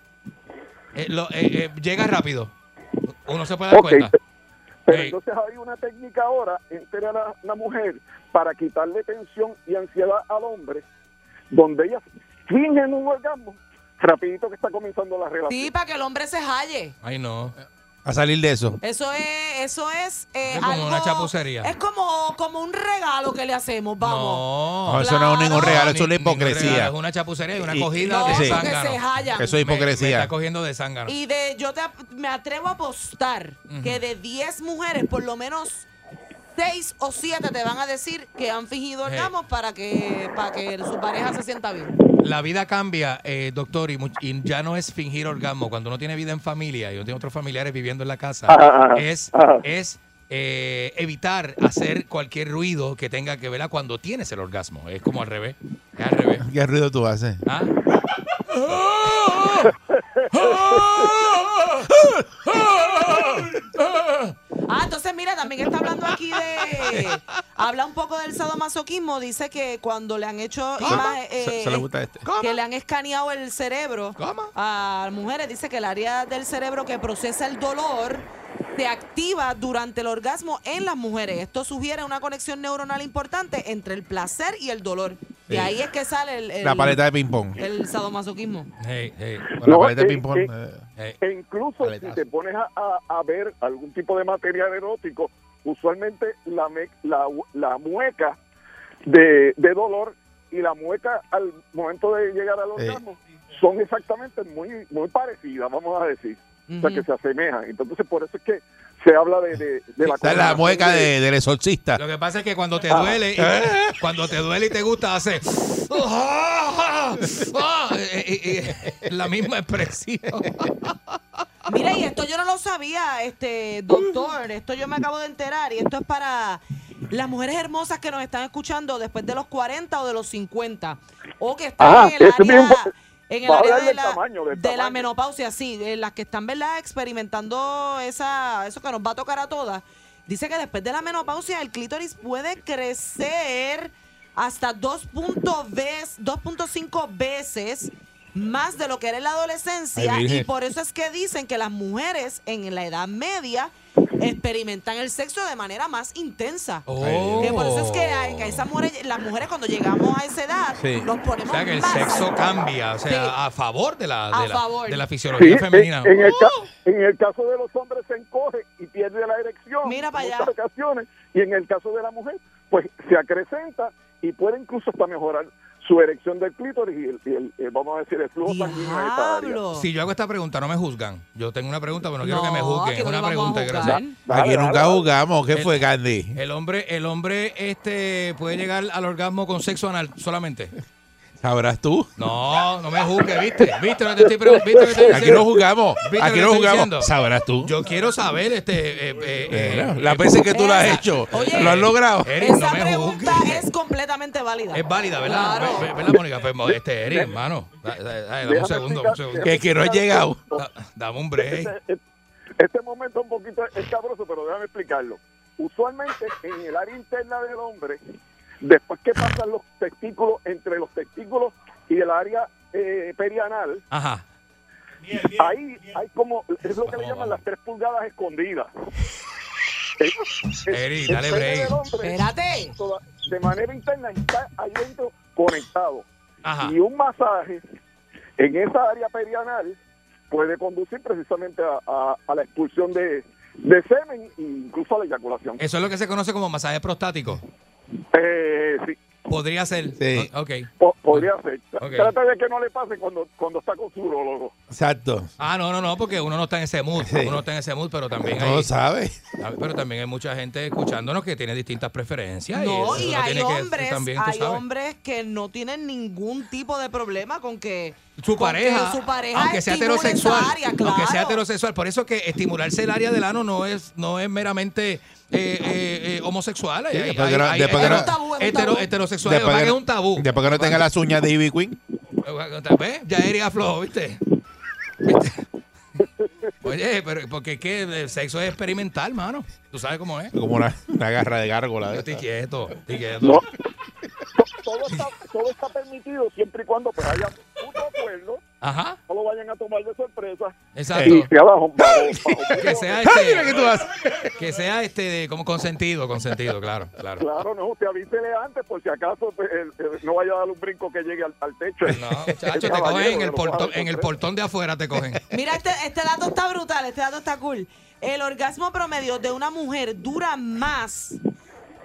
Speaker 2: Eh, lo- eh, eh, llega rápido. Uno se puede dar
Speaker 4: Ok.
Speaker 2: cuenta.
Speaker 4: Pero
Speaker 2: Ey.
Speaker 4: entonces hay una técnica ahora entre la, la mujer para quitarle tensión y ansiedad al hombre, donde ellas fingen un orgasmo rapidito que está comenzando la relación.
Speaker 3: Sí, para que el hombre se halle.
Speaker 2: Ay, no.
Speaker 1: A salir de eso.
Speaker 3: Eso es, eso es, eh,
Speaker 2: Es como
Speaker 3: algo-
Speaker 2: una chapucería.
Speaker 3: Es como, como un regalo que le hacemos, vamos.
Speaker 2: No.
Speaker 1: No, eso no es ningún
Speaker 3: Claro.
Speaker 1: regalo, eso es
Speaker 2: Ni-
Speaker 1: la
Speaker 2: ningún regalo,
Speaker 1: hipocresía.
Speaker 2: Es una chapucería y una
Speaker 1: Y-
Speaker 2: cogida
Speaker 3: No,
Speaker 2: de
Speaker 3: porque
Speaker 1: Sí.
Speaker 2: zángano.
Speaker 3: se hallan.
Speaker 1: Eso es
Speaker 2: Me- Me,
Speaker 1: hipocresía.
Speaker 2: está cogiendo de zángano.
Speaker 3: Y de, yo te, ap- me atrevo a apostar que de 10 mujeres, por lo menos 6 o 7 te van a decir que han fingido
Speaker 2: Sí.
Speaker 3: orgasmos para que para que su pareja se sienta bien.
Speaker 2: La vida cambia, eh, doctor, y, mu- y ya no es fingir orgasmo. Cuando uno tiene vida en familia y uno tiene otros familiares viviendo en la casa,
Speaker 4: Ajá, ajá,
Speaker 2: es,
Speaker 4: ajá.
Speaker 2: es eh, evitar hacer cualquier ruido que tenga que ver a cuando tienes el orgasmo. Es como al revés. Es al revés.
Speaker 1: ¿Qué ruido tú haces?
Speaker 2: ¿Ah?
Speaker 3: Ah, entonces mira, también está hablando aquí de... habla un poco del sadomasoquismo, dice que cuando le han hecho... ima-
Speaker 1: Se,
Speaker 3: eh,
Speaker 1: se le gusta este.
Speaker 3: que le han escaneado el cerebro a mujeres. Dice que el área del cerebro que procesa el dolor se activa durante el orgasmo en las mujeres. Esto sugiere una conexión neuronal importante entre el placer y el dolor. Y
Speaker 1: Sí.
Speaker 3: ahí es que sale el, el-
Speaker 1: La paleta de ping-pong.
Speaker 3: el sadomasoquismo.
Speaker 2: Hey, hey, este
Speaker 1: Con la
Speaker 4: No,
Speaker 1: paleta de
Speaker 4: eh,
Speaker 1: ping-pong.
Speaker 4: eh.
Speaker 1: eh,
Speaker 2: hey.
Speaker 4: E incluso
Speaker 1: Paletazo.
Speaker 4: si te pones a, a- a ver algún tipo de material erótico, usualmente la, me- la, la mueca de, eh, de dolor y la mueca al momento de llegar al
Speaker 1: Sí.
Speaker 4: orgasmo son exactamente muy, muy parecidas, vamos a decir. O sea, que se asemejan. Entonces, por eso es que se habla de, de, de la...
Speaker 1: Esa es la mueca
Speaker 4: de-
Speaker 1: de- Eh, del exorcista.
Speaker 2: Lo que pasa es que cuando te
Speaker 4: Ah.
Speaker 2: duele, y- cuando te duele y te gusta, hace. Ah, ah, eh, eh, eh, la misma expresión.
Speaker 3: Mira, y esto yo no lo sabía, este doctor. Esto yo me acabo de enterar y esto es para las mujeres hermosas que nos están escuchando después de los 40 o de los 50 o que están
Speaker 4: Ah,
Speaker 3: en el
Speaker 4: eso es bien
Speaker 3: área,
Speaker 4: impo-
Speaker 3: en el
Speaker 4: Va a
Speaker 3: área
Speaker 4: hablar
Speaker 3: de,
Speaker 4: del
Speaker 3: la,
Speaker 4: tamaño, del
Speaker 3: de la
Speaker 4: tamaño.
Speaker 3: menopausia, sí, eh, las que están, ¿verdad?, experimentando esa eso que nos va a tocar a todas. Dice que después de la menopausia el clítoris puede crecer hasta 2.0 vez- 2.5 veces más de lo que era en la adolescencia
Speaker 1: Ay, Virgen.
Speaker 3: y por eso es que dicen que las mujeres en la edad media experimentan el sexo de manera más intensa. Que por eso es que a, que a esas mujeres, las mujeres cuando llegamos a esa edad,
Speaker 1: Sí.
Speaker 3: nos
Speaker 2: O
Speaker 3: ponemos
Speaker 2: sea que el
Speaker 3: más-
Speaker 2: sexo cambia, o sea,
Speaker 3: Sí.
Speaker 2: a favor de la,
Speaker 3: A
Speaker 2: de la,
Speaker 3: favor.
Speaker 2: de la
Speaker 4: Sí,
Speaker 2: fisiología
Speaker 4: en,
Speaker 2: femenina.
Speaker 4: eh, en el ca- en el caso de los hombres se encoge y pierde la erección
Speaker 3: Mira
Speaker 4: en
Speaker 3: pa' allá.
Speaker 4: muchas ocasiones y en el caso de la mujer pues se acrecenta y puede incluso hasta mejorar su erección del clítoris y el, y el- eh, vamos a decir el flujo sanguíneo de esa área.
Speaker 3: Diablo.
Speaker 2: Si yo hago esta pregunta, no me juzgan. Yo tengo una pregunta, pero no, quiero que me
Speaker 3: No,
Speaker 2: juzguen.
Speaker 3: aquí
Speaker 2: Es
Speaker 3: no
Speaker 2: una
Speaker 3: nos vamos
Speaker 2: pregunta,
Speaker 3: a juzgar.
Speaker 2: gracias.
Speaker 1: Aquí
Speaker 4: Dale, dale,
Speaker 1: nunca
Speaker 4: dale. Eh,
Speaker 1: jugamos. ¿Qué
Speaker 2: El-
Speaker 1: fue, Candy?
Speaker 2: El hombre, el hombre este puede llegar al orgasmo con sexo anal solamente.
Speaker 1: ¿Sabrás tú?
Speaker 2: No, no me juzgues, ¿viste? ¿Viste lo que te estoy preguntando? ¿Viste lo que te estoy
Speaker 1: Aquí
Speaker 2: diciendo?
Speaker 1: no jugamos.
Speaker 2: ¿Viste
Speaker 1: Aquí
Speaker 2: lo
Speaker 1: no
Speaker 2: que estoy
Speaker 1: jugamos.
Speaker 2: diciendo?
Speaker 1: ¿Sabrás tú?
Speaker 2: Yo quiero saber, este. eh, eh, eh,
Speaker 1: Mira, las veces que tú lo has
Speaker 3: Esa-
Speaker 1: hecho,
Speaker 3: Oye.
Speaker 1: lo has logrado.
Speaker 2: Eric,
Speaker 3: Esa
Speaker 2: no me
Speaker 3: pregunta
Speaker 2: juzgues.
Speaker 3: es completamente válida.
Speaker 2: Es válida, ¿verdad?
Speaker 3: Claro.
Speaker 2: Ve- ve- ¿Verdad, Mónica? Pues, este, Eric, hermano. Da- da- da- Dame un
Speaker 4: Déjame
Speaker 2: segundo,
Speaker 4: explicar-
Speaker 2: un segundo.
Speaker 1: Que, que no has llegado.
Speaker 2: Da- Dame un break.
Speaker 4: Este, este momento es un poquito escabroso, pero déjame explicarlo. Usualmente en el área interna del hombre, después que pasan los testículos, entre los testículos y el área eh, perianal,
Speaker 2: Ajá.
Speaker 4: ahí hay como, es lo que le llaman las tres pulgadas escondidas. El- el-
Speaker 2: Eri,
Speaker 4: el
Speaker 2: dale
Speaker 4: pene
Speaker 2: break.
Speaker 4: del hombre,
Speaker 3: Espérate.
Speaker 4: toda- de manera interna está ahí dentro conectado.
Speaker 2: Ajá.
Speaker 4: Y un masaje En esa área perianal puede conducir precisamente a, a- a la expulsión de, de semen e incluso a la eyaculación.
Speaker 2: Eso es lo que se conoce como masaje prostático.
Speaker 4: Eh, sí,
Speaker 2: Podría ser.
Speaker 1: Sí.
Speaker 2: O- ok.
Speaker 4: po- podría ser.
Speaker 2: Ok.
Speaker 4: Trata de que no le pase cuando, cuando está con su urologo.
Speaker 1: Exacto.
Speaker 2: Ah, no, no, no, porque uno no está en ese mood.
Speaker 1: Sí.
Speaker 2: Uno no está en ese mood, pero también
Speaker 1: No
Speaker 2: hay,
Speaker 1: lo sabe.
Speaker 2: pero también hay mucha gente escuchándonos que tiene distintas preferencias.
Speaker 3: No,
Speaker 2: eso
Speaker 3: y
Speaker 2: uno
Speaker 3: hay
Speaker 2: tiene que-
Speaker 3: hombres,
Speaker 2: también, tú
Speaker 3: hay
Speaker 2: sabes.
Speaker 3: hombres que no tienen ningún tipo de problema con que
Speaker 2: su
Speaker 3: con
Speaker 2: pareja,
Speaker 3: que su pareja
Speaker 2: aunque sea
Speaker 3: estimule esa
Speaker 2: heterosexual,
Speaker 3: área, claro.
Speaker 2: aunque sea heterosexual, por eso es que estimularse el área del ano no es no es meramente eh, eh, eh, homosexual, hay-
Speaker 1: Sí,
Speaker 2: hay-
Speaker 1: después que no-
Speaker 2: hay-
Speaker 1: después que no-
Speaker 2: hetero-
Speaker 3: tabú, es un
Speaker 2: hetero-
Speaker 3: tabú.
Speaker 2: heterosexual, lo que pasa es que es un tabú.
Speaker 1: Después que no tenga las uñas de Ivy Queen.
Speaker 2: ¿Ves? Ya iría flojo, ¿viste? ¿Viste? Oye, pero porque es que el sexo es experimental, mano. Tú sabes cómo es.
Speaker 1: Como una, una garra de gárgola.
Speaker 2: Yo
Speaker 1: de
Speaker 2: estoy
Speaker 1: esas.
Speaker 2: quieto, estoy quieto.
Speaker 4: No. To- Todo está, todo está permitido siempre y cuando pues haya un acuerdo,
Speaker 2: Ajá,
Speaker 4: no lo vayan a tomar de sorpresa.
Speaker 2: exacto.
Speaker 4: Y abajo, bajo- bajo-
Speaker 2: Que sea
Speaker 1: ¡Ay, mira qué
Speaker 2: este,
Speaker 1: tú haces!
Speaker 2: que sea este de- como consentido, consentido, claro, claro.
Speaker 4: Claro, no, usted avísele antes por si acaso pues, el- el- no vaya a dar un brinco que llegue al, al techo.
Speaker 2: No,
Speaker 4: El
Speaker 2: muchachos, te
Speaker 4: caballero
Speaker 2: cogen en el,
Speaker 4: de los
Speaker 2: portón,
Speaker 4: cuadros,
Speaker 2: en el
Speaker 4: ¿eh?
Speaker 2: portón de afuera, te cogen.
Speaker 3: Mira, este, este dato está brutal, este dato está cool. El orgasmo promedio de una mujer dura más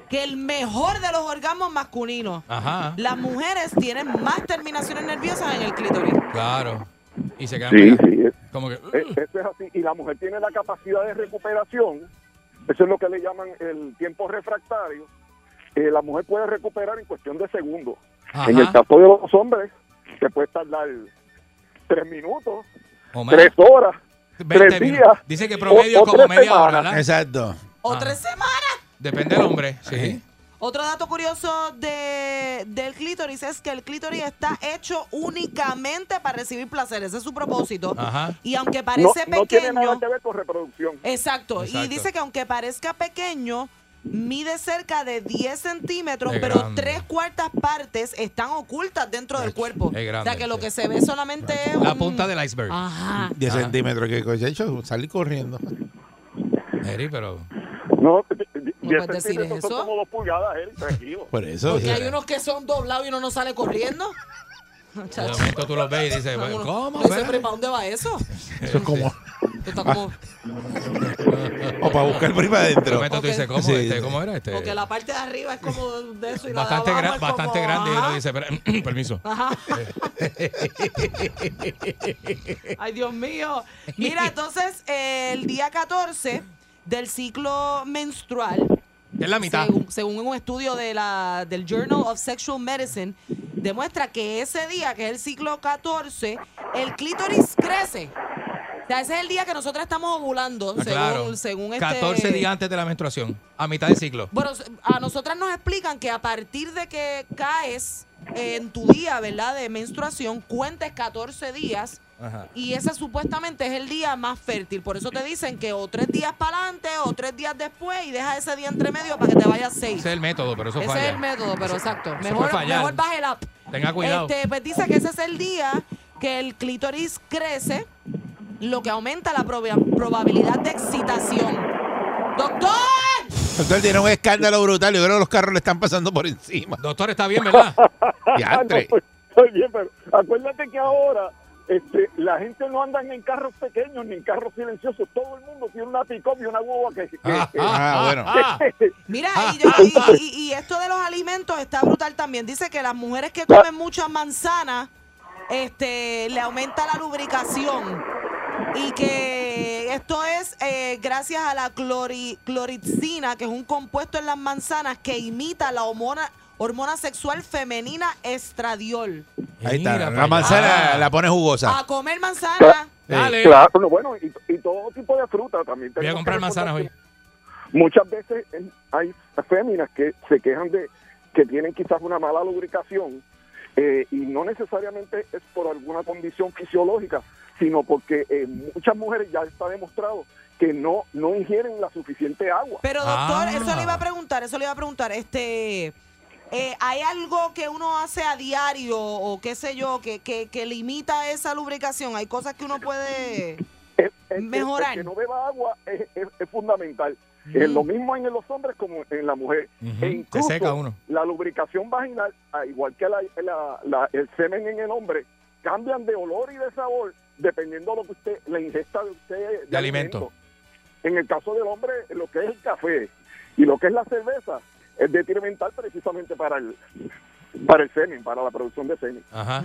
Speaker 3: que el mejor de los orgasmos masculinos.
Speaker 2: Ajá,
Speaker 3: Las mujeres tienen más terminaciones nerviosas en el clítoris.
Speaker 2: claro. Y se quedan
Speaker 7: Sí,
Speaker 2: pegados.
Speaker 7: sí.
Speaker 2: Como que,
Speaker 4: Eh, Eso es así. Y la mujer tiene la capacidad de recuperación. Eso es lo que le llaman el tiempo refractario. Eh, la mujer puede recuperar en cuestión de segundos. En el
Speaker 2: ajá,
Speaker 4: caso de los hombres, se puede tardar tres minutos,
Speaker 2: o más,
Speaker 4: tres horas.
Speaker 2: 20
Speaker 4: tres
Speaker 2: minutos.
Speaker 4: días,
Speaker 2: Dice que promedio
Speaker 4: o- o
Speaker 2: es como
Speaker 4: tres
Speaker 2: media hora,
Speaker 4: semanas.
Speaker 2: ¿verdad?
Speaker 1: Exacto.
Speaker 3: O
Speaker 2: Ah.
Speaker 3: tres semanas.
Speaker 2: Depende del hombre, sí.
Speaker 3: Otro dato curioso de, del clítoris es que el clítoris está hecho únicamente para recibir placer. Ese es su propósito.
Speaker 2: Ajá.
Speaker 3: Y aunque
Speaker 4: No,
Speaker 3: parece
Speaker 4: no tiene
Speaker 3: pequeño.
Speaker 4: nada que ver con reproducción.
Speaker 3: Exacto. Y
Speaker 2: Exacto.
Speaker 3: dice que aunque parezca pequeño, mide cerca de 10 centímetros,
Speaker 2: Es
Speaker 3: pero
Speaker 2: grande.
Speaker 3: tres cuartas partes están ocultas dentro del cuerpo.
Speaker 2: es grande,
Speaker 3: o sea que lo
Speaker 2: sí.
Speaker 3: que se ve solamente es.
Speaker 2: La
Speaker 3: un-
Speaker 2: punta del iceberg.
Speaker 3: Ajá.
Speaker 1: 10
Speaker 2: Ajá.
Speaker 1: centímetros que coche hecho, salí corriendo.
Speaker 2: Eri, pero...
Speaker 4: No, di- di-
Speaker 3: ¿No
Speaker 4: diez
Speaker 3: puedes decir
Speaker 4: centímetros son
Speaker 3: eso?
Speaker 4: como dos pulgadas, Eric, pues. tranquilo.
Speaker 1: Por eso.
Speaker 3: Porque hay unos que son doblados y uno no sale corriendo.
Speaker 2: De
Speaker 3: Chacho.
Speaker 2: momento tú los ves y dices,
Speaker 3: Uno-
Speaker 2: Pues, ¿cómo?
Speaker 3: uno dice,
Speaker 2: espérate?
Speaker 3: "Pero, ¿Para dónde va eso?
Speaker 1: Eso es como.
Speaker 3: Esto Pues está como.
Speaker 1: O para buscar por ahí para
Speaker 2: De
Speaker 1: adentro.
Speaker 2: momento tú
Speaker 3: Ok.
Speaker 2: dices, ¿cómo,
Speaker 1: Sí,
Speaker 2: este,
Speaker 1: sí.
Speaker 2: ¿cómo era este?
Speaker 3: Porque la parte de arriba es como de eso y la
Speaker 2: Bastante,
Speaker 3: de abajo
Speaker 2: gran-
Speaker 3: es como,
Speaker 2: bastante grande y
Speaker 3: ajá.
Speaker 2: uno dice, espera, permiso.
Speaker 3: Ajá. Ay, Dios mío. Mira, entonces, eh, el día 14 del ciclo menstrual,
Speaker 2: Es la mitad.
Speaker 3: según, según un estudio de la, del Journal of Sexual Medicine, demuestra que ese día, que es el ciclo 14, el clítoris crece. O sea, ese es el día que nosotros estamos ovulando,
Speaker 2: Ah,
Speaker 3: según,
Speaker 2: claro.
Speaker 3: según este...
Speaker 2: 14 días antes de la menstruación, a mitad de ciclo.
Speaker 3: Bueno, a nosotras nos explican que a partir de que caes eh, en tu día, ¿verdad? De menstruación, cuentes 14 días
Speaker 2: Ajá.
Speaker 3: y ese supuestamente es el día más fértil. Por eso te dicen que o tres días para adelante o tres días después y deja ese día entre medio para que te vayas seis.
Speaker 2: Ese es el método, pero eso
Speaker 3: Ese
Speaker 2: falla.
Speaker 3: es el método, pero exacto.
Speaker 2: puede
Speaker 3: Mejor,
Speaker 2: fallar.
Speaker 3: mejor baja el app.
Speaker 2: Tenga cuidado.
Speaker 3: Este, pues dice que ese es el día que el clítoris crece, lo que aumenta la proba- probabilidad de excitación. ¡Doctor!
Speaker 1: Doctor, tiene un escándalo brutal. Yo creo que los carros le están pasando por encima.
Speaker 2: Doctor, está bien, ¿verdad?
Speaker 1: Diantre.
Speaker 4: Ah, No, pues, estoy bien, pero acuérdate que ahora este, la gente no anda en carros pequeños ni en carros silenciosos. Todo el mundo tiene una pick-up y una guagua que... que- que-
Speaker 1: Ah, bueno.
Speaker 2: Ah,
Speaker 3: Mira, y, yo- y- y- y esto de los alimentos está brutal también. Dice que las mujeres que comen muchas manzanas, este, le aumenta la lubricación. Y que esto es eh, gracias a la clori- clorixina, que es un compuesto en las manzanas que imita la hormona, hormona sexual femenina estradiol.
Speaker 1: Ahí está.
Speaker 2: Mira pues,
Speaker 1: La
Speaker 2: para
Speaker 1: manzana
Speaker 2: allá.
Speaker 1: la pone jugosa.
Speaker 3: A comer manzana.
Speaker 2: Dale.
Speaker 4: Claro, pero bueno, y, y todo tipo de fruta también.
Speaker 2: Voy a
Speaker 4: tenemos
Speaker 2: comprar
Speaker 4: que
Speaker 2: manzanas hoy.
Speaker 4: recordar que Muchas veces eh, hay féminas que se quejan de que tienen quizás una mala lubricación eh, y no necesariamente es por alguna condición fisiológica, sino porque eh, muchas mujeres ya está demostrado que no, no ingieren la suficiente agua.
Speaker 3: Pero doctor,
Speaker 2: Ah.
Speaker 3: eso le iba a preguntar, eso le iba a preguntar. Este, eh, ¿hay algo que uno hace a diario o qué sé yo que, que, que limita esa lubricación? ¿Hay cosas que uno puede...?
Speaker 4: El- el- el-
Speaker 3: Mejorar.
Speaker 4: el Este, que no beba agua es, es- es fundamental.
Speaker 1: Mm.
Speaker 4: Eh, lo mismo en los hombres como en la mujer.
Speaker 2: Ujú,
Speaker 4: E
Speaker 2: se
Speaker 4: incluso
Speaker 2: seca uno.
Speaker 4: La lubricación vaginal, ah, igual que la- la- la- el semen en el hombre, cambian de olor y de sabor dependiendo de lo que usted, la ingesta de usted
Speaker 2: De alimento.
Speaker 4: En el caso del hombre, lo que es el café y lo que es la cerveza es detrimental precisamente para el para el semen, para la producción de semen.
Speaker 1: Ah,
Speaker 2: Ajá.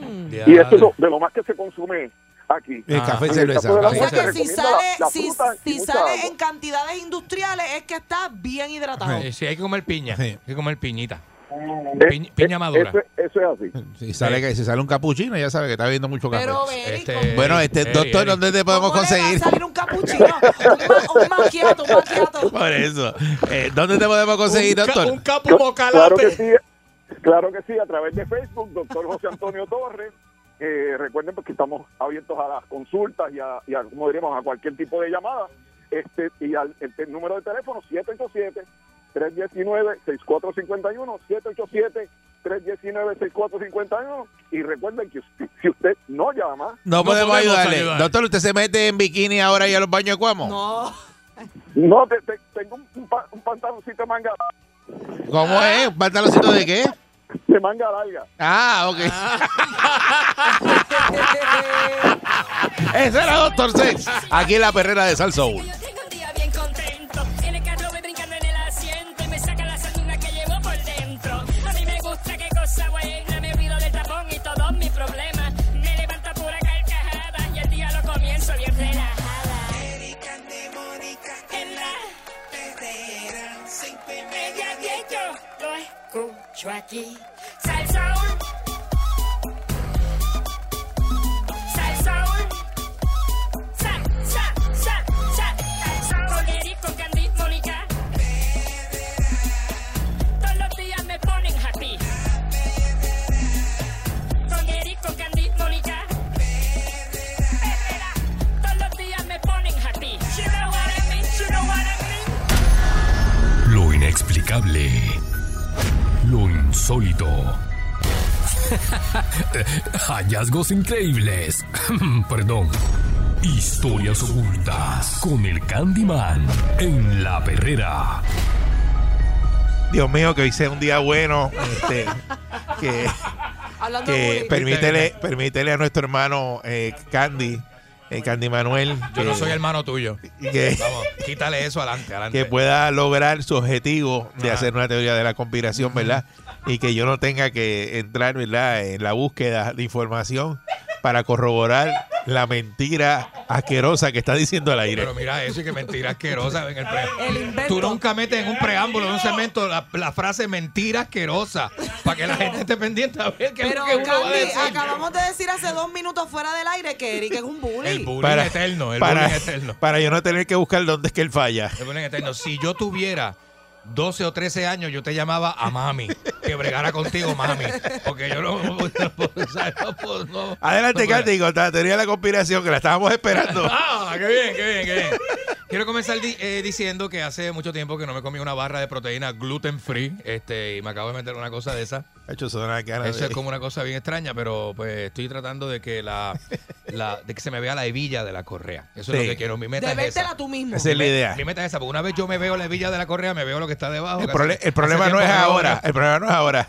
Speaker 3: Mm.
Speaker 4: Y eso es lo- de lo más que se consume aquí.
Speaker 1: El
Speaker 2: Ah,
Speaker 1: café y
Speaker 4: en el
Speaker 1: cerveza.
Speaker 4: caso de la
Speaker 1: café y
Speaker 3: O sea
Speaker 4: mujer,
Speaker 3: que
Speaker 1: cerveza.
Speaker 3: si
Speaker 4: recomienda
Speaker 3: sale,
Speaker 4: la- la
Speaker 3: si,
Speaker 4: fruta y
Speaker 3: si
Speaker 4: mucha
Speaker 3: sale
Speaker 4: agua.
Speaker 3: en cantidades industriales es que está bien hidratado.
Speaker 2: Eh, Sí, sí, hay que comer piña.
Speaker 1: Sí.
Speaker 2: Hay que comer piñita.
Speaker 4: Eh,
Speaker 2: Piña, piña madura.
Speaker 4: Eso, eso es así.
Speaker 1: Si sale, si sale un capuchino, ya sabe que está viendo mucho café.
Speaker 3: Pero Beri,
Speaker 2: Este-
Speaker 3: ¿cómo-
Speaker 1: bueno, este
Speaker 2: Eri,
Speaker 1: doctor,
Speaker 2: Eri.
Speaker 1: ¿dónde te podemos
Speaker 3: cómo le va a
Speaker 1: conseguir?
Speaker 3: salir un capuchino, un, ma- un macchiato, un macchiato.
Speaker 1: Por eso. Eh, ¿Dónde te podemos conseguir,
Speaker 2: un, ca-
Speaker 1: doctor?
Speaker 2: un capu
Speaker 4: Claro que
Speaker 2: bocalate.
Speaker 4: sí, claro que sí, a través de Facebook, doctor José Antonio Torres. Eh, recuerden pues, que estamos abiertos a las consultas y a, y a, como diríamos, a cualquier tipo de llamada. Este, y al el, te- número de teléfono 787-319-6451, 787-319-6451. Y recuerden que usted- si usted no llama,
Speaker 1: No,
Speaker 2: No
Speaker 1: podemos,
Speaker 2: podemos
Speaker 1: ayudarle.
Speaker 2: ayudar.
Speaker 1: Doctor, ¿usted se mete en bikini ahora y a los baños de Cuamo?
Speaker 3: No,
Speaker 4: no, te- te- tengo un, un, pa- un pantaloncito de manga,
Speaker 1: ¿Cómo es? ¿Un pantaloncito de qué?
Speaker 4: de manga larga.
Speaker 1: Ah, ok. Ese era Doctor Sex. Aquí en la perrera de Sal Soul.
Speaker 9: Yo tengo un día bien contento. En el carro voy brincando en el asiento y me saca la salina que llevo por dentro. A mí me gusta qué cosa buena, me olvido del tapón y todos mis problemas. Me levanta pura carcajada y el día lo comienzo bien relajada. en la Media diez, yo lo escucho aquí. Sal Soul. Sal Soul. Sal, sal, sal, sal, sal, con Eric, con Candy, Mónica. Todos los días me ponen happy. Con Eric, con Candy, Mónica. Perrera. Todos los días me ponen happy. You know what I mean, you know what I mean.
Speaker 12: Lo inexplicable. Lo insólito. Hallazgos increíbles. Perdón. Historias ocultas con el Candyman en la perrera.
Speaker 1: Dios mío, que hoy sea un día bueno. Este, que
Speaker 3: hablando
Speaker 1: que
Speaker 3: de bullying.
Speaker 1: permítele, permítele a nuestro hermano eh, Candy, eh, Candy Manuel, eh,
Speaker 2: Yo
Speaker 1: que,
Speaker 2: no soy hermano tuyo.
Speaker 1: que-
Speaker 2: Vamos, quítale eso adelante, adelante.
Speaker 1: que pueda lograr su objetivo de
Speaker 2: Ajá.
Speaker 1: hacer una teoría de la conspiración, ¿verdad? Y que yo no tenga que entrar, ¿verdad?, en la búsqueda de información para corroborar la mentira asquerosa que está diciendo al aire.
Speaker 2: Pero mira eso y que mentira asquerosa en el
Speaker 3: El
Speaker 2: preámbulo.
Speaker 3: invento.
Speaker 2: Tú nunca metes en un preámbulo, en un segmento, la, la frase mentira asquerosa para que la gente esté pendiente a ver qué es
Speaker 3: Pero
Speaker 2: lo que uno va a
Speaker 3: Candy,
Speaker 2: decir.
Speaker 3: acabamos de decir hace dos minutos fuera del aire que Eric es un
Speaker 2: El
Speaker 3: bully.
Speaker 2: bullying eterno, el
Speaker 1: para,
Speaker 2: bullying eterno.
Speaker 1: para yo no tener que buscar dónde es que él falla.
Speaker 2: El bullying eterno. Si yo tuviera 12 o 13 años, yo te llamaba a mami, que bregara contigo, mami. Porque yo no, no, puedo- o sea, no puedo- no-
Speaker 1: Adelante,
Speaker 2: no puedo.
Speaker 1: Candy, con la teoría de la conspiración que la estábamos esperando.
Speaker 2: Ah, qué bien, qué bien, qué bien. Quiero comenzar di- eh, diciendo que hace mucho tiempo que no me comí una barra de proteína gluten free, este, y me acabo de meter una cosa de esa.
Speaker 1: Cacho, eso da una cara
Speaker 2: Eso
Speaker 1: de-
Speaker 2: es como una cosa bien extraña, pero pues estoy tratando de que la, la- de que se me vea la hebilla de la correa. Eso es
Speaker 1: Sí.
Speaker 2: lo que quiero. Mi meta es
Speaker 3: Debértela
Speaker 2: esa.
Speaker 3: tú mismo.
Speaker 1: Esa es la
Speaker 2: Mi-
Speaker 1: idea.
Speaker 2: Mi meta es esa, porque una vez yo me veo la hebilla de la correa, me veo lo que está debajo.
Speaker 1: El,
Speaker 2: que
Speaker 1: prole-
Speaker 2: hace-
Speaker 1: el problema
Speaker 2: hace
Speaker 1: no es
Speaker 2: tiempo que no
Speaker 1: ahora,
Speaker 2: veo.
Speaker 1: el problema no es ahora,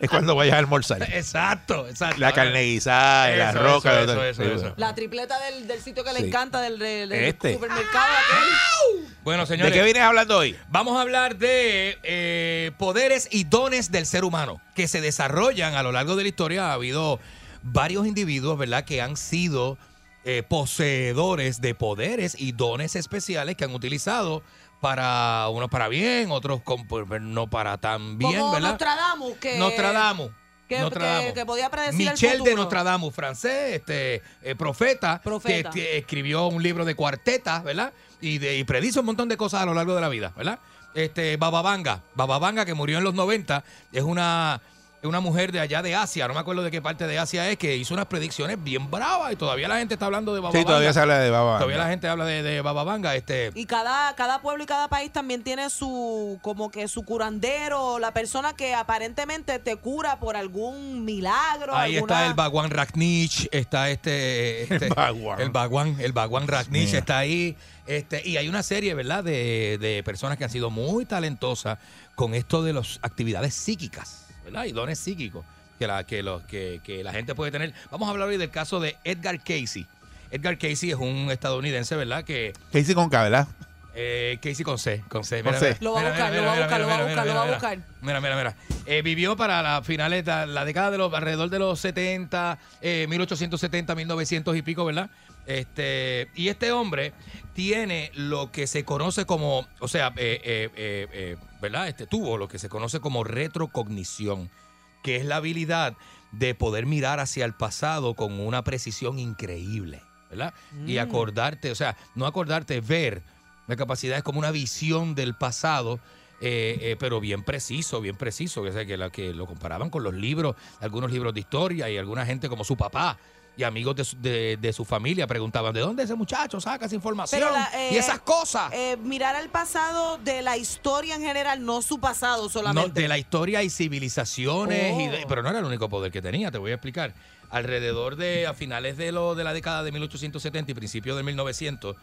Speaker 1: es cuando vayas a almorzar.
Speaker 2: Exacto, exacto.
Speaker 1: La carne guisada, el
Speaker 2: Eso,
Speaker 1: arroz,
Speaker 2: eso,
Speaker 1: la-
Speaker 2: eso, eso, eso.
Speaker 3: La tripleta del, del sitio que le
Speaker 1: Sí.
Speaker 3: encanta, del, del- del
Speaker 1: Este.
Speaker 3: supermercado aquel.
Speaker 2: Bueno,
Speaker 1: ¿De
Speaker 2: señores.
Speaker 1: qué vienes hablando hoy?
Speaker 2: Vamos a hablar de eh, poderes y dones del ser humano que se desarrollan a lo largo de la historia. Ha habido varios individuos, ¿verdad?, que han sido eh, poseedores de poderes y dones especiales que han utilizado para unos para bien, otros con- pues, no para tan bien,
Speaker 3: Como
Speaker 2: ¿verdad?
Speaker 3: Nostradamus, que...
Speaker 2: Nostradamus.
Speaker 3: que-
Speaker 2: Nostradamus.
Speaker 3: que- que podía predecir el
Speaker 2: Michel de
Speaker 3: futuro.
Speaker 2: Nostradamus, francés, este eh, profeta,
Speaker 3: Profeta.
Speaker 2: que este, escribió un libro de cuartetas, ¿verdad? Y, de, y predice un montón de cosas a lo largo de la vida, ¿verdad? Este Bababanga, Bababanga que murió en los 90, es una es una mujer de allá de Asia, no me acuerdo de qué parte de Asia es, que hizo unas predicciones bien bravas y todavía la gente está hablando de Bababanga.
Speaker 1: Sí, todavía se habla de baba.
Speaker 2: Todavía la gente habla de, de Bababanga, este
Speaker 3: Y cada, cada pueblo y cada país también tiene su, como que su curandero, la persona que aparentemente te cura por algún milagro.
Speaker 2: Ahí está
Speaker 3: alguna-
Speaker 2: el Bhagwan Ragnich, está este, este-
Speaker 1: El Bhagwan.
Speaker 2: el Bhagwan, el Bhagwan Ragnich
Speaker 1: mío.
Speaker 2: está ahí, este y hay una serie, ¿verdad? De, de personas que han sido muy talentosas con esto de las actividades psíquicas, ¿verdad? Y dones psíquicos. que la, que, los, que, que la gente puede tener. Vamos a hablar hoy del caso de Edgar Casey. Edgar Casey es un estadounidense, ¿verdad? Que
Speaker 1: ¿Qué hice con K, verdad?
Speaker 2: Eh, Casey con C, con C.
Speaker 1: Con
Speaker 2: mira,
Speaker 1: C.
Speaker 2: mira,
Speaker 3: Lo va a
Speaker 2: mira,
Speaker 3: buscar,
Speaker 2: mira,
Speaker 3: lo va a
Speaker 2: mira,
Speaker 3: buscar, lo va a
Speaker 2: mira,
Speaker 3: buscar, lo
Speaker 2: mira,
Speaker 3: va a
Speaker 2: mira.
Speaker 3: buscar.
Speaker 2: Mira, mira, mira. Eh, vivió para las finales, la, la década de los, alrededor de los 70, eh, 1870, 1900 y pico, ¿verdad? Este, y este hombre tiene lo que se conoce como, o sea, eh, eh, eh, eh, ¿verdad? Este tuvo lo que se conoce como retrocognición, que es la habilidad de poder mirar hacia el pasado con una precisión increíble, ¿verdad? Y acordarte, o sea, no acordarte, ver. La capacidad es como una visión del pasado, eh, eh, pero bien preciso, bien preciso. O sea, que, la, que lo comparaban con los libros, algunos libros de historia y alguna gente como su papá y amigos de su, de, de su familia preguntaban, ¿de dónde ese muchacho saca esa información?
Speaker 3: la, eh,
Speaker 2: y esas cosas.
Speaker 3: Eh, mirar al pasado de la historia en general, no su pasado
Speaker 2: No,
Speaker 3: solamente.
Speaker 2: de la historia y civilizaciones, y de-
Speaker 3: Oh.
Speaker 2: pero no era el único poder que tenía, te voy a explicar. Alrededor de, a finales de, lo, de la década de 1870 y principios de 1900,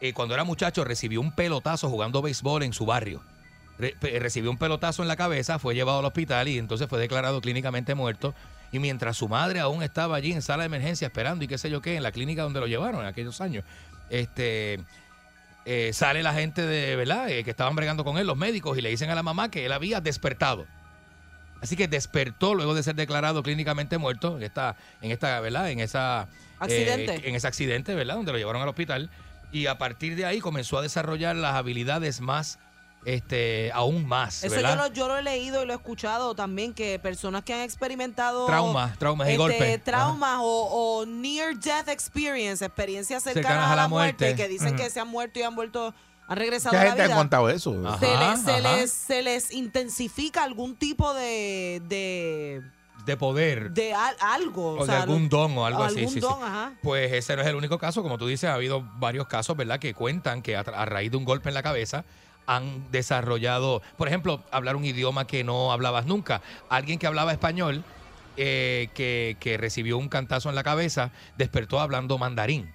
Speaker 2: eh, cuando era muchacho recibió un pelotazo jugando béisbol en su barrio. Re- pe- recibió un pelotazo en la cabeza, fue llevado al hospital y entonces fue declarado clínicamente muerto. Y mientras su madre aún estaba allí en sala de emergencia esperando y qué sé yo qué, en la clínica donde lo llevaron en aquellos años, este, eh, sale la gente de, ¿verdad? Eh, que estaban bregando con él, los médicos, y le dicen a la mamá que él había despertado. Así que despertó luego de ser declarado clínicamente muerto en esta, en esta, ¿verdad? En esa
Speaker 3: Accidente.
Speaker 2: eh, en ese accidente, ¿verdad? Donde lo llevaron al hospital. Y a partir de ahí comenzó a desarrollar las habilidades más, este, aún más.
Speaker 3: Eso
Speaker 2: ¿verdad?
Speaker 3: yo lo, yo lo he leído y lo he escuchado también, que personas que han experimentado...
Speaker 2: Traumas, traumas y
Speaker 3: este,
Speaker 2: golpes.
Speaker 3: Traumas o, o near-death experience, experiencias cercanas, a la, muerte, que dicen
Speaker 2: Mm.
Speaker 3: que se han muerto y han vuelto, han regresado
Speaker 1: ¿Qué
Speaker 3: a la
Speaker 1: gente ha
Speaker 3: vida.
Speaker 1: contado eso?
Speaker 2: Ajá.
Speaker 3: Se, les, se,
Speaker 2: ajá.
Speaker 3: les, se les intensifica algún tipo de, de,
Speaker 2: de poder.
Speaker 3: de al- algo.
Speaker 2: O de
Speaker 3: sea,
Speaker 2: algún don o algo así,
Speaker 3: algún
Speaker 2: sí, sí.
Speaker 3: don, ah. ajá.
Speaker 2: Pues ese no es el único caso, como tú dices, ha habido varios casos, ¿verdad?, que cuentan que a, tra- a raíz de un golpe en la cabeza han desarrollado, por ejemplo, hablar un idioma que no hablabas nunca. Alguien que hablaba español, eh, que, que recibió un cantazo en la cabeza, despertó hablando mandarín.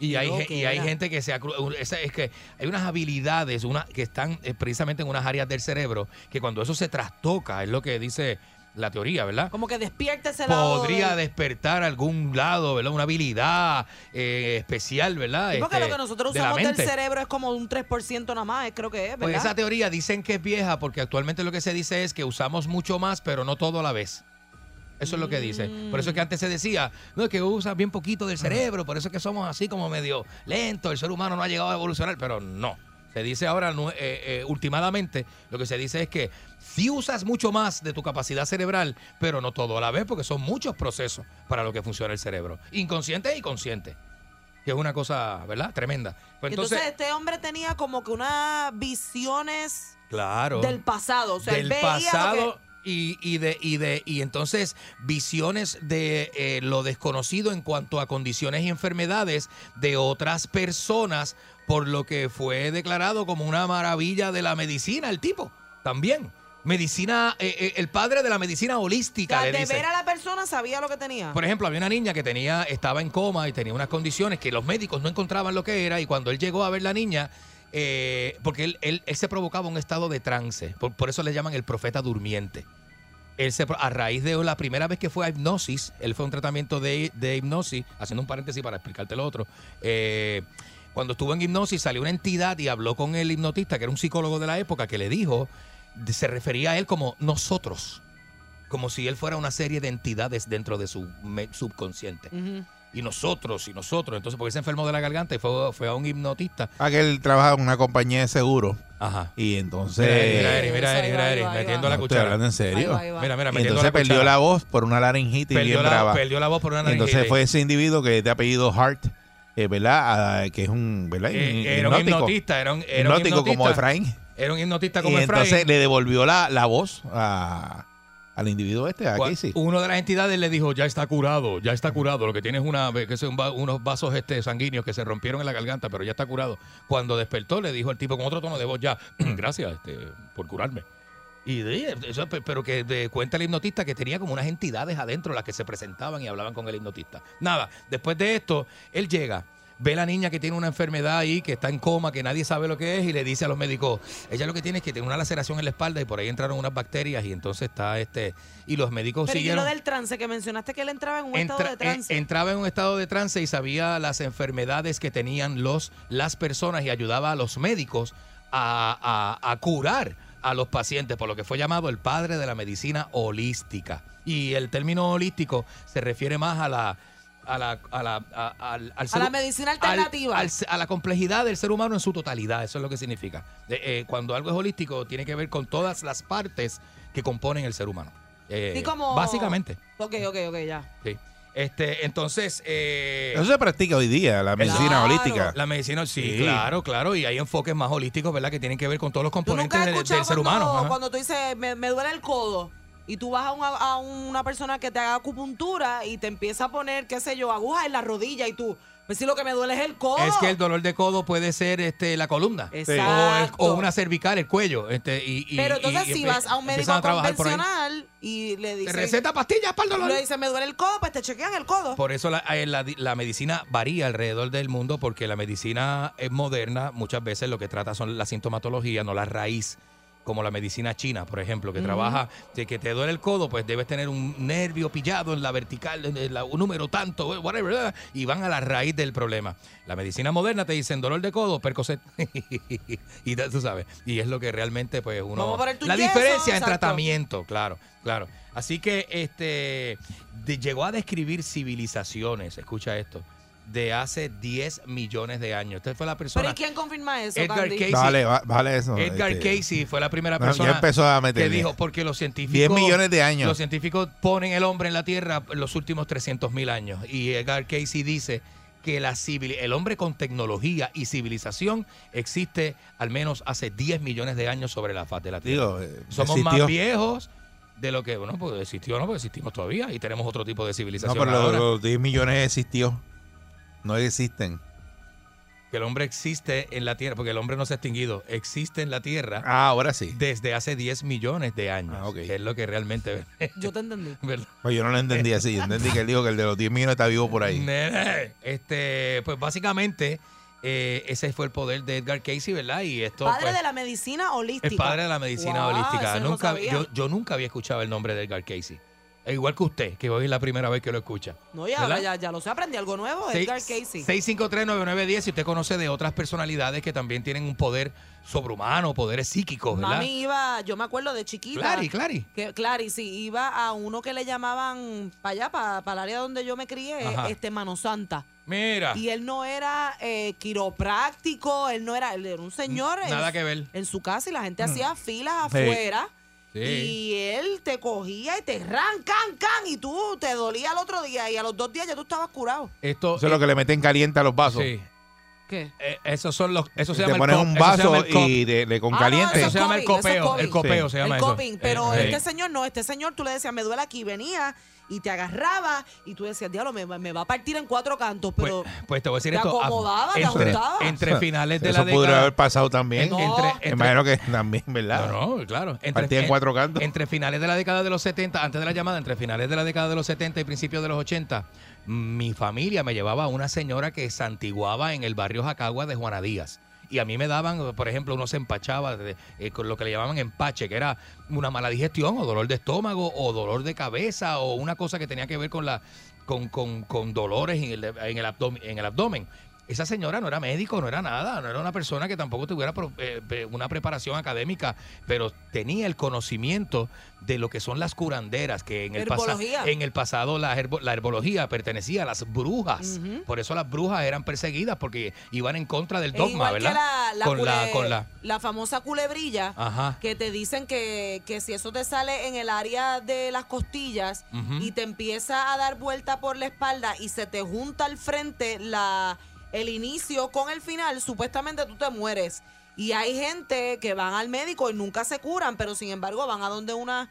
Speaker 2: Y hay,
Speaker 3: Lo
Speaker 2: ge-
Speaker 3: que
Speaker 2: y hay
Speaker 3: era.
Speaker 2: gente que se acru- un- esa- es que hay unas habilidades una, que están eh, precisamente en unas áreas del cerebro que cuando eso se trastoca, es lo que dice la teoría, ¿verdad?
Speaker 3: Como que despierte ese lado.
Speaker 2: podría
Speaker 3: del-
Speaker 2: despertar algún lado, ¿verdad? Una habilidad eh, especial, ¿verdad?
Speaker 3: Sí, porque
Speaker 2: Este,
Speaker 3: lo que nosotros
Speaker 2: de la
Speaker 3: usamos del
Speaker 2: mente.
Speaker 3: cerebro es como un 3% nada más, eh, creo que es, ¿verdad?
Speaker 2: Pues esa teoría dicen que es vieja porque actualmente lo que se dice es que usamos mucho más, pero no todo a la vez. Eso es lo que dice. Por
Speaker 3: Mm.
Speaker 2: eso es que antes se decía, no, es que usas bien poquito del cerebro, por eso es que somos así como medio lento, el ser humano no ha llegado a evolucionar, pero no. Se dice ahora, nu- eh, eh, ultimadamente, lo que se dice es que sí usas mucho más de tu capacidad cerebral, pero no todo a la vez, porque son muchos procesos para lo que funciona el cerebro, inconsciente y consciente, que es una cosa, ¿verdad? Tremenda. Pues
Speaker 3: Entonces,
Speaker 2: entonces,
Speaker 3: este hombre tenía como que unas visiones
Speaker 2: claro.
Speaker 3: este del pasado. O sea, él
Speaker 2: del
Speaker 3: veía lo que-
Speaker 2: pasado y, y de y de y entonces visiones de eh, lo desconocido en cuanto a condiciones y enfermedades de otras personas por lo que fue declarado como una maravilla de la medicina el tipo también medicina eh, eh, el padre de la medicina
Speaker 3: o sea,
Speaker 2: holística le Pues,
Speaker 3: de
Speaker 2: dicen.
Speaker 3: ver a la persona sabía lo que tenía.
Speaker 2: Por ejemplo, había una niña que tenía, estaba en coma y tenía unas condiciones que los médicos no encontraban lo que era y cuando él llegó a ver la niña, eh, porque él, él- él se provocaba un estado de trance, por, por eso le llaman el profeta durmiente. Él se, pro- a raíz de la primera vez que fue a hipnosis, él fue a un tratamiento de, de hipnosis, haciendo un paréntesis para explicarte lo otro. eh, cuando estuvo en hipnosis salió una entidad y habló con el hipnotista, que era un psicólogo de la época, que le dijo, se refería a él como nosotros como si él fuera una serie de entidades dentro de su me- subconsciente.
Speaker 3: Ujú.
Speaker 2: Y nosotros, y nosotros. Entonces, porque se enfermó de la garganta y fue, fue a un hipnotista.
Speaker 1: Ah, que él trabaja en una compañía de seguro.
Speaker 2: Ajá.
Speaker 1: Y entonces.
Speaker 2: Mira, Eri, mira,
Speaker 3: eh,
Speaker 2: Eri, mira,
Speaker 3: eso,
Speaker 2: Eri,
Speaker 3: ahí
Speaker 2: mira,
Speaker 3: va,
Speaker 2: Eri,
Speaker 3: ahí va, ahí
Speaker 2: metiendo
Speaker 3: va.
Speaker 1: No,
Speaker 2: la
Speaker 1: estoy
Speaker 2: cuchara.
Speaker 1: hablando en serio.
Speaker 3: Ahí va.
Speaker 2: Mira, mira,
Speaker 1: Y
Speaker 2: metiendo
Speaker 1: entonces
Speaker 2: la
Speaker 1: perdió
Speaker 2: cuchara.
Speaker 1: la voz por una laringitis
Speaker 2: perdió,
Speaker 1: bien
Speaker 2: la,
Speaker 1: brava.
Speaker 2: perdió la voz por una nariz.
Speaker 1: Entonces fue ese individuo que te ha pedido Hart, eh, ¿verdad? Ah, que es un, ¿verdad?
Speaker 2: Eh, era un hipnotista, era un, era un
Speaker 1: Hipnótico
Speaker 2: hipnotista.
Speaker 1: como Efraín.
Speaker 2: Era un hipnotista
Speaker 1: Y
Speaker 2: como
Speaker 1: entonces
Speaker 2: Efraín.
Speaker 1: le devolvió la, la voz a- al individuo este, a
Speaker 2: Cua-
Speaker 1: Casey.
Speaker 2: Uno de las entidades le dijo, ya está curado, ya está curado. Lo que tiene es una, que son va- unos vasos este, sanguíneos que se rompieron en la garganta, pero ya está curado. Cuando despertó, le dijo el tipo con otro tono de voz, ya, gracias este, por curarme. Y de- eso, pe- pero que de- cuenta el hipnotista que tenía como unas entidades adentro las que se presentaban y hablaban con el hipnotista. Nada, después de esto, él llega. ve la niña que tiene una enfermedad ahí, que está en coma, que nadie sabe lo que es, y le dice a los médicos, ella lo que tiene es que tiene una laceración en la espalda y por ahí entraron unas bacterias y entonces está este... Y los médicos
Speaker 3: Pero y
Speaker 2: siguieron...
Speaker 3: lo del trance que mencionaste que él entraba en un
Speaker 2: Entra-
Speaker 3: estado de trance.
Speaker 2: en- entraba en un estado de trance y sabía las enfermedades que tenían los, las personas y ayudaba a los médicos a, a- a curar a los pacientes, por lo que fue llamado el padre de la medicina holística. Y el término holístico se refiere más a la... A la, a la- a- al- al ser-
Speaker 3: la medicina alternativa.
Speaker 2: al- al- a la complejidad del ser humano en su totalidad, eso es lo que significa. Eh, eh, cuando algo es holístico, tiene que ver con todas las partes que componen el ser humano. Eh,
Speaker 3: Sí, como-
Speaker 2: Básicamente.
Speaker 3: Ok, ok, ok, ya.
Speaker 2: Sí. Este, entonces, eh,
Speaker 1: Eso se practica hoy día, la medicina
Speaker 3: Claro.
Speaker 1: holística.
Speaker 2: la medicina, sí,
Speaker 1: Sí.
Speaker 2: claro, claro, y hay enfoques más holísticos, ¿verdad? Que tienen que ver con todos los
Speaker 3: Tú nunca
Speaker 2: componentes
Speaker 3: has
Speaker 2: del, del
Speaker 3: escuchado
Speaker 2: ser
Speaker 3: cuando,
Speaker 2: humano. ajá.
Speaker 3: cuando tú dices, me, me duele el codo, y tú vas a, una- a una persona que te haga acupuntura y te empieza a poner, qué sé yo, agujas en la rodilla y tú, pues si lo que me duele es el codo.
Speaker 2: Es que el dolor de codo puede ser este, la columna. O, el-
Speaker 3: Exacto.
Speaker 2: o una cervical, el cuello. Este, y, y-
Speaker 3: Pero entonces
Speaker 2: y- y
Speaker 3: si
Speaker 2: empe-
Speaker 3: vas a un médico
Speaker 2: empiezan trabajar por ahí.
Speaker 3: convencional y le
Speaker 2: Te
Speaker 3: dice,
Speaker 2: receta pastillas para el dolor.
Speaker 3: le dice, me duele el codo, pues te chequean el codo.
Speaker 2: Por eso la, eh, la- la medicina varía alrededor del mundo, porque la medicina es moderna, muchas veces lo que trata son la sintomatología, no la raíz, como la medicina china, por ejemplo, que trabaja, de que te duele el codo, pues debes tener un nervio pillado en la vertical, en el- un número tanto, eh, whatever, eh, y van a la raíz del problema. La medicina moderna te dicen dolor de codo, percocet, y ya tú sabes, y es lo que realmente pues uno...
Speaker 3: Vamos a ponerte un
Speaker 2: la
Speaker 3: yeso,
Speaker 2: diferencia en
Speaker 3: exacto.
Speaker 2: tratamiento Ento, claro, claro. Así que este de- llegó a describir civilizaciones, escucha esto, de hace 10 millones de años. Esta fue la
Speaker 3: Pero ¿y
Speaker 2: persona.
Speaker 3: quién confirma eso,
Speaker 2: Edgar
Speaker 3: Candy?
Speaker 2: Cayce.
Speaker 1: Vale, va- vale eso.
Speaker 2: Edgar
Speaker 1: este,
Speaker 2: Casey fue la primera
Speaker 1: No, ya
Speaker 2: persona
Speaker 1: empezó a
Speaker 2: que
Speaker 1: meterle.
Speaker 2: dijo, porque los científicos...
Speaker 1: 10 millones de años.
Speaker 2: Los científicos ponen el hombre en la Tierra los últimos 300 mil años. Y Edgar Casey dice que la civil, el hombre con tecnología y civilización existe al menos hace 10 millones de años sobre la faz de la Tierra.
Speaker 1: Digo, eh,
Speaker 2: Somos
Speaker 1: existió.
Speaker 2: más viejos de lo que, bueno, pues existió, ¿no? Pues existimos todavía y tenemos otro tipo de
Speaker 1: No,
Speaker 2: civilización
Speaker 1: pero los,
Speaker 2: ahora.
Speaker 1: los 10 millones existió. No existen.
Speaker 2: Que el hombre existe en la Tierra, porque el hombre no se ha extinguido, existe en la Tierra
Speaker 1: Ah, ahora sí.
Speaker 2: desde hace 10 millones de años.
Speaker 1: Ah, ok.
Speaker 2: que es lo que realmente...
Speaker 3: Yo te entendí.
Speaker 2: ¿verdad?
Speaker 1: Pues yo no lo entendí así. Yo entendí que él dijo que el de los 10 millones está vivo por ahí.
Speaker 2: Nene, este, pues básicamente eh, ese fue el poder de Edgar Casey, ¿verdad? Y esto
Speaker 3: Padre
Speaker 2: pues,
Speaker 3: de la medicina holística.
Speaker 2: es padre de la medicina
Speaker 3: Wow,
Speaker 2: holística.
Speaker 3: eso no
Speaker 2: Nunca,
Speaker 3: sabía.
Speaker 2: yo, yo nunca había escuchado el nombre de Edgar Casey. E Igual que usted, que hoy es la primera vez que lo escucha.
Speaker 3: No, ya, ahora
Speaker 2: ¿Verdad?
Speaker 3: ya, ya lo sé, aprendí algo nuevo,
Speaker 2: Seis-
Speaker 3: Edgar Casey.
Speaker 2: 653-9910, si usted conoce de otras personalidades que también tienen un poder sobrehumano, poderes psíquicos, ¿verdad?
Speaker 3: Mami iba, yo me acuerdo de chiquita.
Speaker 2: Clary, Clary.
Speaker 3: Que, Clary, sí, iba a uno que le llamaban para allá, para, el área donde yo me crié,
Speaker 2: Ajá.
Speaker 3: este Mano Santa.
Speaker 2: Mira,
Speaker 3: Y él no era eh, quiropráctico, él no era, él era un señor en,
Speaker 2: nada que ver. Mm.
Speaker 3: en su casa y la gente hacía filas afuera.
Speaker 2: Sí.
Speaker 3: Y él te cogía y te ran, can, can, y tú te dolía al otro día y a los dos días ya tú estabas curado.
Speaker 2: Esto
Speaker 1: Eso es lo que le meten caliente a los vasos.
Speaker 2: sí.
Speaker 3: ¿Qué?
Speaker 2: Eh, esos son los. Eso se
Speaker 1: Te
Speaker 2: llama el
Speaker 1: pones
Speaker 2: cop,
Speaker 1: un
Speaker 2: eso se llama
Speaker 1: vaso
Speaker 2: el cop.
Speaker 1: y de- le- con
Speaker 3: Ah, no,
Speaker 1: caliente.
Speaker 3: eso
Speaker 2: Eso se llama el
Speaker 3: COVID, eso es
Speaker 2: copeo. El
Speaker 3: COVID.
Speaker 2: copeo se llama
Speaker 3: el
Speaker 2: eso.
Speaker 3: coping, pero
Speaker 2: Eh,
Speaker 3: este
Speaker 2: sí.
Speaker 3: señor no, este señor tú le decías, me duele aquí, venía y te agarraba y tú decías, diablo, me, me va a partir en cuatro cantos,
Speaker 2: Pues,
Speaker 3: pero
Speaker 2: pues te voy a decir
Speaker 3: te
Speaker 2: esto.
Speaker 3: acomodaba, te
Speaker 2: entre,
Speaker 3: ajustabas.
Speaker 2: entre finales de
Speaker 1: Eso
Speaker 2: la
Speaker 1: podría
Speaker 2: década.
Speaker 1: haber pasado también.
Speaker 2: No.
Speaker 1: Entre-
Speaker 2: Entre-
Speaker 1: Imagino que también, ¿verdad?
Speaker 2: No, no, claro.
Speaker 1: Partía en cuatro cantos.
Speaker 2: Entre finales de la década de los 70, antes de la llamada, entre finales de la década de los 70 y principios de los 80, mi familia me llevaba a una señora que santiguaba en el barrio Jacagua de Juana Díaz. Y a mí me daban, por ejemplo, uno se empachaba de- eh, con lo que le llamaban empache, que era una mala digestión o dolor de estómago o dolor de cabeza o una cosa que tenía que ver con la con, con- con dolores en el, en el abdomen, en el abdomen. Esa señora no era médico, no era nada, no era una persona que tampoco tuviera pro- eh, eh, una preparación académica, pero tenía el conocimiento de lo que son las curanderas, que en el, pasa-
Speaker 3: Herbología.
Speaker 2: en el pasado la, herbo- la herbología pertenecía a las brujas.
Speaker 3: Ujú.
Speaker 2: Por eso las brujas eran perseguidas porque iban en contra del
Speaker 3: es
Speaker 2: dogma,
Speaker 3: igual
Speaker 2: ¿verdad?
Speaker 3: que la, la
Speaker 2: con, la,
Speaker 3: cule-
Speaker 2: con la...
Speaker 3: la famosa culebrilla.
Speaker 2: Ajá.
Speaker 3: que te dicen que, que si eso te sale en el área de las costillas
Speaker 2: Ujú.
Speaker 3: y te empieza a dar vuelta por la espalda y se te junta al frente la, el inicio con el final, supuestamente tú te mueres. Y hay gente que van al médico y nunca se curan, pero sin embargo van a donde una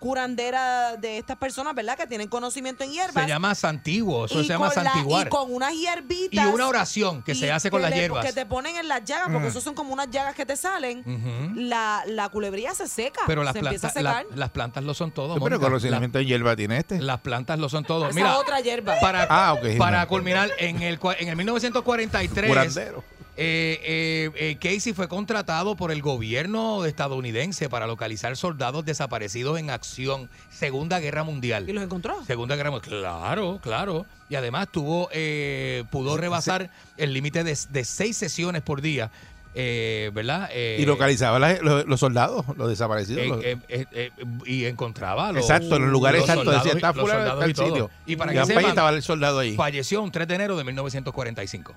Speaker 3: curandera de estas personas, ¿verdad? Que tienen conocimiento en hierbas.
Speaker 2: Se llama santiguo, eso
Speaker 3: Y
Speaker 2: se llama
Speaker 3: con la-
Speaker 2: santiguar.
Speaker 3: Y con unas hierbitas.
Speaker 2: Y una oración que
Speaker 3: y
Speaker 2: se hace con
Speaker 3: que
Speaker 2: las
Speaker 3: le-
Speaker 2: hierbas.
Speaker 3: Que te ponen en las llagas, porque
Speaker 2: Mm.
Speaker 3: eso son como unas llagas que te salen.
Speaker 2: Ujú.
Speaker 3: la, la culebría se seca.
Speaker 2: Pero las,
Speaker 3: se empieza a
Speaker 2: plantas
Speaker 3: secar.
Speaker 2: la- las plantas lo son todo.
Speaker 1: pero
Speaker 2: Mónica.
Speaker 1: conocimiento en hierba tiene este.
Speaker 2: La- las plantas lo son todo.
Speaker 3: Esa
Speaker 2: Mira,
Speaker 3: otra hierba.
Speaker 2: para,
Speaker 1: Ah, ok,
Speaker 2: para
Speaker 1: Gilmar.
Speaker 2: culminar, en el, cua- en el 1943,
Speaker 1: Curandero.
Speaker 2: eh, eh, eh, Casey fue contratado por el gobierno estadounidense para localizar soldados desaparecidos en acción, Segunda Guerra Mundial.
Speaker 3: Y los encontró.
Speaker 2: Segunda Guerra Mundial. Claro, claro. Y además tuvo, eh, pudo rebasar el límite de, de seis sesiones por día, eh, ¿verdad? Eh,
Speaker 1: Y localizaba las- lo- los, soldados, los desaparecidos.
Speaker 2: eh,
Speaker 1: los-
Speaker 2: eh, eh, eh, y encontraba los,
Speaker 1: exacto, en los lugares
Speaker 2: los
Speaker 1: exactos. Decía,
Speaker 2: soldados y-
Speaker 1: está
Speaker 2: los
Speaker 1: fuera de
Speaker 2: soldados
Speaker 1: tal
Speaker 2: todo.
Speaker 1: sitio.
Speaker 2: Y para
Speaker 1: Iban
Speaker 2: que
Speaker 1: pa'
Speaker 2: sepan,
Speaker 1: allí, estaba el soldado ahí.
Speaker 2: falleció un 3 de enero de 1945.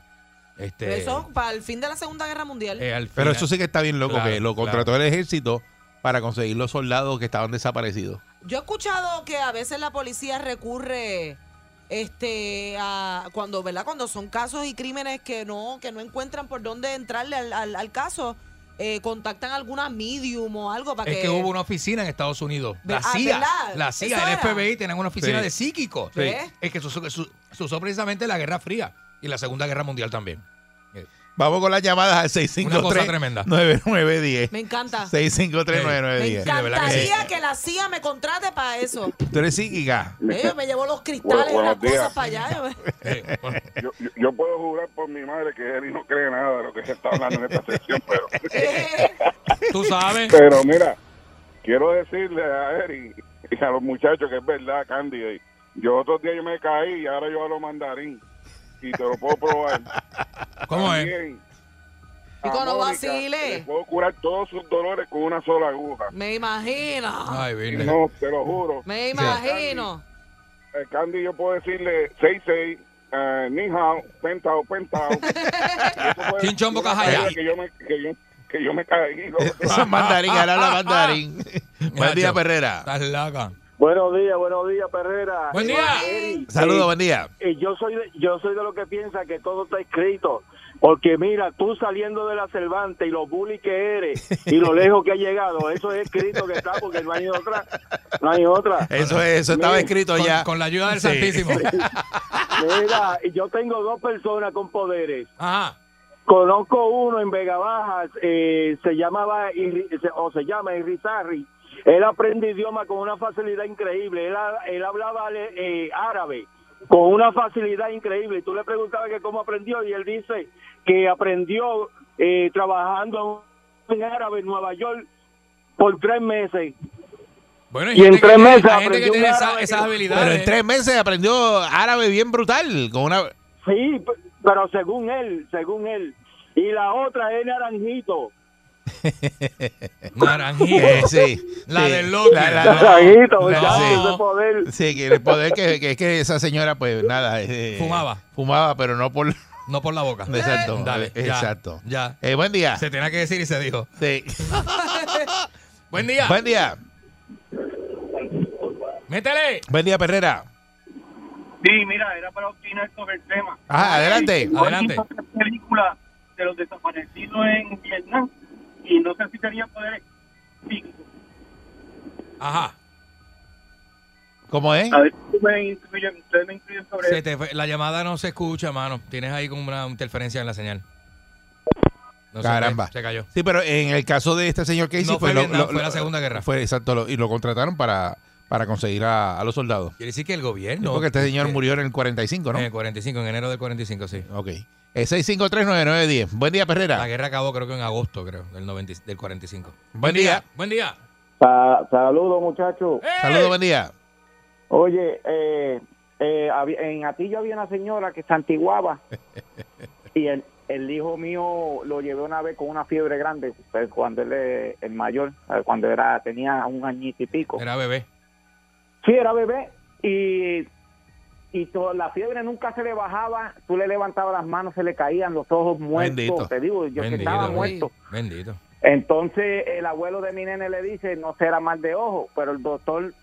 Speaker 2: Este,
Speaker 3: Eso para el fin de la Segunda Guerra Mundial.
Speaker 2: eh, al
Speaker 1: Pero
Speaker 2: final-
Speaker 1: eso sí que está bien loco,
Speaker 2: Claro,
Speaker 1: que lo contrató el ejército para conseguir los soldados que estaban desaparecidos.
Speaker 3: Yo he escuchado que a veces la policía recurre este a cuando, ¿verdad? Cuando son casos y crímenes que no, que no encuentran por dónde entrarle al, al- al caso, eh, contactan alguna medium o algo para
Speaker 2: Es que hubo una oficina en Estados Unidos.
Speaker 3: Ve-
Speaker 2: La
Speaker 3: ah,
Speaker 2: CIA,
Speaker 3: ¿verdad?
Speaker 2: la CIA,
Speaker 3: ¿Eso
Speaker 2: el
Speaker 3: era?
Speaker 2: FBI tienen una oficina
Speaker 1: Sí.
Speaker 2: de psíquicos.
Speaker 3: Sí.
Speaker 2: Es que eso usó precisamente la Guerra Fría y la Segunda Guerra Mundial también.
Speaker 1: Vamos con las llamadas al
Speaker 2: cosa tremenda.
Speaker 1: 653-9910.
Speaker 3: Me encanta. Me
Speaker 1: 653-9910.
Speaker 2: de verdad que sí.
Speaker 3: encantaría que la CIA me contrate para eso.
Speaker 1: Tú eres psíquica.
Speaker 3: Eh, me llevo los cristales y
Speaker 13: Bueno,
Speaker 3: las
Speaker 13: buenos días.
Speaker 3: cosas para allá.
Speaker 2: Eh, bueno,
Speaker 13: Yo, yo- yo puedo jurar por mi madre que Jerry no cree nada de lo que se está hablando en esta sesión, pero,
Speaker 3: Eh,
Speaker 2: Tú sabes.
Speaker 13: pero mira, quiero decirle a Jerry y a los muchachos que es verdad, Candy, eh, yo otros días yo me caí y ahora yo hablo mandarín y te lo puedo probar.
Speaker 2: ¿Cómo es?
Speaker 13: También a
Speaker 3: Chico, no
Speaker 13: Mónica
Speaker 3: vacile.
Speaker 13: le puedo curar todos sus dolores con una sola aguja.
Speaker 3: me imagino.
Speaker 2: Ay, Virgen.
Speaker 13: No, te lo juro.
Speaker 3: Me imagino.
Speaker 13: Eh, Candy, yo puedo decirle 66, eh, ni hao, pentao, pentao. Y eso fue-
Speaker 2: Chinchón, boca
Speaker 13: fue la
Speaker 2: jaya.
Speaker 13: Que yo me, que yo, que yo me caí. loco.
Speaker 1: Eso es mandarín, ahora la mandarín. Buen día,
Speaker 2: Nacho,
Speaker 1: Perrera.
Speaker 2: Estás laca.
Speaker 5: Buenos días, buenos días, Perrera.
Speaker 2: Buen día.
Speaker 5: Eri,
Speaker 1: Saludos,
Speaker 5: eh,
Speaker 1: buen día.
Speaker 5: eh, yo soy de- yo soy de lo que piensa que todo está escrito. Porque mira, tú saliendo de la Cervantes y los bully que eres y lo lejos que has llegado, eso es escrito que está porque no hay otra. No hay otra.
Speaker 1: Eso, es- eso estaba escrito
Speaker 2: Con,
Speaker 1: ya.
Speaker 2: con la ayuda del
Speaker 1: Sí.
Speaker 2: Santísimo.
Speaker 5: Mira, yo tengo dos personas con poderes.
Speaker 2: Ajá.
Speaker 5: Conozco uno en Vega Baja, eh, se llamaba Irri- se- o se llama Irrizarri. Él aprende idioma con una facilidad increíble. Él, ha- él hablaba eh, árabe con una facilidad increíble. Y tú le preguntabas que cómo aprendió y él dice que aprendió eh, trabajando en árabe en Nueva York por tres meses.
Speaker 2: Bueno,
Speaker 5: Y en
Speaker 2: gente que
Speaker 5: tres
Speaker 2: tiene-
Speaker 5: meses
Speaker 2: hay gente que
Speaker 5: aprendió
Speaker 2: tiene
Speaker 5: un
Speaker 2: esa-
Speaker 5: árabe.
Speaker 2: esas habilidades.
Speaker 1: Pero en tres meses aprendió árabe bien brutal. Con una...
Speaker 5: Sí, p- pero según él, según él. Y la otra es Naranjito.
Speaker 2: Naranjito.
Speaker 1: Eh, sí,
Speaker 2: La
Speaker 1: sí.
Speaker 2: del Loki.
Speaker 1: La- la- la-
Speaker 5: Naranjito,
Speaker 1: No,
Speaker 5: muchachos,
Speaker 1: sí.
Speaker 5: ese poder.
Speaker 1: Sí, que el poder que, que es que esa señora, pues nada. eh,
Speaker 2: Fumaba.
Speaker 1: Fumaba, pero no por.
Speaker 2: No por la boca. Eh,
Speaker 1: Exacto.
Speaker 2: Dale, ya,
Speaker 1: exacto.
Speaker 2: ya.
Speaker 1: Eh, buen día.
Speaker 2: Se tenía que decir y se dijo.
Speaker 1: Sí.
Speaker 2: Buen día.
Speaker 1: Buen día.
Speaker 2: Métele.
Speaker 1: Buen día, Perrera.
Speaker 4: Sí, mira, era para opinar sobre el tema.
Speaker 1: Ajá, adelante.
Speaker 4: Yo
Speaker 2: Adelante.
Speaker 4: vi otra película de los desaparecidos en Vietnam y no sé si tenía poderes psíquicos.
Speaker 2: Ajá.
Speaker 1: ¿Cómo es?
Speaker 4: A ver si me incluyen, ustedes me incluyen sobre
Speaker 2: Se
Speaker 4: eso.
Speaker 2: te fue- La llamada no se escucha, mano. Tienes ahí como una interferencia en la señal. No sé
Speaker 1: Caramba.
Speaker 2: qué, Se cayó.
Speaker 1: Sí, pero en el caso de este señor Casey
Speaker 2: No fue
Speaker 1: lo-
Speaker 2: Vietnam,
Speaker 1: lo-
Speaker 2: fue la
Speaker 1: lo-
Speaker 2: Segunda Guerra.
Speaker 1: Fue exacto, lo- y lo contrataron para, para conseguir a, a los soldados.
Speaker 2: Quiere decir que el
Speaker 1: No,
Speaker 2: gobierno.
Speaker 1: porque este señor
Speaker 2: eh,
Speaker 1: murió en el 45, ¿no?
Speaker 2: En el 45, en enero del 45, sí.
Speaker 1: Ok. Eh, 6539910. Buen día,
Speaker 2: La
Speaker 1: Perrera.
Speaker 2: guerra acabó, creo que en agosto, creo, del, 90 del 45.
Speaker 1: Buen día.
Speaker 2: Buen día.
Speaker 5: Sa- Saludos, muchachos.
Speaker 1: Saludos, buen día.
Speaker 5: Oye, eh, eh, había- en Atillo había una señora que santiguaba y el, el hijo mío lo llevé una vez con una fiebre grande, pues, cuando él eh, el mayor, eh, cuando era tenía un añito y pico.
Speaker 2: Era bebé.
Speaker 5: Sí, era bebé y, y to- la fiebre nunca se le bajaba, tú le levantabas las manos, se le caían los ojos muertos,
Speaker 1: Bendito.
Speaker 5: te digo, yo que
Speaker 2: Bendito,
Speaker 5: estaba
Speaker 2: bendito.
Speaker 5: muerto.
Speaker 2: Bendito.
Speaker 5: Entonces el abuelo de mi nene le dice, no será mal de ojo, pero el doctor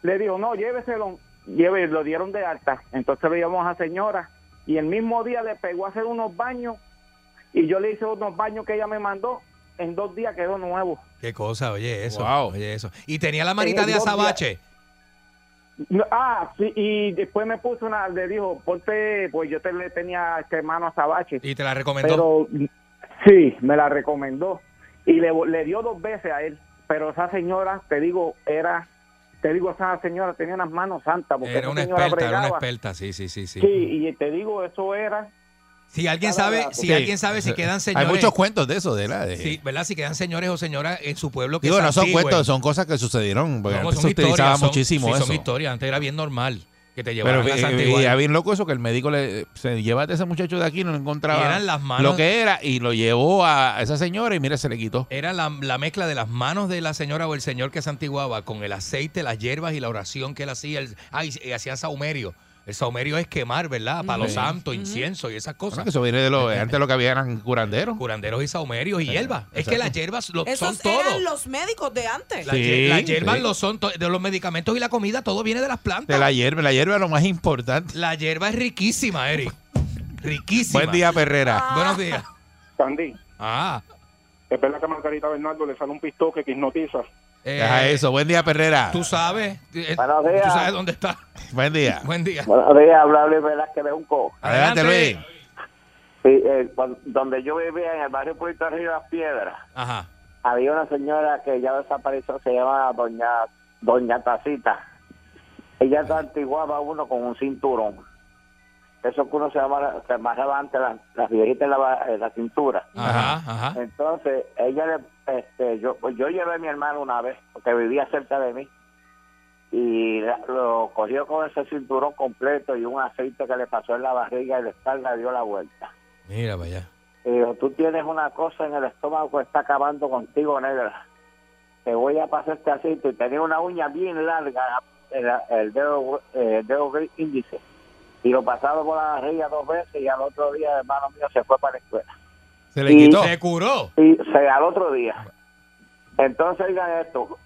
Speaker 5: le dijo, no, lléveselo, lleve, lo dieron de alta. Entonces lo llevamos a señora y el mismo día le pegó a hacer unos baños y yo le hice unos baños que ella me mandó
Speaker 14: en dos días quedó nuevo.
Speaker 2: Qué cosa, oye, eso.
Speaker 1: Wow.
Speaker 2: Oye, eso. Y tenía la manita de
Speaker 14: dos días.
Speaker 2: azabache.
Speaker 14: No, Ah, sí, y después me puso una, le dijo, ponte, pues yo te le tenía este mano a Sabache.
Speaker 2: Y te la recomendó.
Speaker 14: Pero sí, me la recomendó. Y le, le dio dos veces a él. Pero esa señora, te digo, era, te digo, esa señora tenía unas manos santas. Porque
Speaker 2: era
Speaker 14: esa
Speaker 2: una
Speaker 14: señora
Speaker 2: experta, era una
Speaker 14: bregaba.
Speaker 2: experta, sí, sí, sí, sí.
Speaker 14: Sí, y te digo, eso era.
Speaker 2: Si alguien
Speaker 14: Cada
Speaker 2: sabe,
Speaker 14: rato.
Speaker 2: si
Speaker 1: Sí.
Speaker 2: alguien sabe si quedan señores.
Speaker 1: Hay muchos cuentos de eso, de la de.
Speaker 2: Sí, ¿verdad? Si quedan señores o señoras en su pueblo que
Speaker 1: Digo,
Speaker 2: se
Speaker 1: no son
Speaker 2: antigüen.
Speaker 1: cuentos, son cosas que sucedieron. Porque
Speaker 2: No,
Speaker 1: antes
Speaker 2: son
Speaker 1: se utilizaba
Speaker 2: historias, son-
Speaker 1: muchísimo
Speaker 2: sí,
Speaker 1: eso.
Speaker 2: son historias. Antes era bien normal que te llevaran
Speaker 1: Pero
Speaker 2: las
Speaker 1: eh, eh,
Speaker 2: antiguas.
Speaker 1: era bien loco eso que el médico le se llévate a ese muchacho de aquí no encontraba
Speaker 2: Y eran las manos- Eh,
Speaker 1: lo que era y lo llevó a esa señora y mira se le quitó.
Speaker 2: Era la, la mezcla de las manos de la señora o el señor que se antiguaba con el aceite, las hierbas y la oración que él hacía. El, ah, y, y hacía saumerio. El saumerio es quemar, ¿verdad? Palo
Speaker 1: Ujú.
Speaker 2: santo, incienso y esas
Speaker 1: Bueno,
Speaker 2: cosas.
Speaker 1: que eso viene de lo antes lo que había eran curanderos.
Speaker 2: Curanderos y saumerios y
Speaker 1: Exacto,
Speaker 2: hierbas. Es
Speaker 1: exacto.
Speaker 2: que las hierbas lo, son
Speaker 3: Esos
Speaker 2: todo.
Speaker 3: eran los médicos de antes.
Speaker 2: Las,
Speaker 1: Sí,
Speaker 2: hier- las hierbas
Speaker 1: sí.
Speaker 2: lo son to- de los medicamentos y la comida, todo viene de las plantas.
Speaker 1: De la hierba, la hierba es lo más importante.
Speaker 2: La hierba es riquísima, Eric. Riquísima.
Speaker 1: Buen día, Perrera.
Speaker 2: Buenos días.
Speaker 5: Sandy,
Speaker 2: Ah.
Speaker 5: es verdad que a Margarita Bernardo le sale un pistoque que hipnotiza.
Speaker 2: eh,
Speaker 1: Deja eso. Buen día, Perrera.
Speaker 2: Tú sabes. eh,
Speaker 14: Buenos días.
Speaker 2: Tú sabes dónde está.
Speaker 1: Buen día.
Speaker 2: Buen día.
Speaker 14: Bueno, de hablarle, ¿verdad? Que de un co.
Speaker 1: Adelante, Luis.
Speaker 14: Sí, eh, cuando- donde yo vivía en el barrio Puerto Río Las Piedras,
Speaker 2: Ajá.
Speaker 14: había una señora que ya desapareció, se llama Doña Doña Tacita. Ella se antiguaba a uno con un cinturón. Eso que uno se, llama, se amarraba antes las, las viejitas en la, ba- en la cintura.
Speaker 2: Ajá, ajá.
Speaker 14: Entonces, ella le, este, yo, pues yo llevé a mi hermano una vez, porque vivía cerca de mí, y la- lo cogió con ese cinturón completo y un aceite que le pasó en la barriga y la espalda dio la vuelta.
Speaker 2: Mira, vaya.
Speaker 14: Y dijo, tú tienes una cosa en el estómago que está acabando contigo, negra. Te voy a pasar este aceite. Y tenía una uña bien larga, el, el dedo, eh, el dedo gri- índice. Y lo pasaba por la barriga dos veces y al otro día el hermano mío se fue para la escuela.
Speaker 1: Se le
Speaker 14: Y-
Speaker 1: quitó.
Speaker 2: Se curó.
Speaker 14: Y se al otro día. Entonces, oigan esto,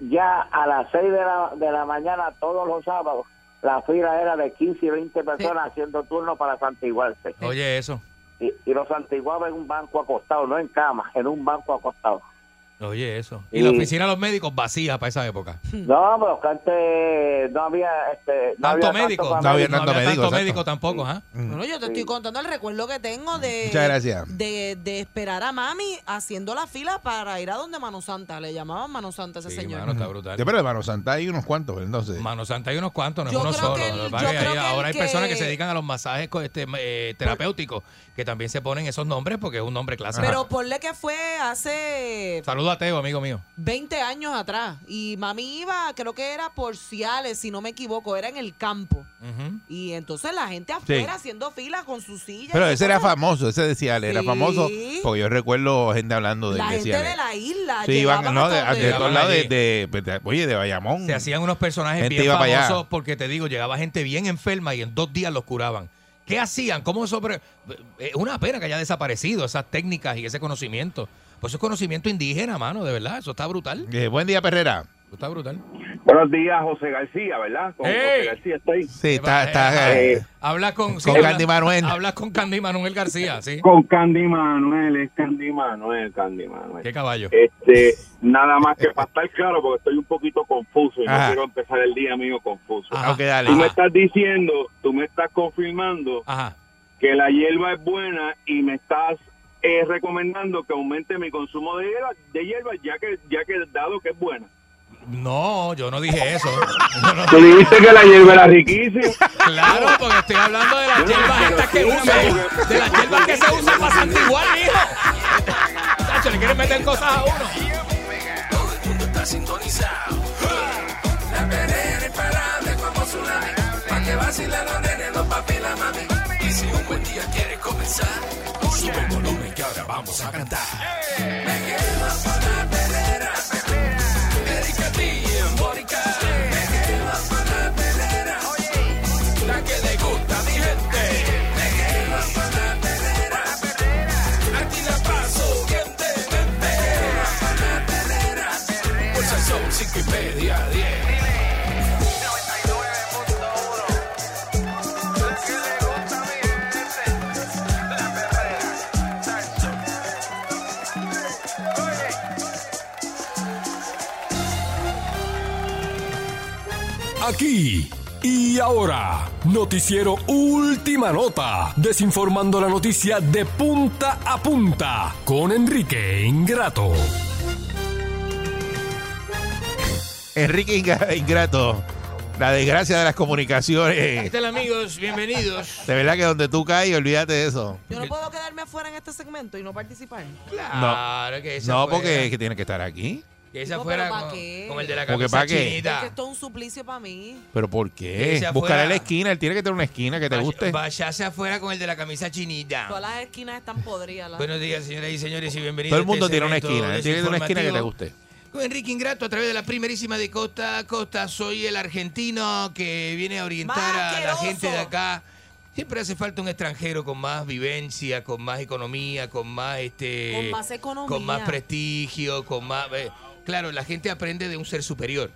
Speaker 14: ya a las 6 de la, de la mañana todos los sábados, la fila era de 15 y 20 personas haciendo turno para santiguarse.
Speaker 2: Oye, eso.
Speaker 14: Y, y los santiguaba en un banco acostado, no en cama, en un banco acostado.
Speaker 2: Oye, eso. Y
Speaker 14: Y-
Speaker 2: la oficina de los médicos vacía para esa época.
Speaker 14: No, pero que antes no había... Este, no
Speaker 2: Tanto
Speaker 14: había
Speaker 2: médico.
Speaker 14: tanto
Speaker 1: No había
Speaker 14: familia.
Speaker 1: tanto médico, exacto. Mm.
Speaker 2: médico tampoco, ¿ah?
Speaker 3: Bueno, yo te estoy contando el recuerdo que tengo de,
Speaker 1: Muchas gracias.
Speaker 3: de, de esperar a mami haciendo la fila para ir a donde Mano Santa. Le llamaban Mano Santa a ese
Speaker 2: Sí,
Speaker 3: señor.
Speaker 2: mano,
Speaker 1: Mm.
Speaker 2: está brutal.
Speaker 1: Yo, pero de Mano Santa hay unos cuantos, entonces.
Speaker 2: Mano Santa hay unos cuantos, no es
Speaker 3: Yo
Speaker 2: uno
Speaker 3: creo
Speaker 2: solo.
Speaker 3: que el-
Speaker 2: Lo
Speaker 3: yo
Speaker 2: que pasa es que
Speaker 3: creo
Speaker 2: hay-
Speaker 3: que el
Speaker 2: ahora hay
Speaker 3: que-
Speaker 2: personas que se dedican a los masajes co- este, eh, terapéuticos que también se ponen esos nombres porque es un nombre clásico.
Speaker 3: Pero ponle que fue hace
Speaker 2: Saludo a Teo, amigo mío.
Speaker 3: 20 años atrás. Y mami iba, creo que era por Ciales, si no me equivoco, era en el campo.
Speaker 2: Ujú.
Speaker 3: Y entonces la gente afuera haciendo fila con sus sillas.
Speaker 1: Pero
Speaker 3: y
Speaker 1: ese era
Speaker 3: cosas.
Speaker 1: famoso, ese decía, él era
Speaker 3: Sí.
Speaker 1: famoso, porque yo recuerdo gente hablando de
Speaker 3: La
Speaker 1: él,
Speaker 3: gente
Speaker 1: decía él.
Speaker 3: de la isla.
Speaker 1: Sí, iban,
Speaker 3: llegaban
Speaker 1: no, de,
Speaker 3: hasta
Speaker 1: de
Speaker 3: donde-
Speaker 1: todos
Speaker 2: Llegaban
Speaker 1: lados, de,
Speaker 2: allí.
Speaker 1: de, pues, de- oye, de Bayamón.
Speaker 3: Mm.
Speaker 2: Se hacían unos personajes
Speaker 1: Gente
Speaker 2: bien
Speaker 1: iba para allá.
Speaker 2: famosos porque te digo, llegaba gente bien enferma y en dos días los curaban. ¿Qué hacían? ¿Cómo sobre.? Es una pena que haya desaparecido esas técnicas y ese conocimiento. Pues eso es conocimiento indígena, mano, de verdad. Eso está brutal.
Speaker 1: Eh, buen día, Perrera.
Speaker 2: Eso está brutal.
Speaker 7: Buenos días, José García, ¿verdad? Con
Speaker 2: ¡Ey!
Speaker 7: José García estoy.
Speaker 1: Sí, está, está,
Speaker 2: Eh,
Speaker 1: eh,
Speaker 2: Habla con.
Speaker 1: con
Speaker 2: habla-
Speaker 1: Candy Manuel.
Speaker 2: Hablas con Candy Manuel García, sí.
Speaker 5: Con Candy Manuel, este es Candy Manuel, Candy Manuel.
Speaker 2: Qué caballo.
Speaker 5: Este, nada más que para estar claro, porque estoy un poquito confuso y
Speaker 1: Ajá.
Speaker 5: no quiero empezar el día mío confuso.
Speaker 2: Ah,
Speaker 1: ok, dale.
Speaker 5: Tú me estás diciendo, tú me estás confirmando
Speaker 2: Ajá.
Speaker 5: que la hierba es buena y me estás eh, recomendando que aumente mi consumo de hierba, de hierba ya que ya que dado que es buena.
Speaker 2: No, yo no dije eso. Yo no-
Speaker 5: Tú dijiste que la hierba era riquísima.
Speaker 2: claro, porque estoy hablando de las hierbas estas que usan. De las hierbas que se usan para santiguar, hijo. Chacho, le quieren meter cosas a uno.
Speaker 12: Todo el mundo está sintonizado. La perrera imparable como tsunami. Pa' que vacilen los nenes, los papi y la mami. Y si un buen día quieres comenzar, sube el volumen que ahora vamos a cantar. Me quedo con la perrera. Erika T en Boricua. Me quedo con la perrera. La que le gusta a mi gente. Me quedo con la perrera. Aquí la paso bien de mente. Pulsa el son, cinco y media, diez.
Speaker 10: Aquí y ahora, noticiero Última Nota, desinformando la noticia de punta a punta con Enrique Ingrato.
Speaker 1: Enrique Inga- Ingrato, la desgracia de las
Speaker 2: ¿Qué
Speaker 1: comunicaciones.
Speaker 2: tal, amigos? Bienvenidos.
Speaker 1: De verdad que donde tú caes, olvídate de eso.
Speaker 3: Yo no puedo quedarme afuera en este segmento y no participar.
Speaker 2: Claro que esa
Speaker 1: No,
Speaker 2: fuera-
Speaker 1: porque es que tienes que estar aquí.
Speaker 2: Que esa
Speaker 3: No,
Speaker 2: fuera
Speaker 3: pero ¿pa'
Speaker 2: con,
Speaker 3: qué?
Speaker 2: con el de la
Speaker 1: Porque
Speaker 2: camisa
Speaker 1: ¿pa' qué?
Speaker 3: Porque
Speaker 2: chinita.
Speaker 3: esto es un suplicio para mí.
Speaker 1: ¿Pero por qué?
Speaker 2: Esa
Speaker 1: Buscaré
Speaker 2: fuera-
Speaker 1: la esquina, él tiene que tener una esquina que te
Speaker 2: Vaya-
Speaker 1: guste.
Speaker 2: Vayase afuera con el de la camisa chinita.
Speaker 3: Todas las esquinas están podridas. las-
Speaker 2: Buenos días, señoras y señores, y bienvenidos.
Speaker 1: Todo
Speaker 2: a
Speaker 1: el mundo
Speaker 2: este
Speaker 1: tiene una
Speaker 2: segmento
Speaker 1: esquina, él tiene una esquina que te
Speaker 2: desinformativo.
Speaker 1: guste.
Speaker 2: Con Enrique Ingrato a través de la primerísima de Costa a Costa. Soy el argentino que viene a orientar
Speaker 3: ¡Más
Speaker 2: a la gente de
Speaker 3: asqueroso!
Speaker 2: acá. Siempre hace falta un extranjero con más vivencia, con más economía, con más este
Speaker 3: Con más economía.
Speaker 2: con más prestigio, con más eh, claro, la gente aprende de un ser superior.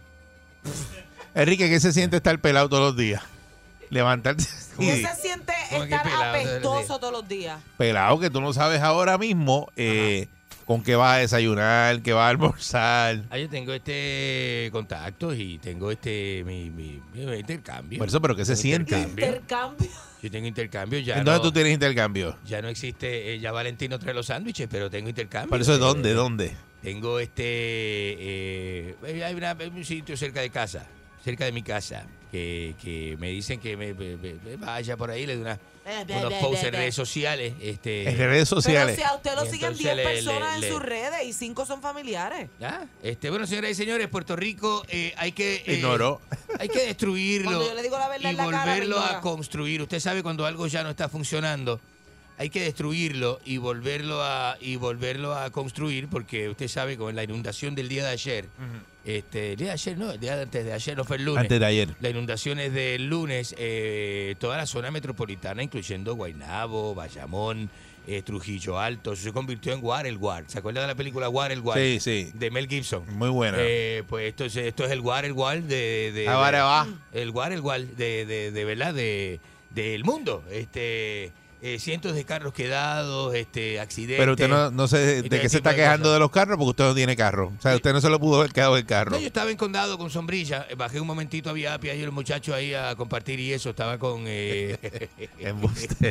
Speaker 1: Enrique, ¿qué se siente estar pelado todos los días? Levantarte.
Speaker 3: ¿Qué
Speaker 1: y-
Speaker 3: se siente
Speaker 2: Como que
Speaker 3: estar
Speaker 2: pelado todos los días.
Speaker 3: apestoso todos los días?
Speaker 1: pelado que tú no sabes ahora mismo eh, con qué vas a desayunar, qué vas a almorzar.
Speaker 2: Ah, yo tengo este contacto y tengo este mi, mi- mi intercambio.
Speaker 1: Por eso, pero ¿qué se
Speaker 2: Tengo
Speaker 1: siente?
Speaker 2: intercambio.
Speaker 3: Intercambio.
Speaker 2: Yo tengo intercambio ya.
Speaker 1: Entonces
Speaker 2: no-
Speaker 1: tú tienes intercambio.
Speaker 2: Ya no existe, eh, ya Valentino trae los sándwiches, pero tengo intercambio.
Speaker 1: Por eso,
Speaker 2: Eh,
Speaker 1: ¿dónde? ¿Dónde?
Speaker 2: Tengo este. eh, hay, una- hay un sitio cerca de casa, cerca de mi casa, que, que me dicen que me, me- me- me vaya por ahí, le doy una,
Speaker 3: Eh,
Speaker 2: unos posts en redes sociales. Este,
Speaker 1: En redes
Speaker 3: Pero
Speaker 1: sociales.
Speaker 3: si a usted lo siguen
Speaker 2: Entonces
Speaker 3: 10
Speaker 2: le-
Speaker 3: personas
Speaker 2: le-
Speaker 3: en
Speaker 2: le-
Speaker 3: sus redes y 5 son familiares.
Speaker 2: ¿ya? Este, bueno, señoras y señores, Puerto Rico eh, hay que. eh,
Speaker 1: Ignoró.
Speaker 2: Hay que destruirlo
Speaker 3: Cuando yo le digo la verdad
Speaker 2: y
Speaker 3: en la cara, me
Speaker 2: volverlo a
Speaker 3: ignora.
Speaker 2: construir. Usted sabe cuando algo ya no está funcionando, hay que destruirlo y volverlo a y volverlo a construir porque usted sabe con la inundación del día de ayer, este, el día de ayer no, el día de antes de ayer no fue el lunes.
Speaker 1: Antes de ayer.
Speaker 2: Las inundaciones del lunes, eh, toda la zona metropolitana, incluyendo Guaynabo, Bayamón, eh, Trujillo Alto, se convirtió en War el War. ¿Se acuerda de la película War el War?
Speaker 1: Sí, sí.
Speaker 2: De Mel Gibson.
Speaker 1: Muy buena.
Speaker 2: Eh, pues esto es, esto es el War el War de... de-
Speaker 1: Ahora
Speaker 2: de-
Speaker 1: va.
Speaker 2: El War el War de, de, de verdad, de, del mundo. Este, eh, cientos de carros quedados, este, accidentes.
Speaker 1: Pero usted no, no sé
Speaker 2: este
Speaker 1: de qué se
Speaker 2: tipo
Speaker 1: está
Speaker 2: de
Speaker 1: quejando
Speaker 2: cosas.
Speaker 1: de los carros porque usted no tiene carro. O sea, usted no se lo pudo haber quedado el carro.
Speaker 2: No, yo estaba en condado con sombrilla, eh, bajé un momentito a Viapia y los muchachos ahí a compartir y eso, estaba con eh,
Speaker 1: Embuste.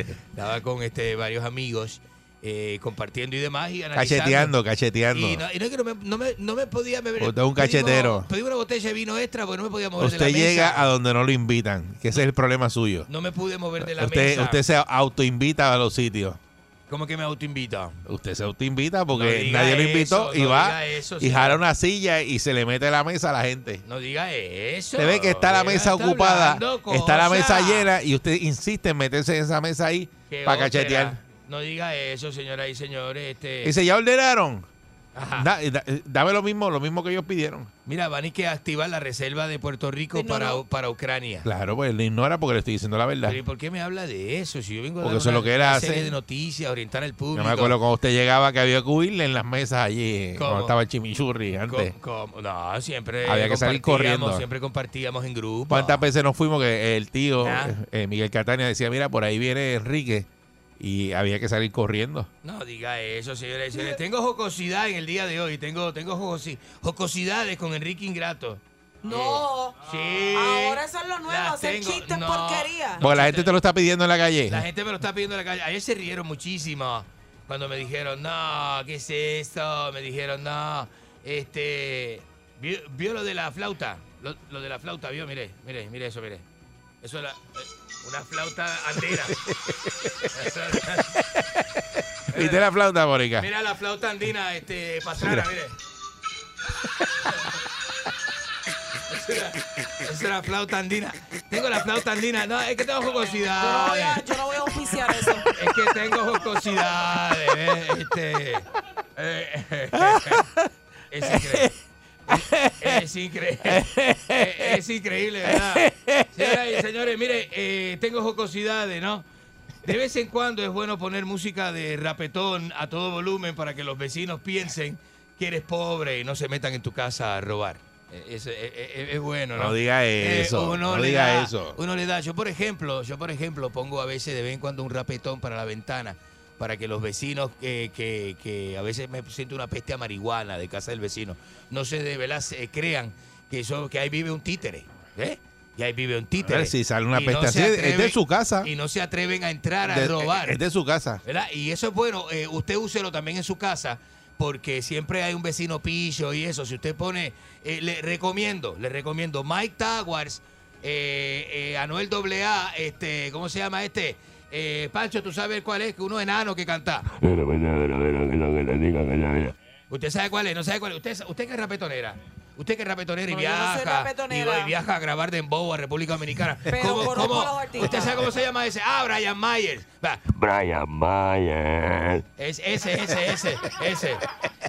Speaker 2: estaba con este varios amigos eh, compartiendo y demás y analizando.
Speaker 1: Cacheteando, cacheteando.
Speaker 2: Y no, y no es que no me, no me- no me podía beber.
Speaker 1: Usted es un
Speaker 2: Pedimos-
Speaker 1: cachetero.
Speaker 2: Pedí, una botella de vino extra porque no me podía mover de la
Speaker 1: Usted
Speaker 2: mesa.
Speaker 1: llega a donde no lo invitan, que ese es el problema suyo.
Speaker 2: No me pude mover de la
Speaker 1: Usted,
Speaker 2: mesa.
Speaker 1: usted se autoinvita a los sitios.
Speaker 2: ¿Cómo que me autoinvita?
Speaker 1: Usted se autoinvita
Speaker 2: No
Speaker 1: porque
Speaker 2: diga
Speaker 1: nadie lo invitó
Speaker 2: eso,
Speaker 1: y
Speaker 2: no
Speaker 1: va
Speaker 2: diga eso,
Speaker 1: y
Speaker 2: sí.
Speaker 1: jala una silla y se le mete la mesa a la gente.
Speaker 2: No diga eso.
Speaker 1: Usted ve que está la
Speaker 2: Oiga,
Speaker 1: mesa ocupada,
Speaker 2: hablando
Speaker 1: está la mesa
Speaker 2: cosas.
Speaker 1: llena y usted insiste en meterse en esa mesa ahí
Speaker 2: Qué
Speaker 1: para
Speaker 2: ópera.
Speaker 1: cachetear.
Speaker 2: No diga eso, señoras y señores. Este...
Speaker 1: Dice, ¿ya ordenaron?
Speaker 2: Ajá.
Speaker 1: Da- eh, da- dame lo mismo, lo mismo que ellos pidieron.
Speaker 2: Mira, van y que activar la reserva de Puerto Rico
Speaker 3: Sí, no,
Speaker 2: para,
Speaker 3: no.
Speaker 2: para Ucrania.
Speaker 1: Claro, pues le ignora porque le estoy diciendo la verdad.
Speaker 2: Pero ¿y por qué me habla de eso? Si yo vengo a
Speaker 1: Porque
Speaker 2: dar
Speaker 1: eso es
Speaker 2: una-
Speaker 1: lo que él
Speaker 2: una
Speaker 1: hace.
Speaker 2: serie de noticias, orientar al público.
Speaker 1: Yo me acuerdo cuando usted llegaba que había que huirle en las mesas allí, eh,
Speaker 2: ¿Cómo?
Speaker 1: cuando estaba el chimichurri
Speaker 2: Co-
Speaker 1: antes.
Speaker 2: como- no, siempre
Speaker 1: Había que salir
Speaker 2: compartíamos,
Speaker 1: corriendo.
Speaker 2: Siempre compartíamos en grupo.
Speaker 1: ¿Cuántas veces nos fuimos que el tío
Speaker 2: Ah.
Speaker 1: eh, eh, Miguel Catania decía, mira, por ahí viene Enrique y había que salir corriendo?
Speaker 2: No diga eso, señores y señores. Tengo jocosidad en el día de hoy. Tengo, tengo jocosi- jocosidades con Enrique Ingrato.
Speaker 3: No.
Speaker 2: Sí.
Speaker 3: Ahora Oh, eso es lo nuevo,
Speaker 2: Las
Speaker 3: hacer
Speaker 2: tengo.
Speaker 3: chistes
Speaker 2: Ah, No.
Speaker 3: porquería.
Speaker 1: Porque la
Speaker 2: sí,
Speaker 1: gente
Speaker 2: te-
Speaker 1: te lo está pidiendo en la calle.
Speaker 2: La gente me lo está pidiendo en la calle. Ayer se rieron muchísimo cuando me dijeron, no, ¿qué es esto? Me dijeron, no, este, vio, vio lo de la flauta, lo, lo de la flauta, vio, mire, mire, mire eso, mire. Eso es la- eh, una flauta andera.
Speaker 1: ¿Viste la flauta, Mónica?
Speaker 2: mira la flauta andina, este, pastrana,
Speaker 1: Mira.
Speaker 2: mire. Esa es la flauta andina. Tengo la flauta andina. No, es que tengo
Speaker 3: Yo no, voy
Speaker 2: jocosidades.
Speaker 3: a, yo no voy a auspiciar eso.
Speaker 2: Es que tengo jocosidades. ¿eh? Este, eh, es increíble. Es, increíble. Es increíble, ¿verdad? Señoras y señores, mire, eh, tengo jocosidades, ¿no? De vez en cuando es bueno poner música de rapetón a todo volumen para que los vecinos piensen que eres pobre y no se metan en tu casa a robar. Eh, Es, eh, eh, es bueno, ¿no?
Speaker 1: No diga
Speaker 2: Eh,
Speaker 1: eso,
Speaker 2: uno
Speaker 1: no
Speaker 2: le
Speaker 1: diga
Speaker 2: da-
Speaker 1: eso.
Speaker 2: Uno le da, yo por ejemplo, yo por ejemplo pongo a veces de vez en cuando un rapetón para la ventana para que los vecinos que, que, que a veces me siento una peste a marihuana de casa del vecino, no se de verdad se crean que eso que ahí vive un títere, ¿eh? Y ahí vive un títere.
Speaker 1: A ver, si sale una
Speaker 2: Y no
Speaker 1: peste así,
Speaker 2: se
Speaker 1: es de
Speaker 2: atreven-
Speaker 1: su casa.
Speaker 2: Y no se atreven a entrar a
Speaker 1: De-
Speaker 2: robar.
Speaker 1: Es de su casa.
Speaker 2: ¿verdad? Y eso es bueno, eh, usted úselo también en su casa, porque siempre hay un vecino pillo y eso. Si usted pone, eh, le recomiendo, le recomiendo Mike Towers, eh, eh, Anuel AA, este, ¿cómo se llama este? Eh, Pancho, tú sabes cuál es, que uno enano que canta. Usted sabe cuál es, no sabe cuál es. Usted, usted que es rapetonera. Usted que es rapetonera y
Speaker 3: No, yo no soy
Speaker 2: viaja.
Speaker 3: rapetonera.
Speaker 2: Y, viaja a grabar de Embow a República Dominicana.
Speaker 3: Pero conozco a los artistas.
Speaker 2: ¿Usted sabe cómo se llama ese? Ah, Brian Myers. Va,
Speaker 8: Brian Myers.
Speaker 2: es, ese, ese, ese, ese.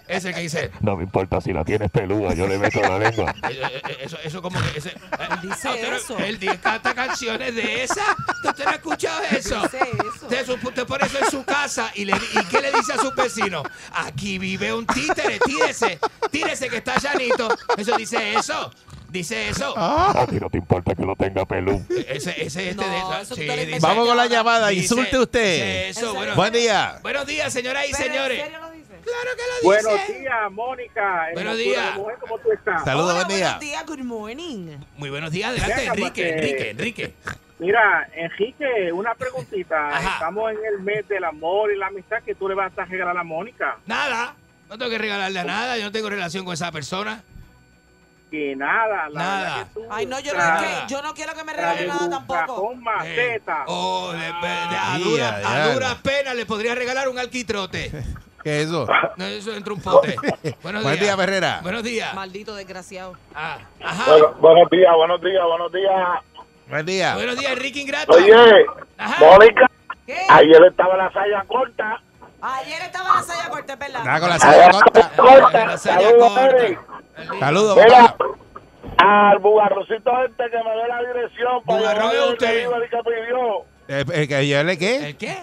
Speaker 2: Ese que dice.
Speaker 8: No me importa si la tienes peluda, yo le meto la lengua.
Speaker 2: eh, eh, Eso, eso como que. Ese, él
Speaker 3: dice eso.
Speaker 2: Él di- canta canciones de esa. ¿Que ¿Usted no ha escuchado eso?
Speaker 3: Dice eso.
Speaker 2: Usted, su- usted pone eso en su casa y, le, y ¿qué le dice a sus vecinos? Aquí vive un títere, tírese, tírese que está llanito. Eso dice eso. Dice eso.
Speaker 8: A ti no te importa que lo tenga pelú.
Speaker 2: Ese, ese, este
Speaker 3: No,
Speaker 2: de-
Speaker 3: eso tú te lo
Speaker 2: dice-
Speaker 3: inventaste.
Speaker 1: Vamos con la
Speaker 3: Dice-
Speaker 1: llamada,
Speaker 2: dice-
Speaker 1: insulte usted.
Speaker 2: dice eso, bueno.
Speaker 1: Buen día.
Speaker 2: Buenos días, señoras y
Speaker 3: Pero, ¿en
Speaker 2: señores.
Speaker 3: serio lo dices?
Speaker 2: Claro que lo dice.
Speaker 5: Buenos días, Mónica.
Speaker 2: Buenos
Speaker 5: Hermosura
Speaker 2: días.
Speaker 5: de mujer, ¿Cómo tú estás?
Speaker 1: Saludos,
Speaker 3: Hola,
Speaker 1: buen día.
Speaker 3: Buenos días, good morning.
Speaker 2: Muy buenos días, adelante,
Speaker 5: Venga,
Speaker 2: Enrique,
Speaker 5: porque-
Speaker 2: Enrique, Enrique.
Speaker 5: Mira, Enrique, una preguntita.
Speaker 2: Ajá.
Speaker 5: Estamos en el mes del amor y la amistad que tú le vas a regalar a Mónica.
Speaker 2: Nada, no tengo que regalarle a nada, yo no tengo relación con esa persona.
Speaker 5: Que nada, la
Speaker 2: Nada.
Speaker 5: verdad que tú,
Speaker 3: Ay, no, yo no,
Speaker 5: la-
Speaker 2: Nada.
Speaker 3: es que- yo no quiero que me
Speaker 5: la
Speaker 3: regale nada tampoco.
Speaker 5: Bujajón
Speaker 2: Eh,
Speaker 5: Maceta.
Speaker 2: oh, de- de- de- a
Speaker 5: Ah.
Speaker 1: Día,
Speaker 2: duras
Speaker 1: diablo.
Speaker 2: penas le podría regalar un alquitrote.
Speaker 1: ¿Qué es eso?
Speaker 2: No, eso entra un pote. Buenos
Speaker 1: Buen día,
Speaker 2: días.
Speaker 1: Ferrera.
Speaker 2: Buenos días.
Speaker 3: Maldito desgraciado.
Speaker 2: Ah, ajá.
Speaker 5: buenos días, buenos días, buenos días.
Speaker 1: Buen día.
Speaker 2: Buenos días, Enrique Ingrato.
Speaker 5: Oye,
Speaker 2: Ajá.
Speaker 5: Mónica,
Speaker 3: ¿Qué?
Speaker 5: ayer estaba la saya corta.
Speaker 3: Ayer estaba la saya corta, es ¿verdad?
Speaker 12: Ah,
Speaker 1: Nada con la
Speaker 5: Saya
Speaker 1: silla corta.
Speaker 5: corta. Saludos, Eric.
Speaker 1: Saludos,
Speaker 5: Mira,
Speaker 1: papá.
Speaker 5: al bugarrocito gente que me dé la dirección para
Speaker 2: Bugarrón
Speaker 5: llevarle
Speaker 2: es
Speaker 5: el
Speaker 2: usted.
Speaker 5: delivery que pidió.
Speaker 1: Eh, eh, que yo le qué?
Speaker 2: ¿El qué?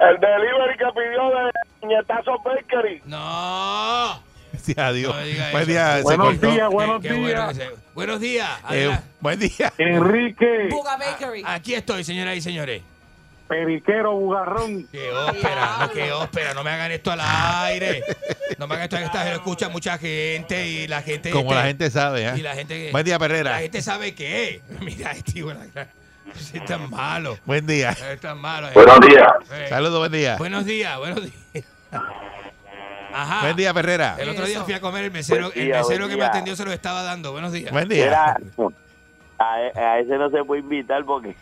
Speaker 5: El delivery que pidió de Niñetazo Bakery.
Speaker 2: No.
Speaker 1: Sí, adiós.
Speaker 2: No diga
Speaker 1: buen
Speaker 2: eso.
Speaker 1: día. se
Speaker 5: Buenos
Speaker 1: cortó.
Speaker 5: días.
Speaker 2: Buenos días. Buenos días.
Speaker 1: Eh,
Speaker 2: Adela-
Speaker 1: buen día.
Speaker 5: Enrique,
Speaker 3: Buga Bakery.
Speaker 2: Aquí estoy, señoras y señores.
Speaker 5: periquero bugarrón.
Speaker 2: Qué ópera, no, qué ópera, no me hagan esto al aire. No me hagan esto al aire, lo escucha mucha gente y la gente...
Speaker 1: Como la
Speaker 2: este,
Speaker 1: gente sabe. ¿eh?
Speaker 2: Y la gente-
Speaker 1: Buen día, Perrera.
Speaker 2: La gente sabe qué. Mira, este tío, la gran- es tan malo.
Speaker 1: Buen día.
Speaker 2: Es tan malo. eh.
Speaker 15: Buenos días.
Speaker 2: Eh,
Speaker 1: Saludos, buen día.
Speaker 2: Buenos días, buenos días. Ajá.
Speaker 1: Buen día, Perrera.
Speaker 2: Ah. El otro día fui a comer, el mesero,
Speaker 8: Buen
Speaker 2: el
Speaker 8: día,
Speaker 2: mesero
Speaker 8: buen
Speaker 2: que me
Speaker 8: día.
Speaker 2: atendió se lo estaba dando. Buenos días.
Speaker 1: Buen día.
Speaker 8: Mira, a, a ese no se puede invitar porque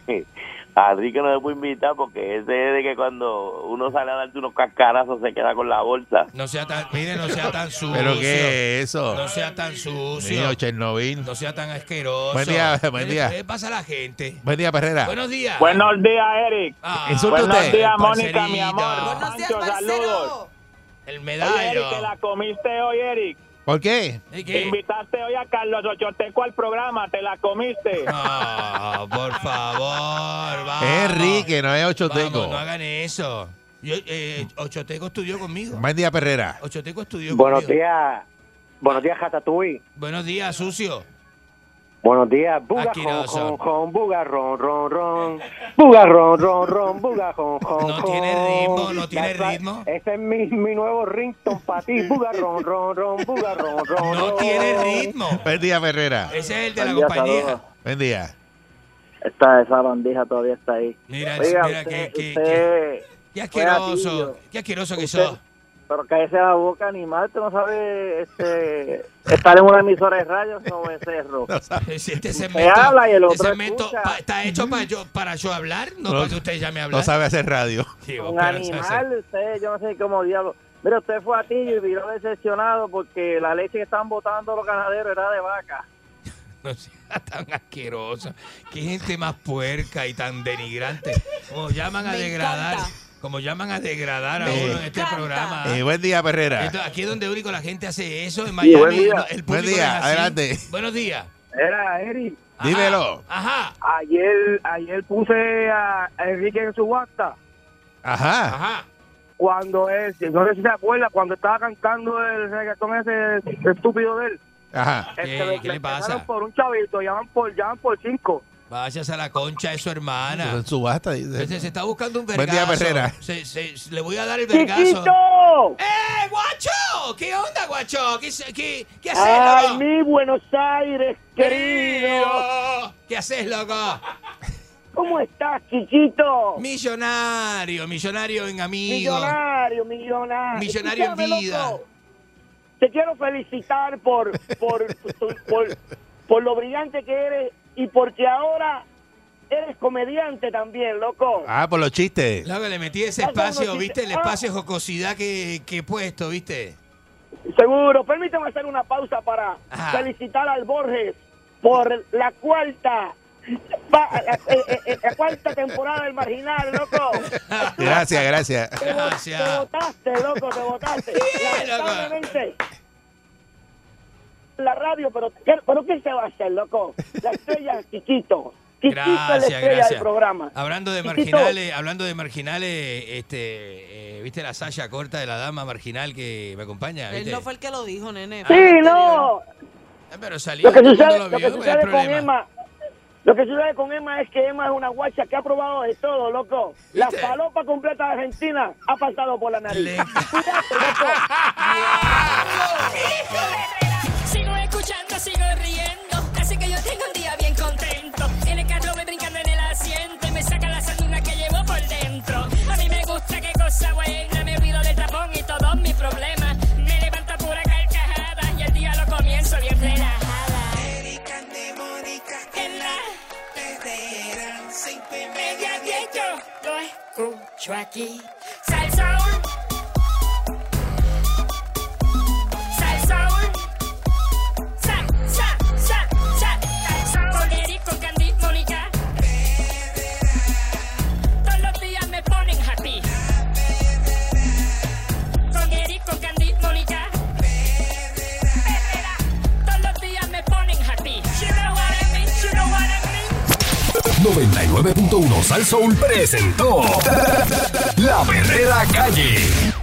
Speaker 8: a Enrique no se puede invitar porque ese es de que cuando uno sale a darte unos cascarazos se queda con la bolsa.
Speaker 2: No sea tan, mire, no sea tan sucio.
Speaker 1: ¿Pero qué es
Speaker 2: No
Speaker 1: eso?
Speaker 2: sea tan
Speaker 1: Mío,
Speaker 2: sucio.
Speaker 1: Chernobyl.
Speaker 2: No sea tan asqueroso.
Speaker 1: Buen día, buen
Speaker 2: ¿Qué le-
Speaker 1: día.
Speaker 2: ¿Qué le pasa a la gente?
Speaker 1: Buen día, Perrera.
Speaker 2: Buenos días.
Speaker 5: Buenos días, Eric.
Speaker 2: Ah,
Speaker 1: Insulte
Speaker 5: Buenos
Speaker 1: usted.
Speaker 5: días,
Speaker 2: Parcerita.
Speaker 5: Mónica, mi amor.
Speaker 3: Buenos días,
Speaker 5: Pancho, saludos.
Speaker 3: Marcelo.
Speaker 2: El
Speaker 5: Oye,
Speaker 2: medallo.
Speaker 5: Eric, que la comiste hoy, Eric.
Speaker 1: ¿Por qué?
Speaker 2: ¿Y qué?
Speaker 5: Invitaste hoy a Carlos Ochoteco al programa, te la comiste.
Speaker 2: No, Ah, por favor, vamos.
Speaker 1: Enrique, no es
Speaker 2: Ah, Vamos,
Speaker 1: Ochoteco.
Speaker 2: no hagan eso. Yo, eh, Ochoteco estudió conmigo.
Speaker 1: Buen día, Perrera.
Speaker 2: Ochoteco estudió
Speaker 8: Buenos
Speaker 2: conmigo.
Speaker 8: días, buenos días, Ratatouille.
Speaker 2: Buenos días, sucio.
Speaker 8: Buenos días,
Speaker 2: Aquí no son.
Speaker 8: bugarrón, ron, bugarrón, ron, ron, bugarrón, ron, ron, bugarrón, ron,
Speaker 2: No tiene ritmo, no tiene
Speaker 8: That's right.
Speaker 2: ritmo.
Speaker 8: Ese es mi, mi nuevo rington para ti, bugarrón, ron, ron, bugarrón, ron,
Speaker 2: No
Speaker 8: ron.
Speaker 2: tiene ritmo.
Speaker 1: Buen día, Ferrera.
Speaker 2: Ese es el de la
Speaker 8: Buen día,
Speaker 2: compañía.
Speaker 8: saludos.
Speaker 1: Buen día.
Speaker 8: Está, esa bandija todavía está ahí.
Speaker 2: Mira,
Speaker 8: Oiga,
Speaker 2: mira, qué,
Speaker 8: usted,
Speaker 2: qué, qué,
Speaker 8: usted,
Speaker 2: qué
Speaker 8: tío.
Speaker 2: asqueroso. Qué asqueroso que sos.
Speaker 8: pero cállese la boca, animal, tú no sabes este, estar en una emisora de radio, no es cerro.
Speaker 2: Si Este segmento,
Speaker 8: habla y el
Speaker 2: este
Speaker 8: otro
Speaker 2: segmento
Speaker 8: escucha.
Speaker 2: pa- está hecho para yo, para yo hablar, no,
Speaker 1: No-
Speaker 2: para que usted ya me hable.
Speaker 1: No sabe hacer radio.
Speaker 8: Un animal, usted, yo no sé cómo diablo. Mira, usted fue a ti y vino decepcionado porque la leche que están botando los ganaderos era de vaca.
Speaker 2: No sea tan asquerosa. Qué gente más puerca y tan denigrante. Como llaman a
Speaker 3: Me
Speaker 2: degradar.
Speaker 3: encanta.
Speaker 2: Como llaman a degradar a
Speaker 1: Me
Speaker 2: uno en este
Speaker 3: encanta.
Speaker 2: programa.
Speaker 1: Eh, buen día,
Speaker 2: Esto-
Speaker 1: Perrera.
Speaker 2: aquí es donde único la gente hace eso. En
Speaker 8: Sí,
Speaker 2: Miami.
Speaker 8: buen día.
Speaker 2: no- El público
Speaker 1: Buen
Speaker 2: no es
Speaker 1: día,
Speaker 2: así.
Speaker 1: adelante.
Speaker 2: Buenos días.
Speaker 8: Era, Eri,
Speaker 2: Ajá,
Speaker 1: Dímelo.
Speaker 2: Ajá.
Speaker 8: ayer, ayer puse a Enrique en su WhatsApp
Speaker 1: Ajá.
Speaker 2: Ajá.
Speaker 8: cuando es, yo no sé si se acuerda, cuando estaba cantando el reggaetón ese estúpido de él.
Speaker 1: Ajá.
Speaker 2: ¿Qué-
Speaker 8: Este, me-
Speaker 2: qué
Speaker 8: me
Speaker 2: le pasa?
Speaker 8: pegaron por un chavito, llaman por, llaman por cinco.
Speaker 2: Váyase a la concha de su hermana.
Speaker 1: En subasta, dice.
Speaker 2: Se, se está buscando un
Speaker 1: Buen
Speaker 2: vergazo.
Speaker 1: día, Perrera.
Speaker 2: Se- se- se- le voy a dar el vergazo.
Speaker 5: ¡Chiquito!
Speaker 2: ¡Eh, guacho! ¿Qué onda, guacho? ¿Qué, se- qué, qué haces,
Speaker 5: ¡Ay,
Speaker 2: loco?
Speaker 5: mi Buenos Aires, querido!
Speaker 2: Querido, ¿Qué haces, loco?
Speaker 5: ¿Cómo estás, chiquito?
Speaker 2: Millonario, millonario en amigos.
Speaker 5: Millonario, millonario.
Speaker 2: Millonario
Speaker 5: ¿Tú sabes,
Speaker 2: en vida.
Speaker 5: loco? Te quiero felicitar por, por, tu- por, por lo brillante que eres y porque ahora eres comediante también, loco.
Speaker 1: Ah, por los chistes.
Speaker 2: Loco, le metí ese
Speaker 5: Ya sabemos
Speaker 2: espacio,
Speaker 5: si-
Speaker 2: ¿viste? El
Speaker 5: ah.
Speaker 2: espacio de jocosidad que, que he puesto, ¿viste?
Speaker 5: Seguro. Permíteme hacer una pausa para
Speaker 2: Ajá.
Speaker 5: felicitar al Borges por la cuarta. pa- eh, eh, eh, la cuarta temporada del Marginal, loco.
Speaker 1: Gracias, gracias.
Speaker 5: Te, vo- te votaste, loco, te votaste.
Speaker 2: loco.
Speaker 5: Lamentablemente, La radio, pero ¿qué, pero ¿qué se va a hacer, loco? La estrella es Chiquito. Chiquito es la
Speaker 2: Gracias,
Speaker 5: estrella
Speaker 2: gracias. Ah,
Speaker 5: del programa.
Speaker 2: Hablando de
Speaker 5: Chiquito.
Speaker 2: marginales, hablando de marginales, este, eh, ¿viste la saya corta de la dama marginal que me acompaña?
Speaker 3: Él
Speaker 2: ¿viste?
Speaker 3: no fue el que lo dijo, nene.
Speaker 5: Sí, no.
Speaker 2: Ah, Pero salió,
Speaker 5: Lo que
Speaker 2: todo el mundo
Speaker 5: sucede,
Speaker 2: lo
Speaker 5: lo
Speaker 2: vio, ¿cuál
Speaker 5: que
Speaker 2: es el
Speaker 5: sucede con
Speaker 2: problema?
Speaker 5: Emma. Lo que sucede con Emma es que Emma es una guacha que ha probado de todo, loco. La
Speaker 2: ¿Viste?
Speaker 5: palopa completa de Argentina ha pasado por la nariz.
Speaker 2: Le-
Speaker 5: Cuidado, loco.
Speaker 9: Sigo escuchando, sigo riendo. Así que yo tengo un día bien contento. En el carro voy brincando en el asiento. y Me saca la sanduna que llevo por dentro. A mí me gusta qué cosa buena. Me olvido del tapón y todos mis problemas. Me levanta pura carcajada. Y el día lo comienzo bien relajada. En la media diez yo lo escucho aquí. Salsaul. Salsaul. Sal, sal, sal, sal. Salsaul. Con Eric, con Candy, Mónica. Todos los días me ponen happy. Con Eric, con Candy, Mónica. Perrera. Todos los días me ponen happy. You know what I mean, you know what I mean.
Speaker 10: 99.1 Sal Soul presentó La Verdadera Calle.